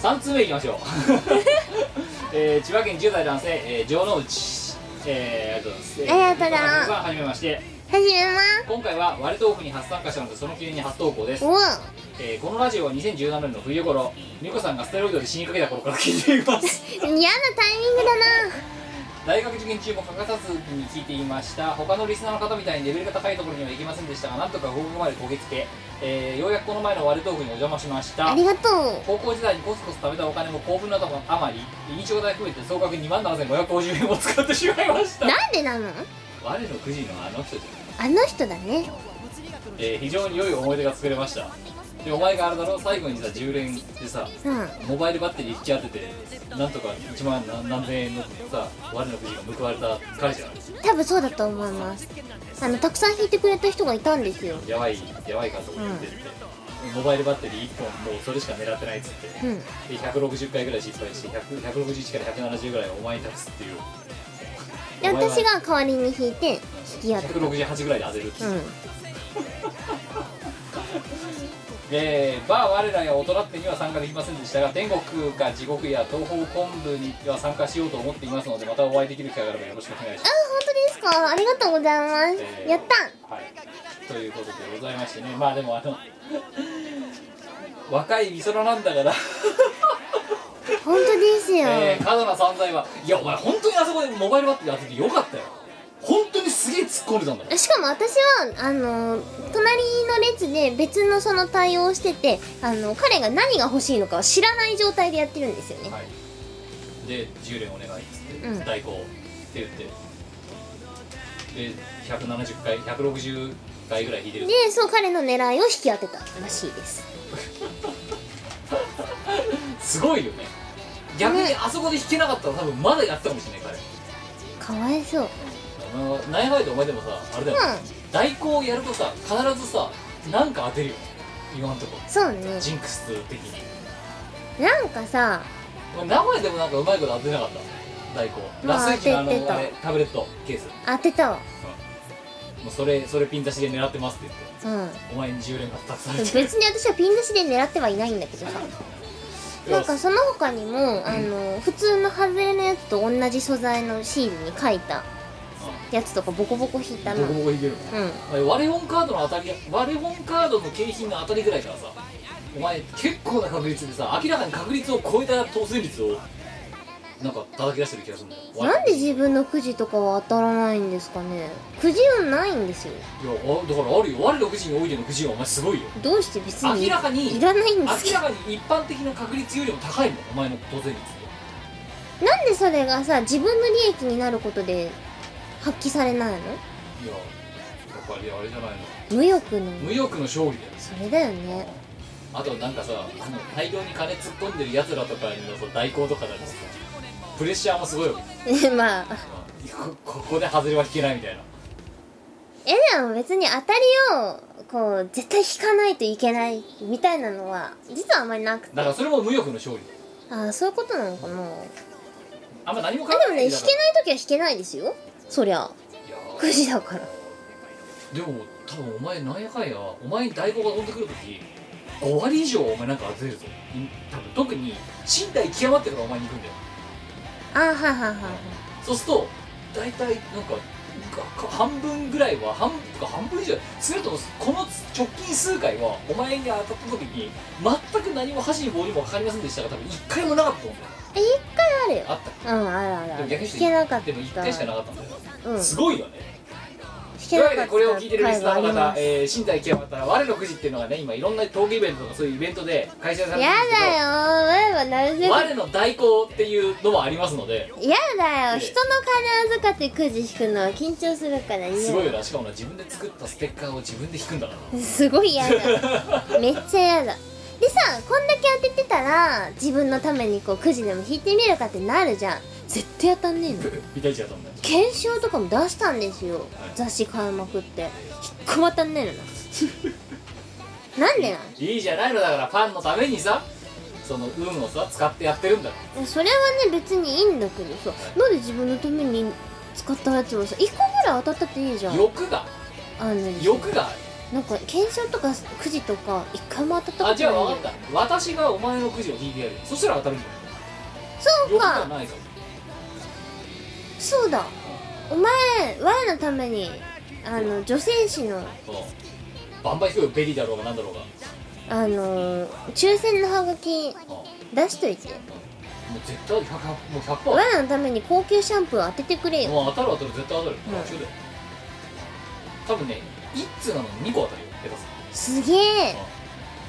[SPEAKER 1] 3通目いきましょう、 <laughs> えー千葉県10代男性、えー、城之内えー、ありがとうございますえー
[SPEAKER 2] ありがとうございます
[SPEAKER 1] さんはじめまして
[SPEAKER 2] 始めま
[SPEAKER 1] 今回は割とオフに初参加したのでその記念に初投稿です
[SPEAKER 2] す、おう
[SPEAKER 1] えーこのラジオは2017年の冬頃美子さんがステロイドで死にかけた頃から聞いています <laughs>
[SPEAKER 2] 嫌なタイミングだな
[SPEAKER 1] 大学受験中も欠かさずに聞いていました他のリスナーの方みたいにレベルが高いところには行きませんでしたがなんとか合格までこぎつけ、えーようやくこの前の割とオフにお邪魔しました
[SPEAKER 2] ありがとう
[SPEAKER 1] 高校時代にコツコツ食べたお金も興奮などのあまり飲食代含めて総額2万7550円を使ってしまいました
[SPEAKER 2] なんでなの
[SPEAKER 1] 我のくじのあの人じゃ
[SPEAKER 2] あの人だね
[SPEAKER 1] ん、えー非常に良い思い出が作れましたでお前があれだろ最後にさ10連でさ
[SPEAKER 2] うん
[SPEAKER 1] モバイルバッテリー1機当ててなんとか1万何何千円のさ我のくじが報われた彼じゃん
[SPEAKER 2] 多分そうだと思いますあのたくさん弾いてくれた人がいたんですよ
[SPEAKER 1] やばいやばいかと言ってって、モバイルバッテリー1本もうそれしか狙ってないっつって、
[SPEAKER 2] うん
[SPEAKER 1] で160回ぐらい失敗して100 161から170ぐらいお前に託すっていう
[SPEAKER 2] で
[SPEAKER 1] お前は
[SPEAKER 2] 私が代わりに弾いて弾き合って
[SPEAKER 1] 168ぐらいで当てるっていうう、
[SPEAKER 2] ん
[SPEAKER 1] えーバー我らや大人ってには参加できませんでしたが天国か地獄や東方昆布には参加しようと思っていますのでまたお会いできる機会があればよろしくお願いしま
[SPEAKER 2] あ
[SPEAKER 1] す、
[SPEAKER 2] 本当ですかありがとうございます、
[SPEAKER 1] えー
[SPEAKER 2] やった
[SPEAKER 1] はいということでございましてねまあでもあの <laughs> 若い美空なんだから
[SPEAKER 2] 本当ですよ、
[SPEAKER 1] えー過度な散財はいやお前本当にあそこでモバイルバッテリー当ててよかったよ本当にすげえ突っ込んでたんだから
[SPEAKER 2] しかも私はあの隣の列で別のその対応をしててあの彼が何が欲しいのかを知らない状態でやってるんですよね、
[SPEAKER 1] はいで10連お願いっつって、
[SPEAKER 2] うん
[SPEAKER 1] 代行って言ってで170回160回ぐらい引いてる
[SPEAKER 2] でそう彼の狙いを引き当てたらしいです
[SPEAKER 1] すごいよね逆にあそこで弾けなかったら多分まだやってたかもしれない彼
[SPEAKER 2] かわいそう
[SPEAKER 1] あのナイファイトお前でもさあれだよ、
[SPEAKER 2] う
[SPEAKER 1] 代行をやるとさ必ずさなんか当てるよね今んとこ
[SPEAKER 2] そうね
[SPEAKER 1] ジンクス的に
[SPEAKER 2] なんかさ
[SPEAKER 1] 名前でもなんかうまいこと当てなかった大根
[SPEAKER 2] ま
[SPEAKER 1] ラ
[SPEAKER 2] あ
[SPEAKER 1] ス駅のあ
[SPEAKER 2] 当てて
[SPEAKER 1] の
[SPEAKER 2] た
[SPEAKER 1] あれタブレットケースも
[SPEAKER 2] 当てたわ
[SPEAKER 1] うそれそれピン出しで狙ってますって言っ
[SPEAKER 2] うん
[SPEAKER 1] てお前に10連が2つされて
[SPEAKER 2] 別に私はピン出しで狙ってはいないんだけどさな
[SPEAKER 1] <laughs>
[SPEAKER 2] んかその他にもあの普通のハズレのやつと同じ素材のシールに書いたやつとかボコボコ引いたな
[SPEAKER 1] ボコ
[SPEAKER 2] うん
[SPEAKER 1] ボコいけるあれ割れ本カードの当たり割れ本カードの景品の当たりぐらいからさお前結構な確率でさ明らかに確率を超えた当選率をなんか叩き出してる気がするんだよ
[SPEAKER 2] なんで自分のくじとかは当たらないんですかねくじはないんですよ
[SPEAKER 1] いやあだからあるよ我のくじにおいでのくじはお前すごいよ
[SPEAKER 2] どうして別に
[SPEAKER 1] 明らかに
[SPEAKER 2] いらないん
[SPEAKER 1] 明
[SPEAKER 2] ですけ
[SPEAKER 1] らかに一般的な確率よりも高いもんお前の当選率って
[SPEAKER 2] どなんでそれがさ自分の利益になることで発揮されないの
[SPEAKER 1] いややっぱりあれじゃないの
[SPEAKER 2] 無欲の
[SPEAKER 1] 無欲の勝利だよ
[SPEAKER 2] それだよね <laughs>
[SPEAKER 1] あとなんかさあの大量に金突っ込んでるやつらとかのその代行とかだとさプレッシャーもすごいよ
[SPEAKER 2] えまあ
[SPEAKER 1] こここで外れは引けないみたいな
[SPEAKER 2] えでも別に当たりをこう絶対引かないといけないみたいなのは実はあんまりなくて
[SPEAKER 1] だからそれも無欲の勝利
[SPEAKER 2] あーそういうことなのかなあ
[SPEAKER 1] あんま何も考
[SPEAKER 2] で
[SPEAKER 1] え
[SPEAKER 2] も
[SPEAKER 1] ない
[SPEAKER 2] ね引けない時は引けないですよそりゃくじだから
[SPEAKER 1] いやでも多分お前なんやかんやお前に代行が飛んでくるとき5割以上お前なんか当てるぞい多分特に身体極まってからお前に行くんだよ
[SPEAKER 2] あーはいはいはいはい
[SPEAKER 1] そうすると大体なんかかか半分ぐらいは半分とか半分以上するともこの直近数回はお前が当たった時に全く何も箸に棒にもかかりませんでしたが多分1回もなかったと思うんだよ
[SPEAKER 2] え一回あるよ
[SPEAKER 1] あったっ
[SPEAKER 2] うんあるある
[SPEAKER 1] け
[SPEAKER 2] あ
[SPEAKER 1] でも
[SPEAKER 2] る
[SPEAKER 1] 逆に
[SPEAKER 2] 引けなかった
[SPEAKER 1] でも1回しかなかったんだよ、
[SPEAKER 2] うん
[SPEAKER 1] すごいよね
[SPEAKER 2] 引
[SPEAKER 1] という
[SPEAKER 2] け
[SPEAKER 1] わけ
[SPEAKER 2] なかった
[SPEAKER 1] でこれを聞いてるリスナーの
[SPEAKER 2] 回は
[SPEAKER 1] 方
[SPEAKER 2] あ、り
[SPEAKER 1] えー身体極まったら我のくじっていうのがね今いろんな闘技イベントとかそういうイベントで開催されてるん
[SPEAKER 2] ます
[SPEAKER 1] ですけ
[SPEAKER 2] や
[SPEAKER 1] ど
[SPEAKER 2] だよ前はなるべく
[SPEAKER 1] 我の代行っていうのもありますので
[SPEAKER 2] やだよ人の金預かってくじ引くのは緊張するから嫌だ
[SPEAKER 1] すごいよなしかもな <laughs>
[SPEAKER 2] <laughs>
[SPEAKER 1] 自分で作ったステッカーを自分で引くんだからな
[SPEAKER 2] すごい嫌だめっちゃ嫌だでさこんだけ当ててたら自分のためにこうくじでも引いてみるかってなるじゃん絶対当たんねえの
[SPEAKER 1] ピタリチだったんだよ
[SPEAKER 2] 検証とかも出したんですよ雑誌買いまくって一個も当たんねえ
[SPEAKER 1] <laughs>
[SPEAKER 2] のななんでなん
[SPEAKER 1] いいじゃないのだからファンのためにさその運をさ使ってやってるんだろ
[SPEAKER 2] いやそれはね別にいいんだけどさなんで自分のために使ったやつをさ1個ぐらい当たったっていいじゃん
[SPEAKER 1] 欲が
[SPEAKER 2] あのね
[SPEAKER 1] 欲がある
[SPEAKER 2] なんか検証とかくじとか一回も当たった
[SPEAKER 1] あ
[SPEAKER 2] こと
[SPEAKER 1] じゃあ
[SPEAKER 2] ない
[SPEAKER 1] 分かった私がお前のくじを引いてやるよそしたら当たるんじ
[SPEAKER 2] そ
[SPEAKER 1] ゃ
[SPEAKER 2] う
[SPEAKER 1] ない欲が
[SPEAKER 2] か
[SPEAKER 1] ないかも
[SPEAKER 2] そうだお前我のためにあの女性誌の
[SPEAKER 1] うんバンバン引くよベリーだろうがなんだろうが
[SPEAKER 2] あの抽選のハガキ
[SPEAKER 1] うんもう
[SPEAKER 2] 出しといて
[SPEAKER 1] 絶対 100%, もう100%
[SPEAKER 2] 我のために高級シャンプーを当ててくれよ
[SPEAKER 1] もう当たる当たる絶対当たる
[SPEAKER 2] うん
[SPEAKER 1] 楽勝だよ多分ね1通なのに2個当たるよ下手す
[SPEAKER 2] すげえ
[SPEAKER 1] る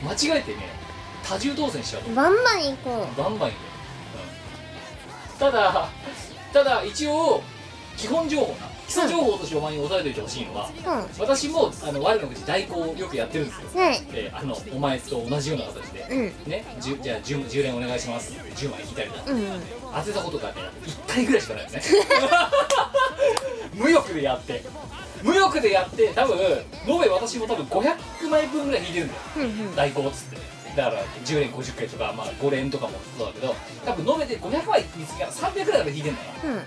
[SPEAKER 1] と間違えてね多重当選しちゃうと思う
[SPEAKER 2] バンバン行こ
[SPEAKER 1] バンバンいくよ、うん、ただただ一応基本情報な基礎情報としてお前に押さえておいてほしいのは
[SPEAKER 2] ううんは
[SPEAKER 1] 私もあの我の口代行をよくやってるんですよ
[SPEAKER 2] い
[SPEAKER 1] えーあのお前と同じような形
[SPEAKER 2] う
[SPEAKER 1] で、
[SPEAKER 2] ん
[SPEAKER 1] ねじゅじゃあ 10, 10連お願いします10枚引いたりだ
[SPEAKER 2] うんうん
[SPEAKER 1] 当てたことがね1回ぐらいしかないよね無欲でやって無欲でやって多分延べ私も多分500枚分ぐらい引いてるんだよ
[SPEAKER 2] うん
[SPEAKER 1] 代行っつってだから10連50回とか、まあ、5連とかもそうだけど多分延べて500枚見つけたら300ぐらいまで引いてんだから
[SPEAKER 2] うん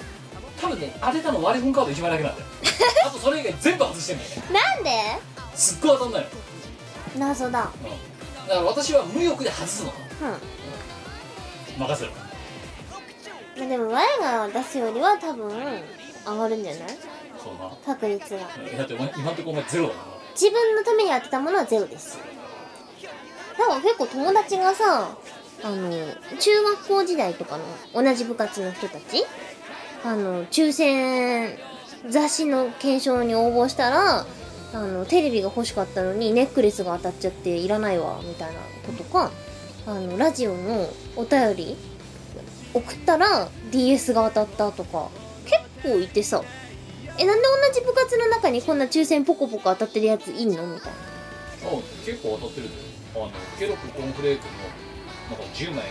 [SPEAKER 1] 多分ね当てたの割り本カード1枚だけなんだよあとそれ以外全部外してんだよね
[SPEAKER 2] なんです
[SPEAKER 1] っごい当たんないの、
[SPEAKER 2] 謎だ
[SPEAKER 1] うん、だから私は無欲で外すの
[SPEAKER 2] うん
[SPEAKER 1] 任せる
[SPEAKER 2] まあでも我が出すよりは多分上がるんじゃない
[SPEAKER 1] そうな
[SPEAKER 2] 確率が
[SPEAKER 1] えだってお前今んとこお前ゼロだな
[SPEAKER 2] 自分のために当てたものはゼロですなんか結構友達がさあの中学校時代とかの同じ部活の人たちあの抽選雑誌の検証に応募したらあのテレビが欲しかったのにネックレスが当たっちゃっていらないわみたいなことかあのラジオのお便り送ったら DS が当たったとか結構いてさえなんで同じ部活の中にこんな抽選ポコポコ当たってるやついんのみたい
[SPEAKER 1] あ結構当たってるぜあのケロックコーンフレークのなんか10枚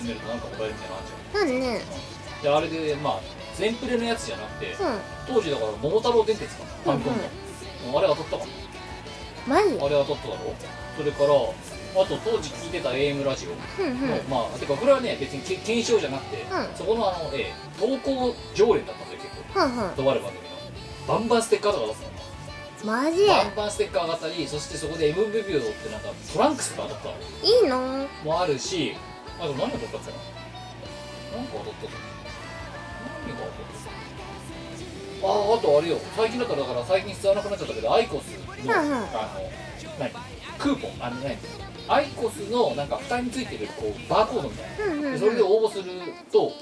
[SPEAKER 1] 集めるとなんかもらえるみたいなのあるじ
[SPEAKER 2] ななんでね
[SPEAKER 1] ゃんであれでまあ全プレのやつじゃなくて
[SPEAKER 2] う
[SPEAKER 1] 当時だから桃太郎電鉄かファミコンの、あれ当たったか
[SPEAKER 2] んマジ
[SPEAKER 1] あれ当たっただろそれからあと当時聞いてた AM ラジオ
[SPEAKER 2] うんうん
[SPEAKER 1] の、まあてかこれはね別にけ検証じゃなくて、
[SPEAKER 2] うん
[SPEAKER 1] そこのあの、えー投稿常連だったんだよ結構
[SPEAKER 2] はんはん
[SPEAKER 1] とある番組のバンバンステッカーとか出すの
[SPEAKER 2] マジ
[SPEAKER 1] バンバンステッカーがあったりそしてそこで MVP を取ってなんかトランクスとか当たっ
[SPEAKER 2] いいの
[SPEAKER 1] たのもあるしあと何が取ったっけな何か当たったっけ何が当たったっけああとあれよ最近だったらだから最近使わなくなっちゃったけどアイコスの、
[SPEAKER 2] はいはい
[SPEAKER 1] あの何クーポンあの何アイコスのなんか蓋についてるこうバーコードみたいな
[SPEAKER 2] うんうんう
[SPEAKER 1] で
[SPEAKER 2] ん
[SPEAKER 1] それで応募すると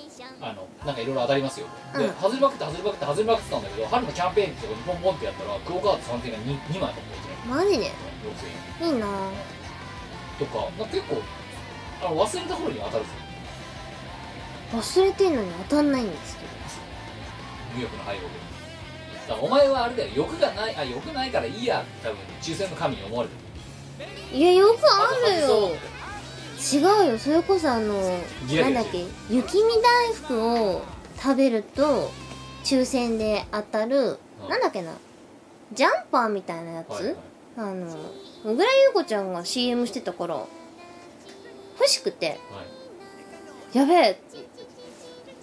[SPEAKER 1] あのなんかいろいろ当たりますよ、
[SPEAKER 2] う
[SPEAKER 1] で
[SPEAKER 2] ん
[SPEAKER 1] 外れまくって外れまくって外れまくってたんだけど春のキャンペーンってとこにポンポンってやったらクオ・カード3点が 2, 2枚当たったんですよ
[SPEAKER 2] マジで
[SPEAKER 1] 6000円
[SPEAKER 2] いいな
[SPEAKER 1] とかなんか結構あの忘れた頃に当たるんですよ
[SPEAKER 2] 忘れてんのに当たんないんですけ
[SPEAKER 1] 無欲の配慮でだからお前はあれだよ欲がないあ欲ないからいいや多分抽選の神に思われてる
[SPEAKER 2] どいやよくある
[SPEAKER 1] そう
[SPEAKER 2] よ違うよそれこそあの
[SPEAKER 1] ギラギラ
[SPEAKER 2] なんだっ
[SPEAKER 1] して
[SPEAKER 2] け雪見大福を食べると抽選で当たる
[SPEAKER 1] うん
[SPEAKER 2] なんだっけなジャンパーみたいなやつ、
[SPEAKER 1] はいはい
[SPEAKER 2] あの小倉優子ちゃんが CM してたから欲しくて
[SPEAKER 1] はい
[SPEAKER 2] やべえ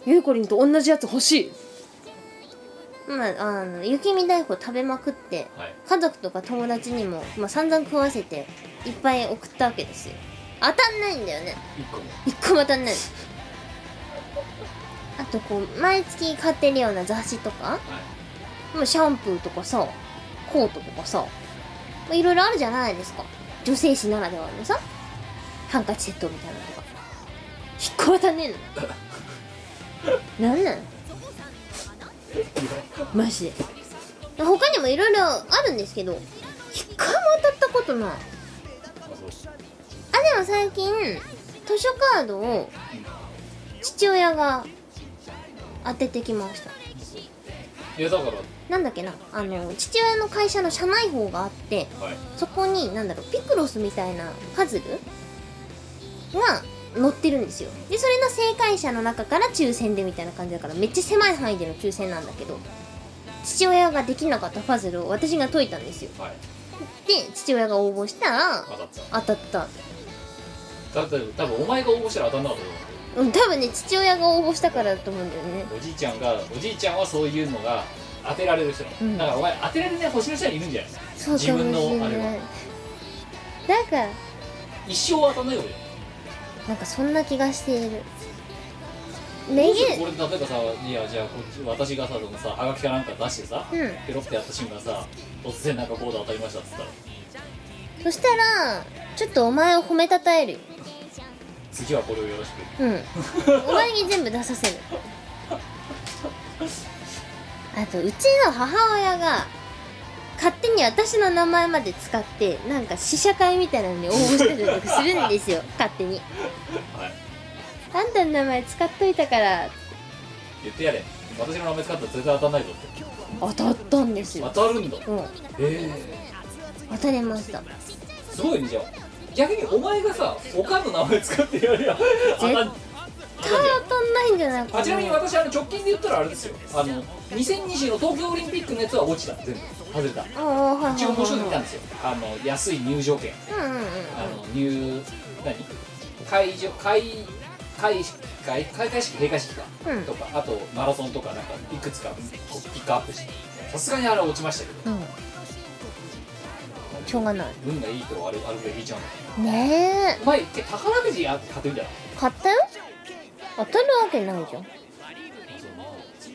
[SPEAKER 2] ゆうこりんと同じやつ欲しいまああの雪見大福を食べまくって
[SPEAKER 1] はい
[SPEAKER 2] 家族とか友達にも、まあ、散々食わせていっぱい送ったわけですよ当たんないんだよね
[SPEAKER 1] 1個も
[SPEAKER 2] 一個も当たんないあとこう毎月買ってるような雑誌とか
[SPEAKER 1] はい
[SPEAKER 2] もうシャンプーとかさコートとかさまあいろいろあるじゃないですか女性誌ならではのさハンカチセットみたいなのとか引っこ当たんねえのなんなんマジで他にもいろいろあるんですけど一回も当たったことない
[SPEAKER 1] まあそうです
[SPEAKER 2] あでも最近図書カードを父親が当ててきました
[SPEAKER 1] いやだから
[SPEAKER 2] なんだっけなあの父親の会社の社内報があって
[SPEAKER 1] はい
[SPEAKER 2] そこになんだろうピクロスみたいなパズルが載ってるんですよでそれの正解者の中から抽選でみたいな感じだからめっちゃ狭い範囲での抽選なんだけど父親ができなかったパズルを私が解いたんですよ
[SPEAKER 1] はい
[SPEAKER 2] で父親が応募したら
[SPEAKER 1] 当たった
[SPEAKER 2] 当たった
[SPEAKER 1] だって多分お前が応募したら当たんなかったと思
[SPEAKER 2] うん多分ね父親が応募したからだと思うんだよね
[SPEAKER 1] うおじいちゃんがおじいちゃんはそういうのが当てられる人なの、
[SPEAKER 2] うん
[SPEAKER 1] だからお前当てられない星の下にいるんじゃないですか
[SPEAKER 2] そうかも
[SPEAKER 1] 自分
[SPEAKER 2] し
[SPEAKER 1] のあれ
[SPEAKER 2] れない
[SPEAKER 1] は
[SPEAKER 2] だから
[SPEAKER 1] 一生当たんないよ俺
[SPEAKER 2] なんかそんな気がしている
[SPEAKER 1] ど
[SPEAKER 2] め
[SPEAKER 1] うする
[SPEAKER 2] げ
[SPEAKER 1] これ例えばさいやじゃあこっち私がさそのさはがきかなんか出してさ、
[SPEAKER 2] うん
[SPEAKER 1] ペロってやった瞬間さ突然なんかコード当たりましたっつったら
[SPEAKER 2] そしたらちょっとお前を褒めたたえるよ
[SPEAKER 1] 次はこれをよろしく
[SPEAKER 2] うんお前に全部出させるあとうちの母親が勝手に私の名前まで使ってなんか試写会みたいなのに応募してたりとかするんで
[SPEAKER 1] <laughs>
[SPEAKER 2] すよ勝手に
[SPEAKER 1] はい
[SPEAKER 2] あんたの名前使っといたから
[SPEAKER 1] 言ってやれ私の名前使ったら絶対当たんないぞって
[SPEAKER 2] 当たったんですよ
[SPEAKER 1] 当たるんだ
[SPEAKER 2] うん
[SPEAKER 1] え
[SPEAKER 2] 当たりました
[SPEAKER 1] えすごいねじゃあ逆にお前がさおかんの名前使ってやりゃ当たん当
[SPEAKER 2] た
[SPEAKER 1] たんじゃん
[SPEAKER 2] だ当たんないんじゃないか
[SPEAKER 1] あ
[SPEAKER 2] な
[SPEAKER 1] ちなみに私あの直近で言ったらあれですよあの2020の東京オリンピックのやつは落ちた全部外れた
[SPEAKER 2] ああはいはいはい
[SPEAKER 1] 一応面白いの見たんですよあの安い入場券
[SPEAKER 2] うんうんうん
[SPEAKER 1] あの入何会場会開開開会式閉会式か、
[SPEAKER 2] うん
[SPEAKER 1] とかあとマラソンとかなんかいくつかこうピックアップしてさすがにあれは落ちましたけど
[SPEAKER 2] うんしょうがない
[SPEAKER 1] 運がいいとあれあれぐらい引いちゃうんだ
[SPEAKER 2] ねえ
[SPEAKER 1] お前一回宝くじや買ってみたら
[SPEAKER 2] 買ったよ当たるわけないじゃ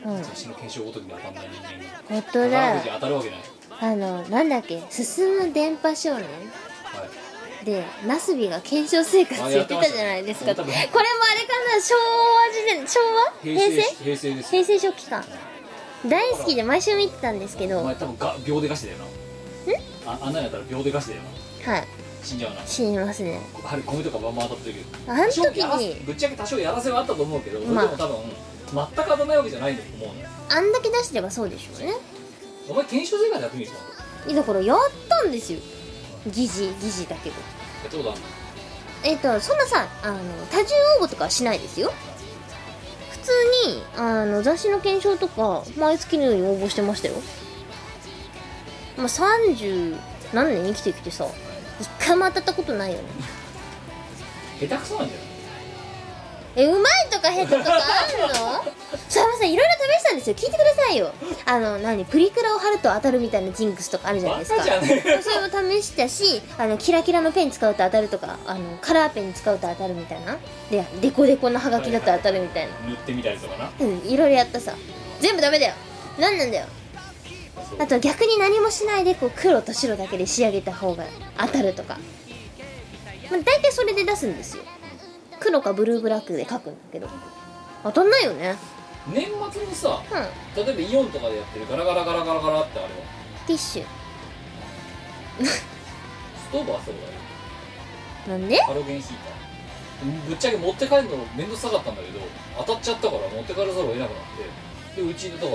[SPEAKER 2] んうん
[SPEAKER 1] 私の検証ごときで当たんない人間が
[SPEAKER 2] 本当だ
[SPEAKER 1] 宝
[SPEAKER 2] よ
[SPEAKER 1] くじ当たるわけない、
[SPEAKER 2] あのなんだっけ「進む電波少年
[SPEAKER 1] はい」
[SPEAKER 2] でナスビが検証生活
[SPEAKER 1] あ
[SPEAKER 2] や
[SPEAKER 1] や
[SPEAKER 2] っ
[SPEAKER 1] ってて
[SPEAKER 2] た
[SPEAKER 1] ま
[SPEAKER 2] じ
[SPEAKER 1] したね
[SPEAKER 2] ゃないですかこ
[SPEAKER 1] 多
[SPEAKER 2] れも
[SPEAKER 1] 分
[SPEAKER 2] あれかな昭和時代昭和平成
[SPEAKER 1] し平成ですよ
[SPEAKER 2] 平成初期か大好きで毎週見てたんですけど
[SPEAKER 1] お
[SPEAKER 2] は
[SPEAKER 1] 前多分が秒でかしてだよなああんなんやったら秒でかしてだよない死んじゃうな
[SPEAKER 2] 死にますね
[SPEAKER 1] あれ米とかバンバン当たってるけど
[SPEAKER 2] あの
[SPEAKER 1] 正直
[SPEAKER 2] 時
[SPEAKER 1] やらせ
[SPEAKER 2] に
[SPEAKER 1] ぶっちゃけ多少やらせはあったと思うけど、それ
[SPEAKER 2] まあ
[SPEAKER 1] でも多分全く当たんないわけじゃないと思うね
[SPEAKER 2] あんだけ出してればそうでしょうね
[SPEAKER 1] お前検証生活やってみるぞ
[SPEAKER 2] だからやったんですよ疑似疑似だけ
[SPEAKER 1] や
[SPEAKER 2] ど
[SPEAKER 1] ったことある
[SPEAKER 2] えっ、とそんなさあの多重応募とかはしないですよ普通にあの雑誌の検証とか毎月のように応募してましたよまあ30何年生きてきてさ一回も当たったことないよね
[SPEAKER 1] の下手くそなんじゃない
[SPEAKER 2] えうまいとか下手とかあんの <laughs> それもさいろいろ試したんですよ聞いてくださいよあの何プリクラを貼ると当たるみたいなジンクスとかあるじゃない
[SPEAKER 1] バ
[SPEAKER 2] ですか
[SPEAKER 1] カじゃねえ
[SPEAKER 2] <laughs> それも試したしあのキラキラのペン使うと当たるとかあのカラーペン使うと当たるみたいなでデコデコのハガキだと当たるみたいな、
[SPEAKER 1] 塗ってみたりとかな
[SPEAKER 2] うん、いろいろやったさ全部ダメだよ何なんだよあと逆に何もしないでこう黒と白だけで仕上げた方が当たるとか、まあ、大体それで出すんですよ黒かブルーブラックで書くんだけど当たんないよね
[SPEAKER 1] 年末にさ
[SPEAKER 2] うん
[SPEAKER 1] 例えばイオンとかでやってるガラガラガラガラガラってあれは
[SPEAKER 2] ティッシュ
[SPEAKER 1] ストーブはそうだよ
[SPEAKER 2] なんで
[SPEAKER 1] ハロゲンヒーターぶっちゃけ持って帰るの面倒くさかったんだけど当たっちゃったから持って帰らざるを得なくなってでうちでだか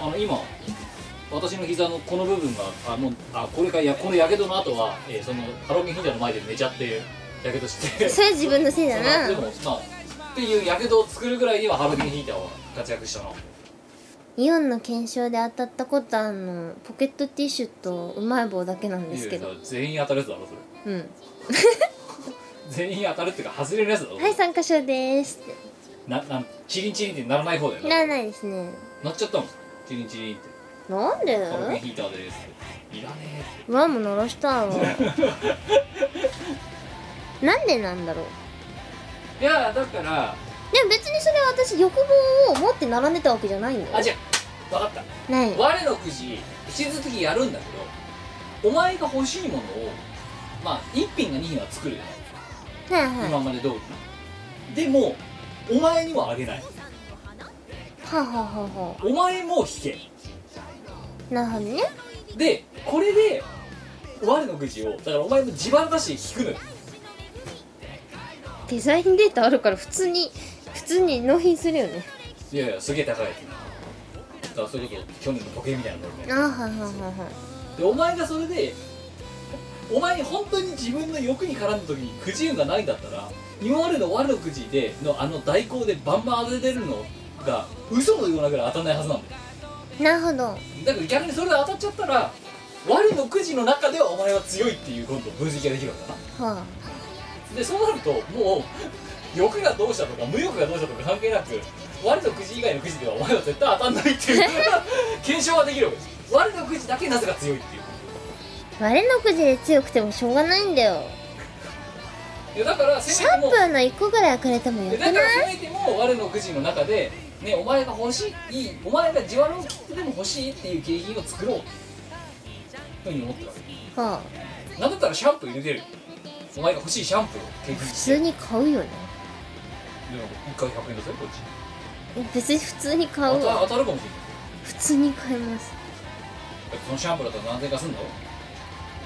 [SPEAKER 1] らあの今私の膝のこの部分があもうあこれかいやこのやけどの後は、えーそのハロゲンヒーターの前で寝ちゃってやけどして
[SPEAKER 2] それは自分のせいだ
[SPEAKER 1] その
[SPEAKER 2] な
[SPEAKER 1] でもまあっていうやけどを作るぐらいにはハロゲンヒーターは活躍したな
[SPEAKER 2] イオンの検証で当たったことあのポケットティッシュとうまい棒だけなんですけ
[SPEAKER 1] いや
[SPEAKER 2] ど
[SPEAKER 1] いや全員当たるやつだろそれ
[SPEAKER 2] うん
[SPEAKER 1] 全員当たるっていうか外れるやつだろ、
[SPEAKER 2] はい参加賞でーすっ
[SPEAKER 1] ななんチリンチリンってならない方だよ
[SPEAKER 2] て
[SPEAKER 1] な
[SPEAKER 2] ならないですね
[SPEAKER 1] なっちゃったもんチリンチリンって
[SPEAKER 2] なんで
[SPEAKER 1] ハロゲンヒーターですいらねえって
[SPEAKER 2] ワンも鳴らしたわなんでなんだろう
[SPEAKER 1] いやだから
[SPEAKER 2] でも別にそれは私欲望を持って並んでたわけじゃないんだよ
[SPEAKER 1] あじゃあ分かっ
[SPEAKER 2] ない
[SPEAKER 1] た我のくじ引き続きやるんだけどお前が欲しいものをまあ1品が2品は作るよ、
[SPEAKER 2] はいはいは
[SPEAKER 1] 今まで通りなでもお前にはあげない
[SPEAKER 2] あはあはあは
[SPEAKER 1] お前も引け
[SPEAKER 2] あなるほどね
[SPEAKER 1] でこれで我のくじをだからお前も自腹だし引くのよ
[SPEAKER 2] デザインデータあるから普通に普通に納品するよね
[SPEAKER 1] いやいやすげえ高いやつだからそれこそ去年の時計みたいなのにね
[SPEAKER 2] あはあはあは
[SPEAKER 1] でお前がそれでお前本当に自分の欲に絡んだ時に不自由がないんだったら今までの悪のくじでのあの代行でバンバン当ててるのが嘘のようなぐらい当たんないはずなんだよ
[SPEAKER 2] なるほど
[SPEAKER 1] だから逆にそれで当たっちゃったら悪のくじの中ではお前は強いっていう今度分析ができるわけだ
[SPEAKER 2] はあ
[SPEAKER 1] なでそうなるともう欲がどうしたとか無欲がどうしたとか関係なく悪のくじ以外のくじではお前は絶対当たんないっていう <laughs> 検証ができるわけです悪のくじだけなぜか強いっていう
[SPEAKER 2] 我のくじで強くてもしょうがないんだよ
[SPEAKER 1] いやだからせ
[SPEAKER 2] シ
[SPEAKER 1] め
[SPEAKER 2] ャ
[SPEAKER 1] て
[SPEAKER 2] ン
[SPEAKER 1] も
[SPEAKER 2] プーの1個ぐらいはくれてもよ
[SPEAKER 1] で
[SPEAKER 2] くな
[SPEAKER 1] だ
[SPEAKER 2] い
[SPEAKER 1] からせめても我のくじの中で、ね、お前が欲しいいいお前が自腹を切ってでも欲しいっていう景品を作ろうというふうに思ってるわ
[SPEAKER 2] はあ
[SPEAKER 1] けなんだったらシャンプー入れてるお前が欲しいシャンプーを景品
[SPEAKER 2] 普
[SPEAKER 1] にして
[SPEAKER 2] 通に買うよね
[SPEAKER 1] でも1回100円だぜこっち
[SPEAKER 2] 別に普通に買
[SPEAKER 1] 当
[SPEAKER 2] う
[SPEAKER 1] た
[SPEAKER 2] わ
[SPEAKER 1] 当たるかもしれない
[SPEAKER 2] 普通に買います
[SPEAKER 1] だってそのシャンプーだったら何千円かすんだろ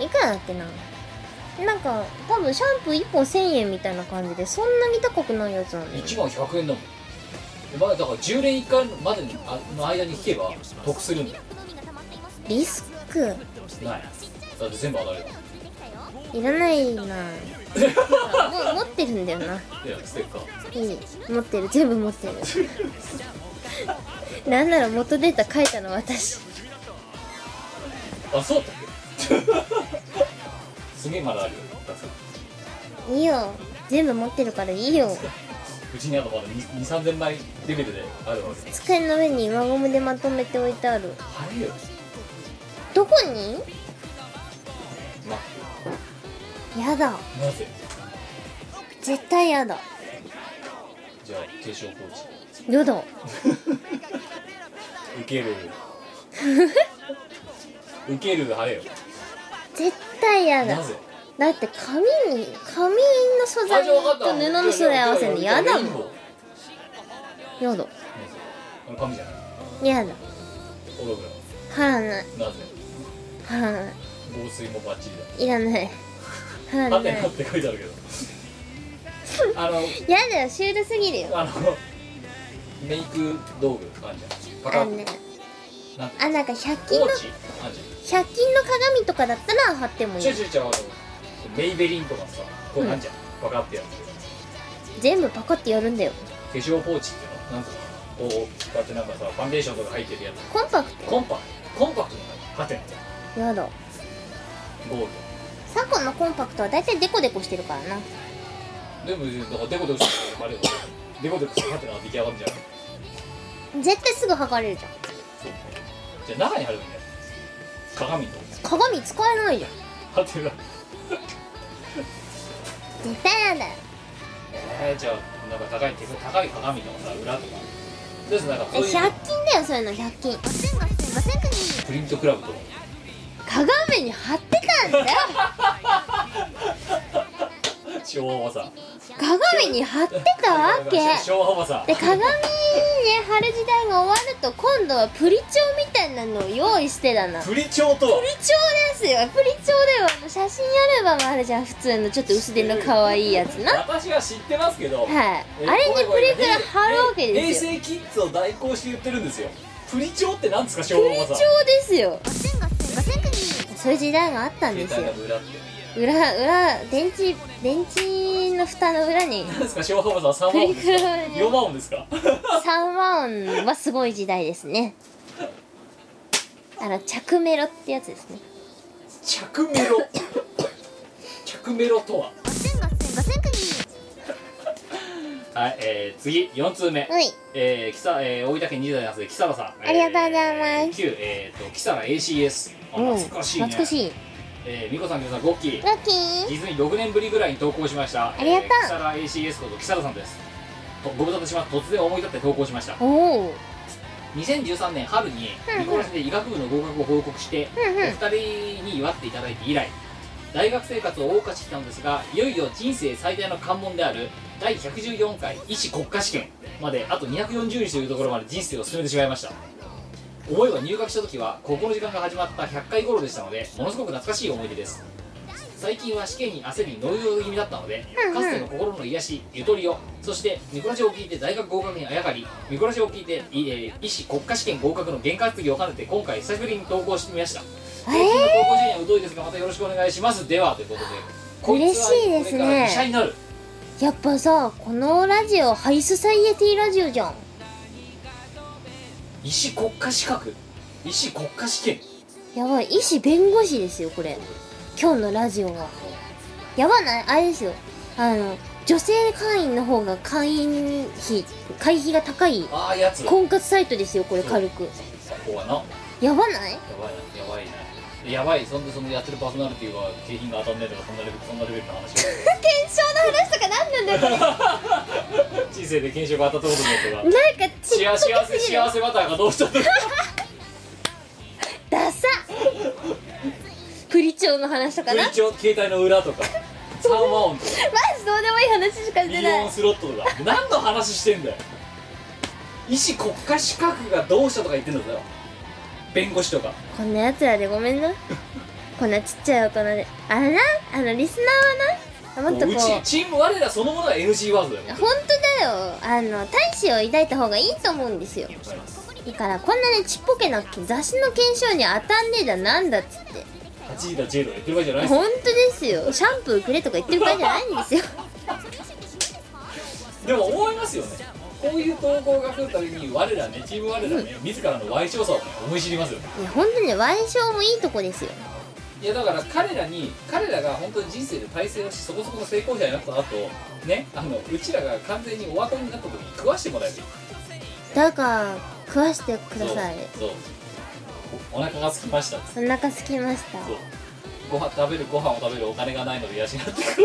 [SPEAKER 2] いくらだっけななんか多分シャンプー1本1000円みたいな感じでそんなに高くないやつなんだよ
[SPEAKER 1] 1万100円だもんお前だから10年1回までにあの間に引けば得するんだよ
[SPEAKER 2] リスク
[SPEAKER 1] ないだって全部当たるよ
[SPEAKER 2] いらないなもう持ってるんだよない
[SPEAKER 1] やステッカー
[SPEAKER 2] いい持ってる全部持ってる <laughs> なんなら元データ書いたの私
[SPEAKER 1] あそうだっけ <laughs> すげえまだあるよだって
[SPEAKER 2] いいよ全部持ってるからいいよ
[SPEAKER 1] うちにあとまだ23000枚レベルであるわけ
[SPEAKER 2] 机の上に輪ゴムでまとめて置いてある
[SPEAKER 1] あれよ
[SPEAKER 2] どこに
[SPEAKER 1] ま
[SPEAKER 2] やだ
[SPEAKER 1] なぜ
[SPEAKER 2] 絶対やだ
[SPEAKER 1] じゃあ継承工事
[SPEAKER 2] やだ
[SPEAKER 1] 受け <laughs> る受けるあれよ
[SPEAKER 2] 絶対やだ
[SPEAKER 1] なぜ
[SPEAKER 2] だって紙に紙の素
[SPEAKER 1] あ
[SPEAKER 2] 材
[SPEAKER 1] じゃあ分
[SPEAKER 2] と
[SPEAKER 1] かった
[SPEAKER 2] 布の素材合わせるのやだ
[SPEAKER 1] レインボ
[SPEAKER 2] も
[SPEAKER 1] ー
[SPEAKER 2] んやだ
[SPEAKER 1] この紙じゃない
[SPEAKER 2] やだ
[SPEAKER 1] ホログラ
[SPEAKER 2] 貼らない
[SPEAKER 1] ムなぜ
[SPEAKER 2] 貼らない
[SPEAKER 1] 防水もバッチリ
[SPEAKER 2] いらない貼
[SPEAKER 1] だ
[SPEAKER 2] ら
[SPEAKER 1] 「は
[SPEAKER 2] な
[SPEAKER 1] て
[SPEAKER 2] い
[SPEAKER 1] な」って書いてあるけ
[SPEAKER 2] <laughs>
[SPEAKER 1] どあの
[SPEAKER 2] やだよシュールすぎるよ
[SPEAKER 1] あのメイク道具あんじゃんパカ
[SPEAKER 2] あ
[SPEAKER 1] ッ
[SPEAKER 2] のね
[SPEAKER 1] なんて
[SPEAKER 2] あなんか100
[SPEAKER 1] ポ
[SPEAKER 2] 均の
[SPEAKER 1] ーチあんじゃん
[SPEAKER 2] 100均の鏡とかだったら貼ってもいい
[SPEAKER 1] ちょいちょいちょいあのメイベリンとかさこうなんじゃん、バカってやつ
[SPEAKER 2] 全部パカってやるんだよ
[SPEAKER 1] 化粧ポーチっていうのなんつうのこうこうやってなんかさファンデーションとか入ってるやつ
[SPEAKER 2] コンパク
[SPEAKER 1] コンパクトコンパクトなのハテナ
[SPEAKER 2] トやだ
[SPEAKER 1] ゴール
[SPEAKER 2] 昨今のコンパクトは大体デコデコしてるからな
[SPEAKER 1] ドでもだからデコデコしてるあれよデコデコしてハテナが出来上がるんじゃん
[SPEAKER 2] 絶対すぐ剥がれるじゃん
[SPEAKER 1] そうじゃあ中に貼るんだよ鏡と
[SPEAKER 2] 鏡使えないじゃん
[SPEAKER 1] ハテナ
[SPEAKER 2] 絶対やだよ
[SPEAKER 1] えー、じゃあなんか高い手高い鏡とかさ裏とかですなんかこう
[SPEAKER 2] 100
[SPEAKER 1] いう
[SPEAKER 2] 均だよそういうの100均
[SPEAKER 1] プリントクラブとか
[SPEAKER 2] 鏡に貼ってたんだよ
[SPEAKER 1] 昭和おばさん
[SPEAKER 2] 鏡に貼ってたわけで
[SPEAKER 1] 昭和おばさん
[SPEAKER 2] 鏡にね貼る時代が終わると今度はプリチョウみたいなのを用意してたなプ
[SPEAKER 1] プリチョウとは
[SPEAKER 2] リチョウですよプリチョウではあの写真アルバムあるじゃん普通のちょっと薄手の可愛いやつなはい
[SPEAKER 1] 私は知ってますけど、えー
[SPEAKER 2] あれにプリクラ貼るわけですよ
[SPEAKER 1] 平成キッズを代行して言ってるんですよプリチョウってなんですか昭
[SPEAKER 2] プ
[SPEAKER 1] 和
[SPEAKER 2] リチョ
[SPEAKER 1] 技
[SPEAKER 2] ウですよそういう時代があったんですよ
[SPEAKER 1] 携帯の裏って
[SPEAKER 2] 裏裏電池電池の蓋の裏に
[SPEAKER 1] なんですか昭和技は3
[SPEAKER 2] プ
[SPEAKER 1] 万
[SPEAKER 2] リ
[SPEAKER 1] 音です
[SPEAKER 2] ク
[SPEAKER 1] か
[SPEAKER 2] ラをね
[SPEAKER 1] 4万音ですか
[SPEAKER 2] 三和音はすごい時代ですねあの着メロってやつですね
[SPEAKER 1] 着メロ着メロとははい、えー、次4通目、
[SPEAKER 2] はい
[SPEAKER 1] えー、きさ、えー、大分県二代ので木更さん
[SPEAKER 2] ありがとうございま
[SPEAKER 1] え
[SPEAKER 2] す
[SPEAKER 1] ー、9えー、と木更 ACS あ
[SPEAKER 2] うん
[SPEAKER 1] 懐かしいね
[SPEAKER 2] 懐かしい
[SPEAKER 1] えー、美子さん美子さんゴッキー
[SPEAKER 2] ラッキー
[SPEAKER 1] 実に6年ぶりぐらいに投稿しました
[SPEAKER 2] ありがと
[SPEAKER 1] え
[SPEAKER 2] う
[SPEAKER 1] ー、木更 ACS こと木更さんですとご無沙汰します突然思い立って投稿しました
[SPEAKER 2] おお
[SPEAKER 1] 2013年春に
[SPEAKER 2] うん
[SPEAKER 1] 見殺しで医学部の合格を報告して
[SPEAKER 2] うんうん
[SPEAKER 1] お二人に祝っていただいて以来大学生活を謳歌してきたのですがいよいよ人生最大の関門である第114回医師国家試験まであと240日というところまで人生を進めてしまいました思えば入学した時は高校の時間が始まった100回頃でしたのでものすごく懐かしい思い出です最近は試験に焦りノイズ気味だったので
[SPEAKER 2] うんうん
[SPEAKER 1] かつての心の癒しゆとりをそして見こらしを聞いて大学合格にあやかり見こらしを聞いて、いえー医師国家試験合格の験担ぎを兼ねて今回久しぶりに投稿してみました
[SPEAKER 2] え
[SPEAKER 1] 最近の投稿順位は疎いですがまたよろしくお願いしますではということでこいつは
[SPEAKER 2] 嬉しいですね
[SPEAKER 1] これから医者になる
[SPEAKER 2] やっぱさこのラジオハイソサイエティラジオじゃん
[SPEAKER 1] 医師国家資格医師国家試験
[SPEAKER 2] やばい医師弁護士ですよこれ今日のラジオはやばないあれですよあの女性会員の方が会員費会費が高い
[SPEAKER 1] ああやつこ
[SPEAKER 2] 婚活サイトですよこれ軽く
[SPEAKER 1] こはなや
[SPEAKER 2] やばない
[SPEAKER 1] ばいなやばいなやばいそんでそのやってるパーソナリティは景品が当たんねえとかそんなレベルそんなレベルの話
[SPEAKER 2] 検証の話とか何なんだよ
[SPEAKER 1] <laughs>
[SPEAKER 2] こ
[SPEAKER 1] 人生で検証が当たったことないとか
[SPEAKER 2] れなんかちっちゃ
[SPEAKER 1] 幸せ
[SPEAKER 2] すぎる
[SPEAKER 1] 幸せバターがどうしたとか
[SPEAKER 2] ダサプリチョウの話とかなマジ
[SPEAKER 1] 一応携帯の裏とか3和音とか
[SPEAKER 2] どうでもいい話しかし
[SPEAKER 1] ミ
[SPEAKER 2] て
[SPEAKER 1] リ
[SPEAKER 2] な
[SPEAKER 1] オ
[SPEAKER 2] い
[SPEAKER 1] ンスロットとか何の話してんだよ医師国家資格がどうしたとか言ってんだぞ弁護士とか
[SPEAKER 2] こんなやつらでごめんなこんなちっちゃい大人であらなあのリスナーはなもっとこ
[SPEAKER 1] う
[SPEAKER 2] う
[SPEAKER 1] ちチーム我らそのものが NG ワードだよ
[SPEAKER 2] 本当だよあの大志を抱いた方がいいと思うんですよだからこんなねちっぽけな雑誌の検証に当たんねえだなんだっつって
[SPEAKER 1] 8位だ J とか言ってる場合じゃないですよ
[SPEAKER 2] 本当ですよシャンプーくれとか言ってる場合じゃないんですよ
[SPEAKER 1] でも思いますよねこういう投稿が来るたびに我らねチーム我らね自らの歪小さをね思い知りますよね
[SPEAKER 2] いや本当にね賠償もいいとこですよ
[SPEAKER 1] いやだから彼らに彼らが本当に人生で体制をしそこそこの成功者になった後ねあのうちらが完全にお後になった時に食わしてもらえる
[SPEAKER 2] だから食わしてください
[SPEAKER 1] そうおお腹が空きました
[SPEAKER 2] お腹すきました
[SPEAKER 1] そうご飯食べるご飯を食べるお金がないので養ってください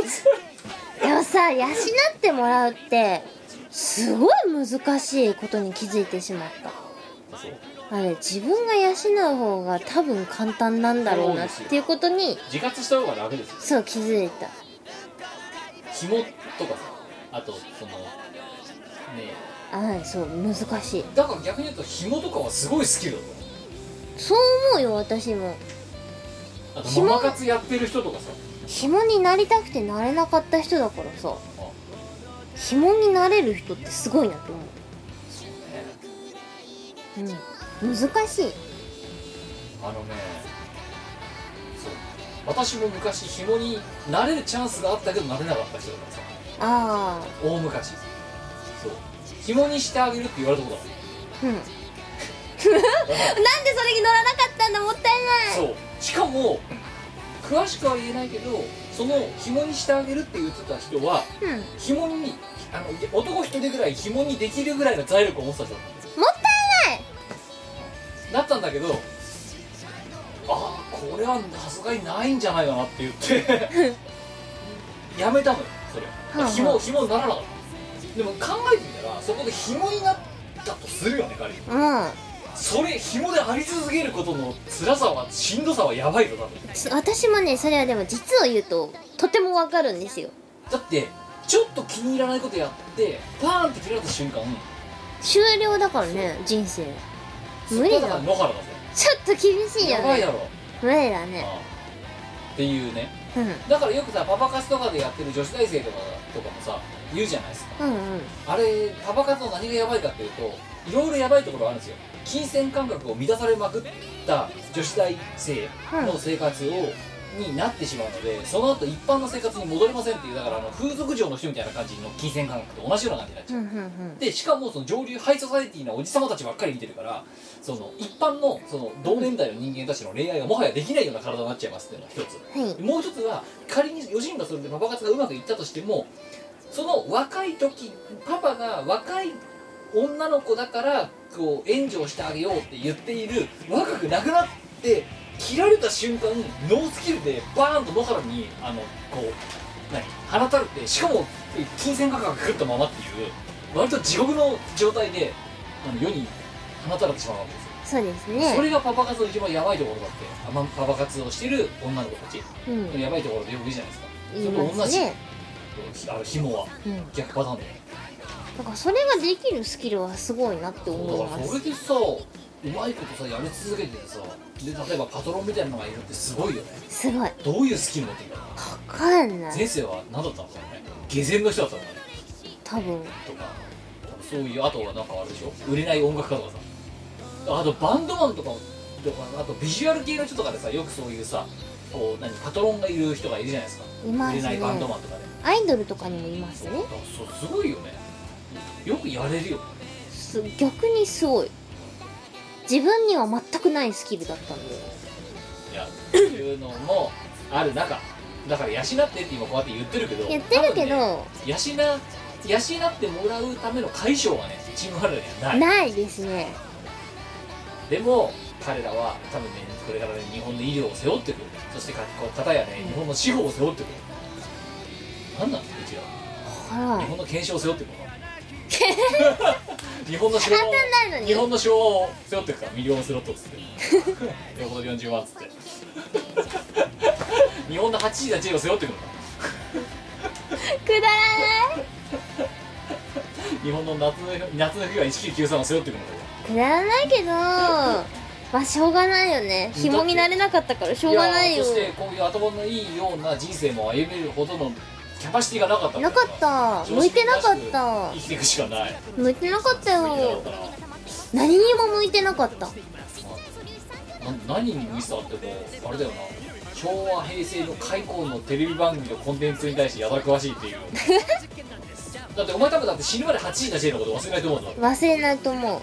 [SPEAKER 2] でもさ養ってもらうってすごい難しいことに気づいてしまった
[SPEAKER 1] そう
[SPEAKER 2] あれ自分が養う方が多分簡単なんだろうなっていうことに
[SPEAKER 1] 自活した方が楽ですよ
[SPEAKER 2] そう気づいた
[SPEAKER 1] 紐とかさあとそのね
[SPEAKER 2] あそう難しい
[SPEAKER 1] だから逆に言うと紐とかはすごい好きだと思う
[SPEAKER 2] そう思うよ私も
[SPEAKER 1] あと
[SPEAKER 2] 紐
[SPEAKER 1] ママ活やってる人とかさ
[SPEAKER 2] 紐になりたくてなれなかった人だからさ
[SPEAKER 1] あ
[SPEAKER 2] 紐になれる人ってすごいなと思う、うん、難しい
[SPEAKER 1] あのねそう私も昔紐になれるチャンスがあったけどなれなかった人だからさ
[SPEAKER 2] あ
[SPEAKER 1] 大昔そう紐にしてあげるって言われたことある
[SPEAKER 2] あうん <laughs> なんでそれに乗らなかったんだもったいない
[SPEAKER 1] そうしかも詳しくは言えないけどその紐にしてあげるって言ってた人は
[SPEAKER 2] うん
[SPEAKER 1] 紐にあの男一人ぐらい紐にできるぐらいの財力を持ってた人だったんです
[SPEAKER 2] もったいない
[SPEAKER 1] だったんだけどああこれはさすがにないんじゃないかなって言って
[SPEAKER 2] <laughs>
[SPEAKER 1] やめたのよそれ
[SPEAKER 2] はあはあ
[SPEAKER 1] 紐紐にならなかったでも考えてみたらそこで紐になったとするよね仮に
[SPEAKER 2] うん
[SPEAKER 1] それ紐であり続けることの辛さはしんどさはやばいよ多分
[SPEAKER 2] ち私もねそれはでも実を言うととてもわかるんですよ
[SPEAKER 1] だってちょっと気に入らないことやってパーンって切られた瞬間
[SPEAKER 2] 終了だからね人生
[SPEAKER 1] そ
[SPEAKER 2] 無
[SPEAKER 1] こだ
[SPEAKER 2] 理
[SPEAKER 1] から
[SPEAKER 2] だ
[SPEAKER 1] 野原だぜ
[SPEAKER 2] ちょっと厳しいよ
[SPEAKER 1] やばい
[SPEAKER 2] ね
[SPEAKER 1] だろ
[SPEAKER 2] 無理だね
[SPEAKER 1] ああっていうね
[SPEAKER 2] うん
[SPEAKER 1] だからよくさパパ活とかでやってる女子大生とかとかもさ言うじゃないですか
[SPEAKER 2] うんうん
[SPEAKER 1] あれパパ活の何がやばいかっていうといろいろやばいところがあるんですよ金銭感覚を満たされまくった女子大生の生活を、になってしまうのでその後一般の生活に戻れませんっていうだからあの風俗嬢の人みたいな感じの金銭感覚と同じような感じになっちゃう
[SPEAKER 2] うんうんうん
[SPEAKER 1] でしかもその上流ハイソサエティなおじさまたちばっかり見てるからその一般のその同年代の人間たちの恋愛がもはやできないような体になっちゃいますっていうのが一つ
[SPEAKER 2] はい
[SPEAKER 1] もう一つは仮に4人がそれでパパ活がうまくいったとしてもその若い時パパが若い女の子だからこう援助をしてあげようって言っている若くなくなって切られた瞬間ノースキルでバーンと野原にあのこう何放たれてしかも金銭価格が食ったままっていう割と地獄の状態であの世に放たれてしまうわけですよ、
[SPEAKER 2] そうです
[SPEAKER 1] そ
[SPEAKER 2] ね
[SPEAKER 1] れがパパ活の一番やばいところだってあまパパ活をしてる女の子たち
[SPEAKER 2] うん
[SPEAKER 1] やばいところでよく言うじゃないですか
[SPEAKER 2] 言い
[SPEAKER 1] それと
[SPEAKER 2] ま
[SPEAKER 1] 同
[SPEAKER 2] す
[SPEAKER 1] じ
[SPEAKER 2] ね
[SPEAKER 1] あの紐は
[SPEAKER 2] うん
[SPEAKER 1] 逆パターンで
[SPEAKER 2] だからそれができるスキルはすごいなって思
[SPEAKER 1] だ
[SPEAKER 2] い
[SPEAKER 1] か
[SPEAKER 2] ま
[SPEAKER 1] らそれ
[SPEAKER 2] す
[SPEAKER 1] でさうまいことさやり続けててさで例えばパトロンみたいなのがいるってすごいよね
[SPEAKER 2] すごい
[SPEAKER 1] どういうスキル持ってんだろう
[SPEAKER 2] わかんない
[SPEAKER 1] 前世は何だったんだろうね下膳の人だったんだろうね
[SPEAKER 2] 多分
[SPEAKER 1] とかそういうあとはなんかあれでしょ売れない音楽家とかさあとバンドマンとかとかあとビジュアル系の人とかでさよくそういうさこう何パトロンがいる人がいるじゃないですか
[SPEAKER 2] いま
[SPEAKER 1] 売
[SPEAKER 2] す
[SPEAKER 1] れない
[SPEAKER 2] ね
[SPEAKER 1] バンドマンとかで
[SPEAKER 2] アイドルとかにもいます
[SPEAKER 1] だ
[SPEAKER 2] ね
[SPEAKER 1] からそうすごいよねよくやれるよ
[SPEAKER 2] す逆にすごい自分には全くないスキルだったんで
[SPEAKER 1] いやっていうのもある中だから養ってって今こうやって言ってるけど
[SPEAKER 2] 言ってる
[SPEAKER 1] 多分
[SPEAKER 2] けど、
[SPEAKER 1] ね養養ってもらうための解消がねチームワールドにはない
[SPEAKER 2] ないですね
[SPEAKER 1] でも彼らは多分ねこれからね日本の医療を背負ってくるそしてかこう片やね日本の司法を背負ってくる何なんですかうちら
[SPEAKER 2] ほ
[SPEAKER 1] 日
[SPEAKER 2] ら
[SPEAKER 1] 本の検証を背負ってくる
[SPEAKER 2] <laughs>
[SPEAKER 1] の日本の司法
[SPEAKER 2] 簡単なの
[SPEAKER 1] 日
[SPEAKER 2] に
[SPEAKER 1] 本の昭和を背負ってくからミリオンスロットっ
[SPEAKER 2] <laughs>
[SPEAKER 1] つって横取り40万っつって日本の8時だ8位を背負ってくるの
[SPEAKER 2] くだらない
[SPEAKER 1] 日本の夏の夏の日は1993を背負ってくるの
[SPEAKER 2] くだらないけどまあしょうがないよね紐になれなかったからしょうがないよ
[SPEAKER 1] やそしてこういう頭のいいような人生も歩めるほどのキャパシティがなかった
[SPEAKER 2] なかった向いてなかった
[SPEAKER 1] 生きていくしかない
[SPEAKER 2] 向いてなかったよ
[SPEAKER 1] だから
[SPEAKER 2] 何にも向いてなかった
[SPEAKER 1] な何に見せたってもうあれだよな昭和平成の開港のテレビ番組のコンテンツに対してやたら詳しいっていう
[SPEAKER 2] <laughs>
[SPEAKER 1] だってお前多分だって死ぬまで8時だしのこと忘れないと思うんだろ
[SPEAKER 2] 忘れないと思う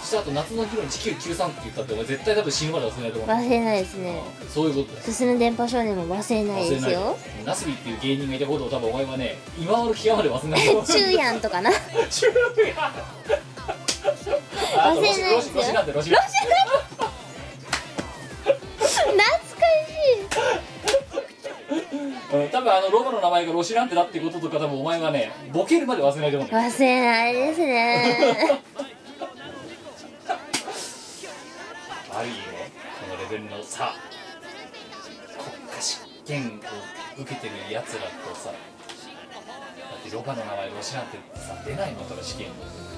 [SPEAKER 1] そしたあと夏の日の1993って言ったってお前絶対多分死ぬまで忘れないと思う
[SPEAKER 2] 忘れないですね
[SPEAKER 1] そういうことだよ
[SPEAKER 2] すすむ電波少年も忘れないですよ
[SPEAKER 1] ナスビっていう芸人がいたことを多分お前はね今頃極まで忘れないと思
[SPEAKER 2] <laughs>
[SPEAKER 1] う
[SPEAKER 2] 昼夜とかな忘
[SPEAKER 1] 中やあとロ
[SPEAKER 2] れない
[SPEAKER 1] シロシ
[SPEAKER 2] ですよ
[SPEAKER 1] ロシなんでロシ
[SPEAKER 2] ロシ懐かし
[SPEAKER 1] うん多分あのロバの名前がロシなんてだってこととか多分お前はねボケるまで忘れないと思う
[SPEAKER 2] い忘れないですね
[SPEAKER 1] あるいよこのレベルのさ国家試験を受けてるやつらとさだってロバの名前ロシなんてさ出ないのとか試験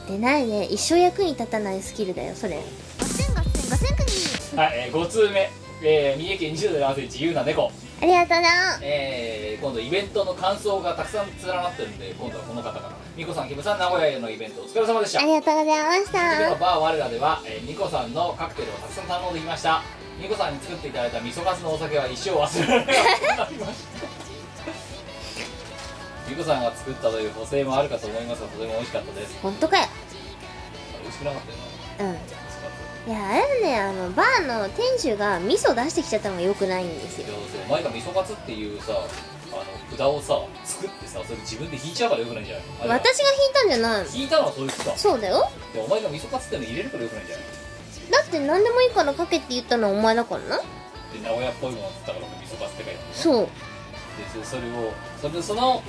[SPEAKER 2] でないね一生役に立たないスキルだよそれ
[SPEAKER 1] はい、えー、5通目、えー三重県20代の男性自由な猫
[SPEAKER 2] ありがとうな
[SPEAKER 1] えー今度イベントの感想がたくさん連なってるんで今度はこの方からみこさんキムさん名古屋へのイベントお疲れ様でした
[SPEAKER 2] ありがとうございまし
[SPEAKER 1] では
[SPEAKER 2] た
[SPEAKER 1] バー我らでは、えー、ニコさんのカクテルをたくさん頼んできましたニコさんに作っていただいた味噌カツのお酒は一生忘れられなくなりましたニコさんが作ったという補正もあるかと思いますがとても美味しかったです
[SPEAKER 2] 本当かよ
[SPEAKER 1] 美味しくなかったよな
[SPEAKER 2] うん
[SPEAKER 1] 味噌カ
[SPEAKER 2] いやあれねあのバーの店主が味噌出してきちゃったのが良くないんです
[SPEAKER 1] ツで
[SPEAKER 2] よ
[SPEAKER 1] もさお前が味噌カツっていうさあの札をさ作ってさそれ自分で引いちゃうからよくないんじゃないのあ
[SPEAKER 2] 私
[SPEAKER 1] れは
[SPEAKER 2] が引いたんじゃないの
[SPEAKER 1] 引いたのはそういうことだ
[SPEAKER 2] そうだよ
[SPEAKER 1] でお前が味噌カツっての入れるからよくないんじゃない
[SPEAKER 2] だって何でもいいからかけって言ったのはお前だからな
[SPEAKER 1] で名古屋っぽいものっつったから俺味噌カツって書いてある
[SPEAKER 2] そう
[SPEAKER 1] でそそれをそれでその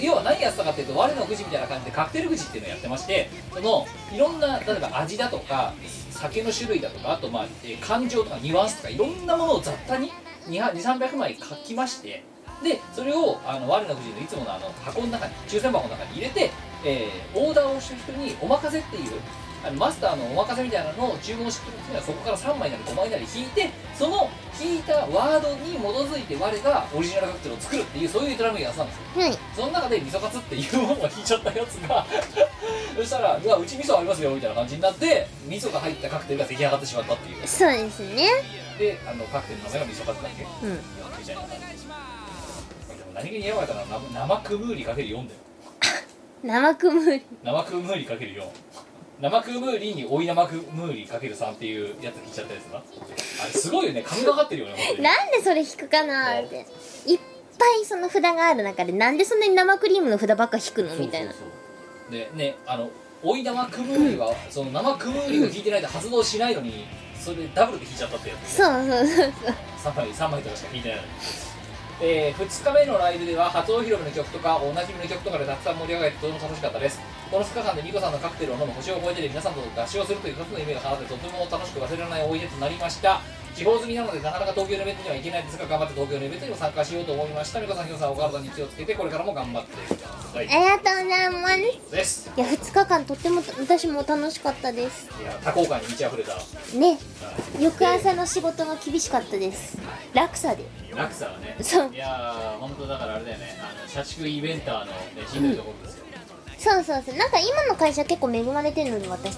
[SPEAKER 1] 要は何やってたかっていうと我のくじみたいな感じでカクテルくじっていうのをやってましてそのいろんな例えば味だとか酒の種類だとかあとまあ、えー感情とかニュアンスとかいろんなものを雑多に2300枚書きましてでそれをあの我のくじのいつものあの箱の中に抽選箱の中に入れて、えーオーダーをした人にお任せっていうあのマスターのお任せみたいなのを注文してくる人にはそこから3枚なり5枚なり引いてその引いたワードに基づいて我がオリジナルカクテルを作るっていうそういうドラムをやってたんですよ
[SPEAKER 2] はい
[SPEAKER 1] その中で味噌カツっていうものを引いちゃったやつが <laughs> そしたら「うわうち味噌ありますよ」みたいな感じになって味噌が入ったカクテルが出来上がってしまったっていう
[SPEAKER 2] そうですね
[SPEAKER 1] であのカクテルの名前が味噌カツだっけ
[SPEAKER 2] うん
[SPEAKER 1] みたいな感じでも何気にやばいからな生クムーリかける4だよ
[SPEAKER 2] 生クムーリ
[SPEAKER 1] 生クムーリかける4生クムーリに追い生クムーリかける3っていうやつ引いちゃったやつなあれすごいよね神がかってるよね本当に
[SPEAKER 2] なんでそれ引くかなーっていっぱいその札がある中でなんでそんなに生クリームの札ばっか引くのみたいな
[SPEAKER 1] そうそうそうでねあの追い生クムーリはその生クムーリを引いてないと発動しないのにそれでダブルで引いちゃったってやつ
[SPEAKER 2] そうそうそう
[SPEAKER 1] 3枚3枚とかしか弾いてないのに、えー、2日目のライブでは初お披露目の曲とかおなじみの曲とかでたくさん盛り上がってとても楽しかったですこの2日間でミコさんのカクテルを飲む星を超えてで皆さんと合唱するという2つの夢が叶ってとても楽しく忘れられない思い出となりました地方済みなのでなかなか東京のイベントには行けないですが頑張って東京のイベントにも参加しようと思いましたミコさんヒロさんお体に気をつけてこれからも頑張ってください
[SPEAKER 2] ありがとうございます
[SPEAKER 1] です
[SPEAKER 2] いや2日間とっても私も楽しかったです
[SPEAKER 1] いや多幸感に満ち溢れた
[SPEAKER 2] ね翌朝の仕事が厳しかったです落差で
[SPEAKER 1] 落差はね
[SPEAKER 2] そう
[SPEAKER 1] いやー本当だからあれだよねあの社畜イベンターの、ね、しんどいところですよ、
[SPEAKER 2] そうそうそうなんか今の会社結構恵まれてるので私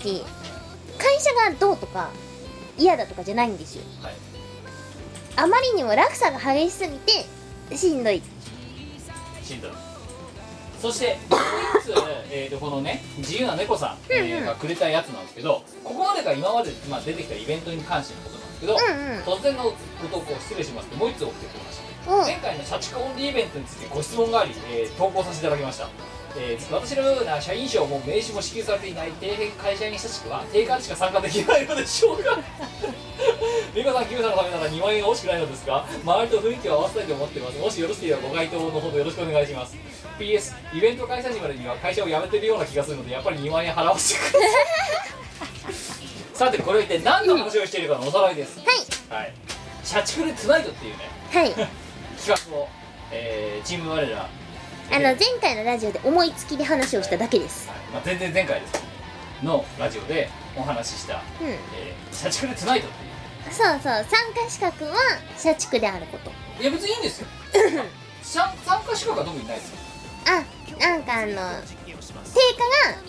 [SPEAKER 2] 会社がどうとか嫌だとかじゃないんですよ
[SPEAKER 1] はい
[SPEAKER 2] あまりにも落差が激しすぎてしんどい
[SPEAKER 1] しんどいそしてもう一つ、えーとこのね自由な猫さん、えーがくれたやつなんですけどここまでが今まで、まあ、出てきたイベントに関してのことなんですけど、
[SPEAKER 2] うんうん
[SPEAKER 1] 突然のご投稿失礼しますってもう一つ送ってきました
[SPEAKER 2] うん
[SPEAKER 1] 前回の社畜オンリーイベントについてご質問があり、えー投稿させていただきました、えー私のような社員証も名刺も支給されていない底辺会社員社畜は定価でしか参加できないのでしょうか <laughs> 美香さん、キムさんのためなら2万円は惜しくないのですが周りと雰囲気を合わせたいと思っていますもしよろしければご回答のほどよろしくお願いします PS イベント開催時までには会社を辞めてるような気がするのでやっぱり2万円払わせてくださいさてこれを一体何の話をしているかのおさらいですはい、はい、社畜でトゥナイトっていうね
[SPEAKER 2] はい
[SPEAKER 1] 企画を、えーチーム我ら、は
[SPEAKER 2] あの前回のラジオで思いつきで話をしただけです
[SPEAKER 1] いまあ、全然前回ですけどねのラジオでお話しした
[SPEAKER 2] うん
[SPEAKER 1] 「えー、社畜でトゥナイト」っていう
[SPEAKER 2] そうそう参加資格は社畜であること
[SPEAKER 1] いや別にいいんです <laughs> よ参参加資格は特にないですよ
[SPEAKER 2] あなんかあの定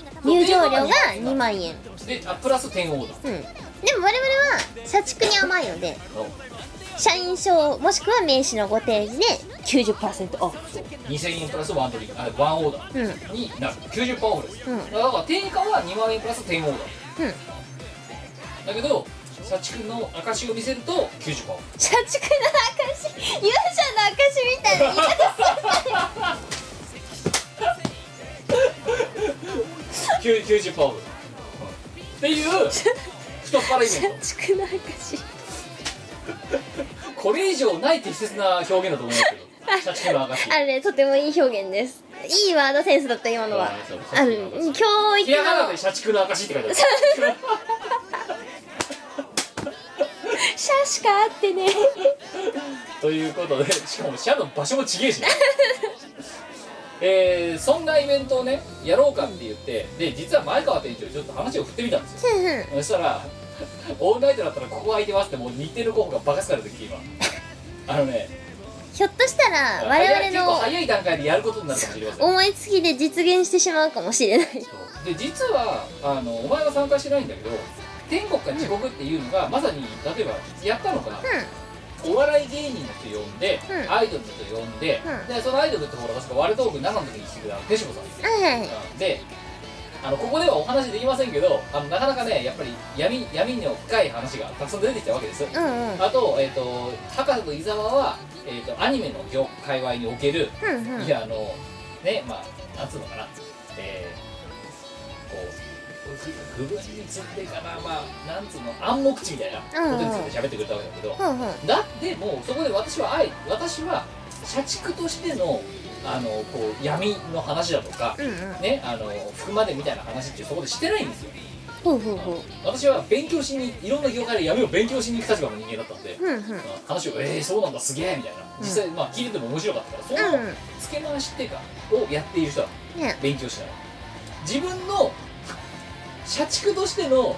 [SPEAKER 2] 価が入場料が2万円
[SPEAKER 1] であプラス点オーダー
[SPEAKER 2] うんでも我々は社畜に甘いので
[SPEAKER 1] の
[SPEAKER 2] 社員証もしくは名刺のご提示で90%オフ
[SPEAKER 1] 2000円プラスワンドリンクあワンオーダ
[SPEAKER 2] うんうん
[SPEAKER 1] ーになる90%オフです、
[SPEAKER 2] うん
[SPEAKER 1] だから定価は2万円プラス点オーダーだけど社畜の証を見せると90%オフ
[SPEAKER 2] 社畜の証勇者の証みたいな言い方
[SPEAKER 1] 90%オフ、うんっていう太っ腹イベント
[SPEAKER 2] 社畜の証
[SPEAKER 1] これ以上ない適切な表現だと思うんですけど社畜の証
[SPEAKER 2] <laughs> あれねとてもいい表現ですいいワードセンスだった今のは
[SPEAKER 1] そうそう
[SPEAKER 2] あの教育
[SPEAKER 1] ひらがな
[SPEAKER 2] の
[SPEAKER 1] で社畜の証って書いてある
[SPEAKER 2] 社しかあってね
[SPEAKER 1] ということでしかも社の場所もちげえしねえー、そんなイベントをねやろうかって言ってで実は前川店長にちょっと話を振ってみたんですよ
[SPEAKER 2] うんうん
[SPEAKER 1] そしたら「オールナイトだったらここ空いてます」ってもう日程の候補がバカすかれてきて今あのね
[SPEAKER 2] ひょっとしたら
[SPEAKER 1] 早い
[SPEAKER 2] 我
[SPEAKER 1] 結構
[SPEAKER 2] 々の
[SPEAKER 1] 早い段階でやることになるかもしれません
[SPEAKER 2] 思いつきで実現してしまうかもしれない
[SPEAKER 1] で実はあのお前は参加してないんだけど天国か地獄っていうのが、まさに例えばやったのかな、お笑い芸人の人呼んで、
[SPEAKER 2] うん
[SPEAKER 1] アイドルの人呼んで、
[SPEAKER 2] うん
[SPEAKER 1] でそのアイドルってほら確か割れトーク長の時にしてくれた手嶋さんですよ、
[SPEAKER 2] はいはい
[SPEAKER 1] うんであのここではお話できませんけどあのなかなかねやっぱり闇闇の深い話がたくさん出てきたわけです、
[SPEAKER 2] うんうん
[SPEAKER 1] あと,、えっと博士と伊沢は、えっとアニメの業界隈における
[SPEAKER 2] うんうん
[SPEAKER 1] いやあのねまあなんつうのかなえー、こう不分につってかなまあなんつうの暗黙知みたいなことについて喋ってくれたわけだけど、
[SPEAKER 2] うんうん
[SPEAKER 1] だってもうそこで私はあえ私は社畜としてのあのこう闇の話だとか、
[SPEAKER 2] うんうん
[SPEAKER 1] ねあの服までみたいな話ってそこでしてないんですよ
[SPEAKER 2] ほうほうほう
[SPEAKER 1] 私は勉強しにいろんな業界で闇を勉強しに行く立場の人間だったんで、
[SPEAKER 2] うんうん
[SPEAKER 1] 話を「えー、そうなんだすげえ」みたいな実際、まあ聞いてても面白かったからその
[SPEAKER 2] うん
[SPEAKER 1] つけ回しっていうかをやっている人は
[SPEAKER 2] ね
[SPEAKER 1] 勉強しない自分の社畜としての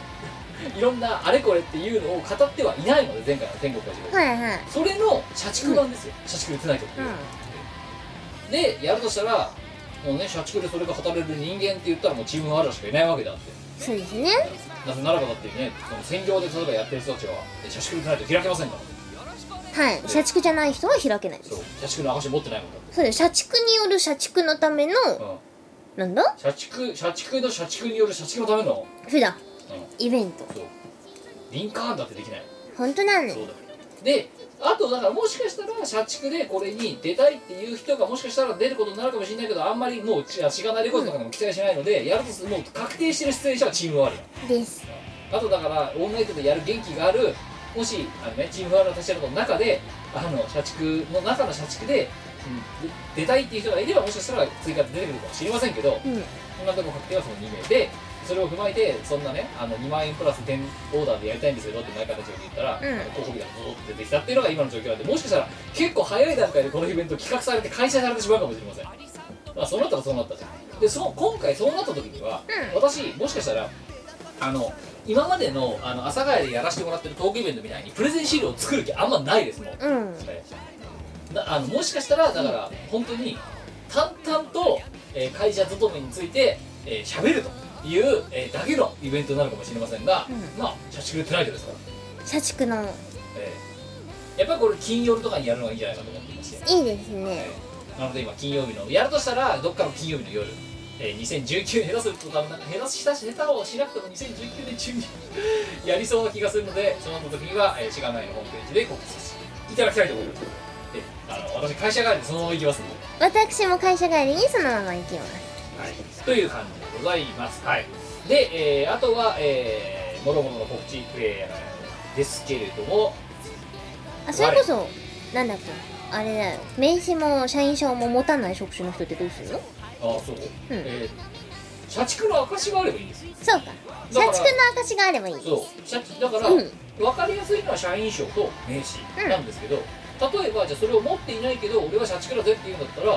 [SPEAKER 1] いろんなあれこれっていうのを語ってはいないので前回の天国会場、
[SPEAKER 2] はいはい
[SPEAKER 1] それの社畜版ですよ、社畜でつないとっていう、でやるとしたらもうね社畜でそれが語れる人間って言ったらもうチームワールドしかいないわけだって
[SPEAKER 2] そうですね
[SPEAKER 1] なぜならばだってねその専業で例えばやってる人たちはえ社畜でつないと開けませんから
[SPEAKER 2] はい社畜じゃない人は開けないです
[SPEAKER 1] そう社畜の証持ってないもんだ
[SPEAKER 2] そうです社畜による社畜のための
[SPEAKER 1] うん
[SPEAKER 2] なんだ
[SPEAKER 1] 社畜社畜の社畜による社畜のための
[SPEAKER 2] 普段
[SPEAKER 1] う
[SPEAKER 2] イベント
[SPEAKER 1] そうリンカーンだってできない
[SPEAKER 2] 本当なの
[SPEAKER 1] そうだからであとだからもしかしたら社畜でこれに出たいっていう人がもしかしたら出ることになるかもしれないけどあんまりもうちしがないレコードとかでも期待しないので、やるとすもう確定してる出演者はチームワール
[SPEAKER 2] です
[SPEAKER 1] ドあとだからオンライトでやる元気があるもしあの、ね、チームワールド立ち上げの中であの社畜の中の社畜で、うんで出たいっていう人がいればもしかしたら追加で出てくるかもしれませんけど、
[SPEAKER 2] うん
[SPEAKER 1] 今のところ確定はその2名でそれを踏まえてそんなねあの2万円プラス点オーダーでやりたいんですけどって前から言ったら、
[SPEAKER 2] うん
[SPEAKER 1] あの候補日が戻って出てきたっていうのが今の状況なんでもしかしたら結構早い段階でこのイベント企画されて開催されてしまうかもしれませんまあそうなったらそうなったじゃんでその今回そうなった時には、私もしかしたらあの今までのあの阿佐ヶ谷でやらせてもらってるトークイベントみたいにプレゼン資料を作る気あんまないですもん
[SPEAKER 2] うん
[SPEAKER 1] なあのもしかしたらだから本当に淡々と、えー会社勤めについて喋、えー、喋るという、えーだけのイベントになるかもしれませんが、
[SPEAKER 2] う
[SPEAKER 1] まあ社畜でトライトですから、
[SPEAKER 2] 社畜の
[SPEAKER 1] えやっぱりこれ金曜日とかにやるのがいいんじゃないかと思っていまして
[SPEAKER 2] いいですね
[SPEAKER 1] なので今金曜日のやるとしたらどっかの金曜日の夜、えー、2019下手すると多分なんか下手したし下手をしなくても2019年中にやりそうな気がするのでそうなった時には、えー、しがないのホームページで告知させていただきたいと思いますであの私会社帰りでそのまま行きますので
[SPEAKER 2] 私も会社帰りにそのまま行きます
[SPEAKER 1] はい、という感じでございます。はい、で、えーあとは、えー、もろもろの告知、えーですけれども、
[SPEAKER 2] あそれこそなんだっけあれだよ名刺も社員証も持たない職種の人ってどうするの
[SPEAKER 1] あそう、えー社畜の証があればいいんですよ。
[SPEAKER 2] そうか社
[SPEAKER 1] だから
[SPEAKER 2] 畜の証があればいいです
[SPEAKER 1] そう社畜だから、
[SPEAKER 2] うん
[SPEAKER 1] 分かりやすいのは社員証と名
[SPEAKER 2] う
[SPEAKER 1] 刺
[SPEAKER 2] ん
[SPEAKER 1] なんですけど、例えば、じゃあそれを持っていないけど、俺は社畜だぜって言うんだったら、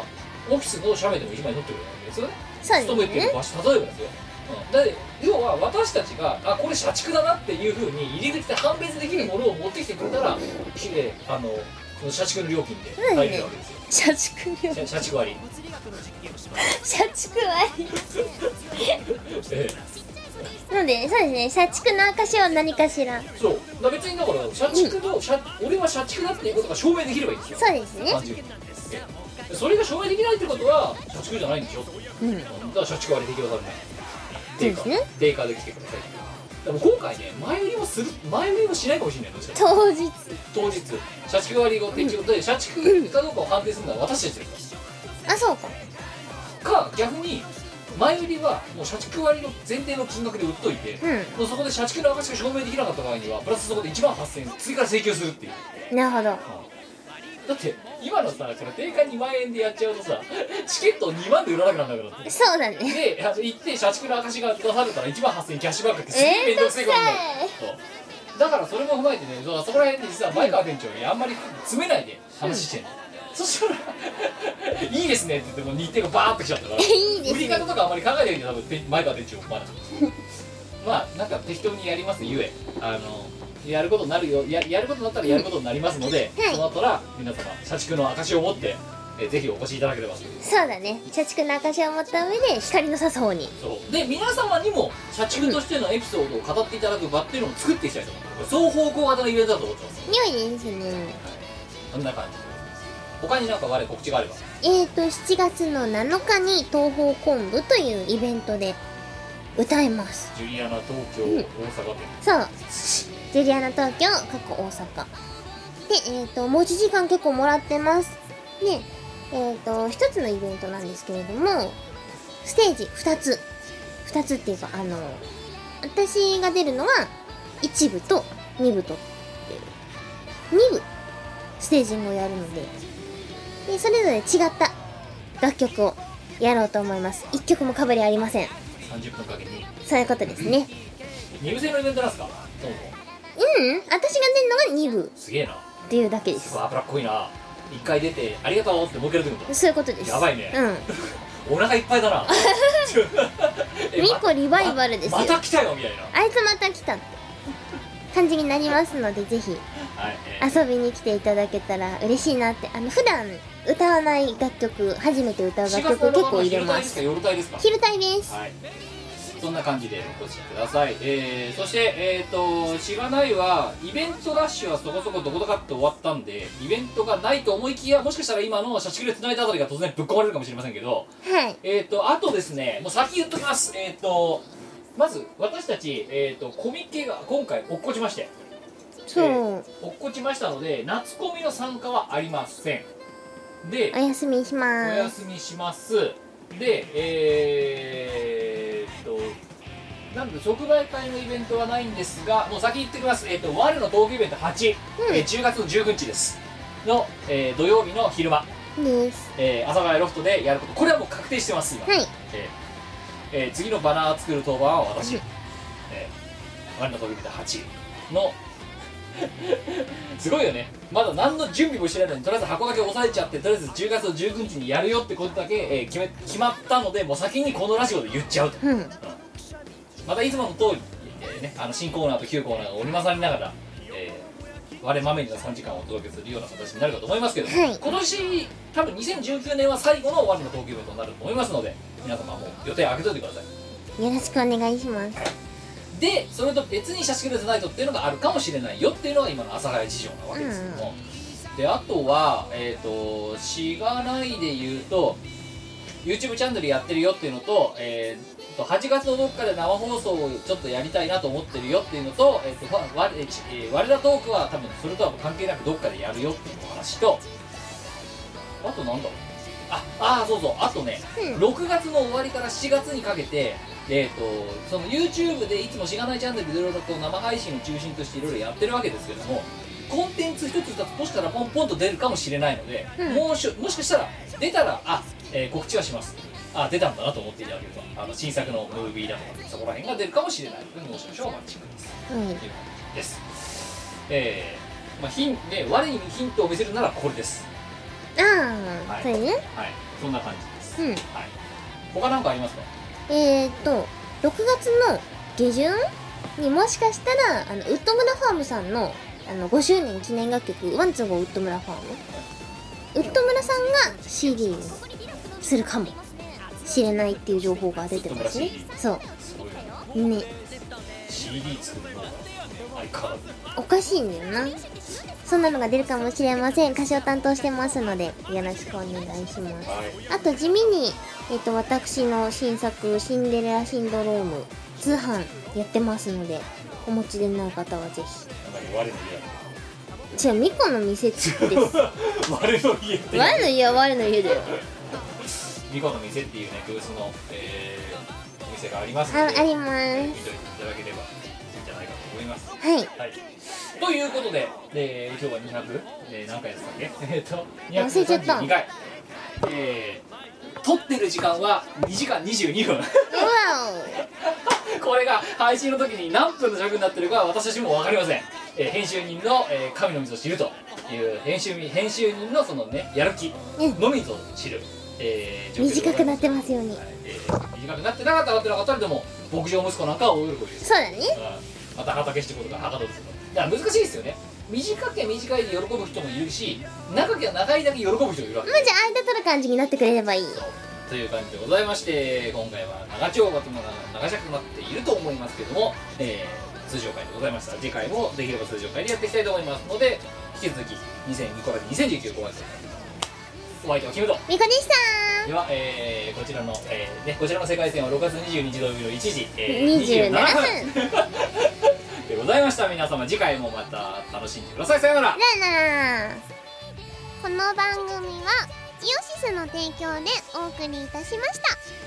[SPEAKER 1] オフィスの社名でも一枚取ってくれるわけですよね。
[SPEAKER 2] そう
[SPEAKER 1] 勤め
[SPEAKER 2] です
[SPEAKER 1] てる
[SPEAKER 2] ね
[SPEAKER 1] 場所例えばですよ、うん、だって要は私たちがあこれ社畜だなっていうふうに入り口で判別できるものを持ってきてくれたらきれいあのその社畜の料金で入れるわけですよ、
[SPEAKER 2] 社畜よ
[SPEAKER 1] 社
[SPEAKER 2] <laughs>
[SPEAKER 1] 社畜割、
[SPEAKER 2] 社畜は
[SPEAKER 1] え
[SPEAKER 2] なのでそうですね社畜の証は何かしら
[SPEAKER 1] えそうだから別にだから社畜と、社俺は社畜だっていうことが証明できればいいんですよ
[SPEAKER 2] そうですね
[SPEAKER 1] 単純にええそれが証明できないってことは社畜じゃないんでしょ、
[SPEAKER 2] うん
[SPEAKER 1] だから社畜割適用されない定価
[SPEAKER 2] そうですね
[SPEAKER 1] 定価で来てくださいでも今回ね前売りもする前売りもしないかもしれないの
[SPEAKER 2] 当日
[SPEAKER 1] 当日社畜割を適用で社畜かどうかを判定するのは私たちです
[SPEAKER 2] あそうか
[SPEAKER 1] か逆に前売りはもう社畜割の前提の金額で売っといて、
[SPEAKER 2] う
[SPEAKER 1] もうそこで社畜の証が証明できなかった場合にはプラスそこで1万8000円追加請求するっていう
[SPEAKER 2] なるほど
[SPEAKER 1] だって今のさこの定価2万円でやっちゃうとさチケットを2万で売らなくなるんだからって
[SPEAKER 2] そうだね
[SPEAKER 1] であの行って社畜の証が出されたら1万8000円キャッシュバックってすげえ
[SPEAKER 2] え
[SPEAKER 1] 面倒
[SPEAKER 2] ー
[SPEAKER 1] く
[SPEAKER 2] とく
[SPEAKER 1] せ
[SPEAKER 2] さ
[SPEAKER 1] え
[SPEAKER 2] い
[SPEAKER 1] ことになるそうだからそれも踏まえてねだからそこら辺で実は前川店長にあんまり詰めないで話してんの、そしたら <laughs> 「いいですね」って言ってもう日程がバーッと来ちゃったから
[SPEAKER 2] いいですね
[SPEAKER 1] 売り方とかあんまり考えないで多分て前川店長まだまあなんか適当にやりますゆえあのやることになるよややることになったらやることになりますので、
[SPEAKER 2] はい
[SPEAKER 1] その後ら皆様社畜の証を持ってえぜひお越しいただければと
[SPEAKER 2] そうだね社畜の証を持った上で光の笹方に
[SPEAKER 1] そうで皆様にも社畜としてのエピソードを語っていただく場っていうのを作っていきたいと思ってます双方向型のイベントだと思ってます
[SPEAKER 2] 良いですね
[SPEAKER 1] こんな感じで他になんか我告知があれば
[SPEAKER 2] えーと7月の7日に東方昆布というイベントで歌います
[SPEAKER 1] ジュリアナ東京、
[SPEAKER 2] うん
[SPEAKER 1] 大阪店
[SPEAKER 2] そうジュリアナ東京過去大阪でえっ、と持ち時間結構もらってますでえっ、と一つのイベントなんですけれどもステージ2つ2つっていうかあの私が出るのは1部と2部と2部ステージングをやるのででそれぞれ違った楽曲をやろうと思います1曲もかぶりありません
[SPEAKER 1] 30分かけに
[SPEAKER 2] そういうことですね
[SPEAKER 1] 二部制のイベントなんすかそうそう
[SPEAKER 2] うんうん私が出るのが2部
[SPEAKER 1] すげえな
[SPEAKER 2] っていうだけです
[SPEAKER 1] うわ脂っこいな一回出てありがとうってもう一回出てくるんだ
[SPEAKER 2] そういうことです
[SPEAKER 1] やばいね
[SPEAKER 2] う
[SPEAKER 1] お
[SPEAKER 2] ん
[SPEAKER 1] 腹いっぱいだ
[SPEAKER 2] <laughs>
[SPEAKER 1] なえ
[SPEAKER 2] ミコリバイバルですよ、
[SPEAKER 1] <laughs> ままた来たよみたいな
[SPEAKER 2] あいつまた来たって感じになりますのでぜひ
[SPEAKER 1] はい、えー
[SPEAKER 2] 遊びに来ていただけたら嬉しいなってあの普段歌わない楽曲初めて歌う
[SPEAKER 1] 4
[SPEAKER 2] 楽
[SPEAKER 1] 月の
[SPEAKER 2] 曲結構入れ
[SPEAKER 1] 夜帯
[SPEAKER 2] ま
[SPEAKER 1] です
[SPEAKER 2] す
[SPEAKER 1] か夜帯ですか
[SPEAKER 2] 昼帯です
[SPEAKER 1] はい、そんな感じでお越しください、えーそして、えー、と知らないはイベントラッシュはそこそこどこだかって終わったんでイベントがないと思いきやもしかしたら今の社畜でつないだあたりが突然ぶっ壊れるかもしれませんけど、
[SPEAKER 2] はい
[SPEAKER 1] えー、とあとですねもう先言っときます、えー、とまず私たち、えー、とコミケが今回落っこちまして
[SPEAKER 2] そう、
[SPEAKER 1] 落っこちましたので夏コミの参加はありませんで、
[SPEAKER 2] お休みし
[SPEAKER 1] お
[SPEAKER 2] ま
[SPEAKER 1] 休みしますでえー、っとなので即売会のイベントはないんですがもう先言ってきますえーっと我の東京イベント8、
[SPEAKER 2] うん
[SPEAKER 1] えー10月の19日ですの、えー土曜日の昼間、
[SPEAKER 2] すです
[SPEAKER 1] えー、朝ヶ谷ロフトでやることこれはもう確定してます今、
[SPEAKER 2] はい
[SPEAKER 1] えーえー次のバナー作る当番は私、えー、我の東京イベント8の <laughs> すごいよねまだ何の準備もしてないのにとりあえず箱だけ押さえちゃってとりあえず10月の19日にやるよってことだけ、えー決め決まったのでもう先にこのラジオで言っちゃうと
[SPEAKER 2] うん
[SPEAKER 1] またいつもの通り、えーね、あの新コーナーと旧コーナーが織り交ざりながら、えー、我まめにな3時間をお届けするような形になるかと思いますけど、
[SPEAKER 2] はい
[SPEAKER 1] 今年多分2019年は最後の我の東京イベントになると思いますので皆様もう予定開けといてください
[SPEAKER 2] よろしくお願いします
[SPEAKER 1] でそれと別に社畜デザナイトっていうのがあるかもしれないよっていうのが今の朝早事情なわけですけども、であとはえっ、としがないで言うと YouTube チャンネルやってるよっていうのと,、えーと8月のどっかで生放送をちょっとやりたいなと思ってるよっていうのと,、えーとわわえーちえー我らトークは多分それとは関係なくどっかでやるよっていうお話とあとなんだろうああーそうそうあとね
[SPEAKER 2] うん
[SPEAKER 1] 6月の終わりから7月にかけて、えー、とその YouTube でいつもしがないチャンネルでいろいろと生配信を中心としていろいろやってるわけですけどもコンテンツ一つ二つもしかしたらポンポンと出るかもしれないので、
[SPEAKER 2] うん
[SPEAKER 1] もうしもしかしたら出たらあ、えー告知はしますあ出たんだなと思っていただければあの新作のムービーだとかそこら辺が出るかもしれないのでもう少々お待ちください
[SPEAKER 2] はい
[SPEAKER 1] という感じですえーまあ、ヒンで我にヒントを見せるならこれです
[SPEAKER 2] ああ
[SPEAKER 1] はい
[SPEAKER 2] それね
[SPEAKER 1] はいそんな感じです、
[SPEAKER 2] うん
[SPEAKER 1] はい他なんかありますか
[SPEAKER 2] えー、っと6月の下旬にもしかしたらあのウッドムラファームさんのあの5周年記念楽曲「ワンツーゴーウッドムラファーム」ウッドムラさんが CD にするかもしれないっていう情報が出てますねそ
[SPEAKER 1] すごいな
[SPEAKER 2] うね
[SPEAKER 1] CD 作るのが相変わらず
[SPEAKER 2] おかしいんだよなそんなのが出るかもしれません歌詞を担当してますのでよろしくお願いします
[SPEAKER 1] はい
[SPEAKER 2] あと地味に、えっと私の新作「シンデレラシンドローム」通販やってますのでお持ちでない方はぜ
[SPEAKER 1] なんか我の
[SPEAKER 2] ひ違うミコの店です
[SPEAKER 1] 家我の家っていう
[SPEAKER 2] 我の家は我の家だよ
[SPEAKER 1] ミコの店っていうねブースの、えーお店があります
[SPEAKER 2] あ
[SPEAKER 1] ので
[SPEAKER 2] ありま
[SPEAKER 1] えー見
[SPEAKER 2] す
[SPEAKER 1] といていただければいいんじゃないかと思います
[SPEAKER 2] はい
[SPEAKER 1] はいということで、えー今日は200、えー何回ですか <laughs> ねえっと
[SPEAKER 2] 忘れちゃった
[SPEAKER 1] 232回えー撮ってる時間は2時間22分 <laughs>
[SPEAKER 2] うわ
[SPEAKER 1] これが配信の時に何分の尺になってるかは私たちも分かりません、えー編集人の、えー神の水を知るという編集人編集人のそのねやる気のみぞ知る、えー状
[SPEAKER 2] お
[SPEAKER 1] 況でございます
[SPEAKER 2] 短くなってますように
[SPEAKER 1] はいえー短くなってなかったらなってなかったらでも牧場息子なんかは大喜びです
[SPEAKER 2] そうだね
[SPEAKER 1] うんまた畑してことがはかどるとだから難しいですよね短け短いで喜ぶ人もいるし長け長いだけ喜ぶ人もいるわけ
[SPEAKER 2] まあじゃあ間取る感じになってくれればいい
[SPEAKER 1] という感じでございまして今回は長丁場とも長尺となっていると思いますけども、えー通常回でございました次回もできれば通常回でやっていきたいと思いますので引き続き2002から2019ご愛聴お相手はキムと
[SPEAKER 2] ミコでした
[SPEAKER 1] では、えーこちらの、えーね、こちらの世界線は6月22日土曜日の1時、えー
[SPEAKER 2] 27
[SPEAKER 1] 27分でございました皆様次回もまた楽しんでくださいさようなら
[SPEAKER 2] ララこの番組はイオシスの提供でお送りいたしました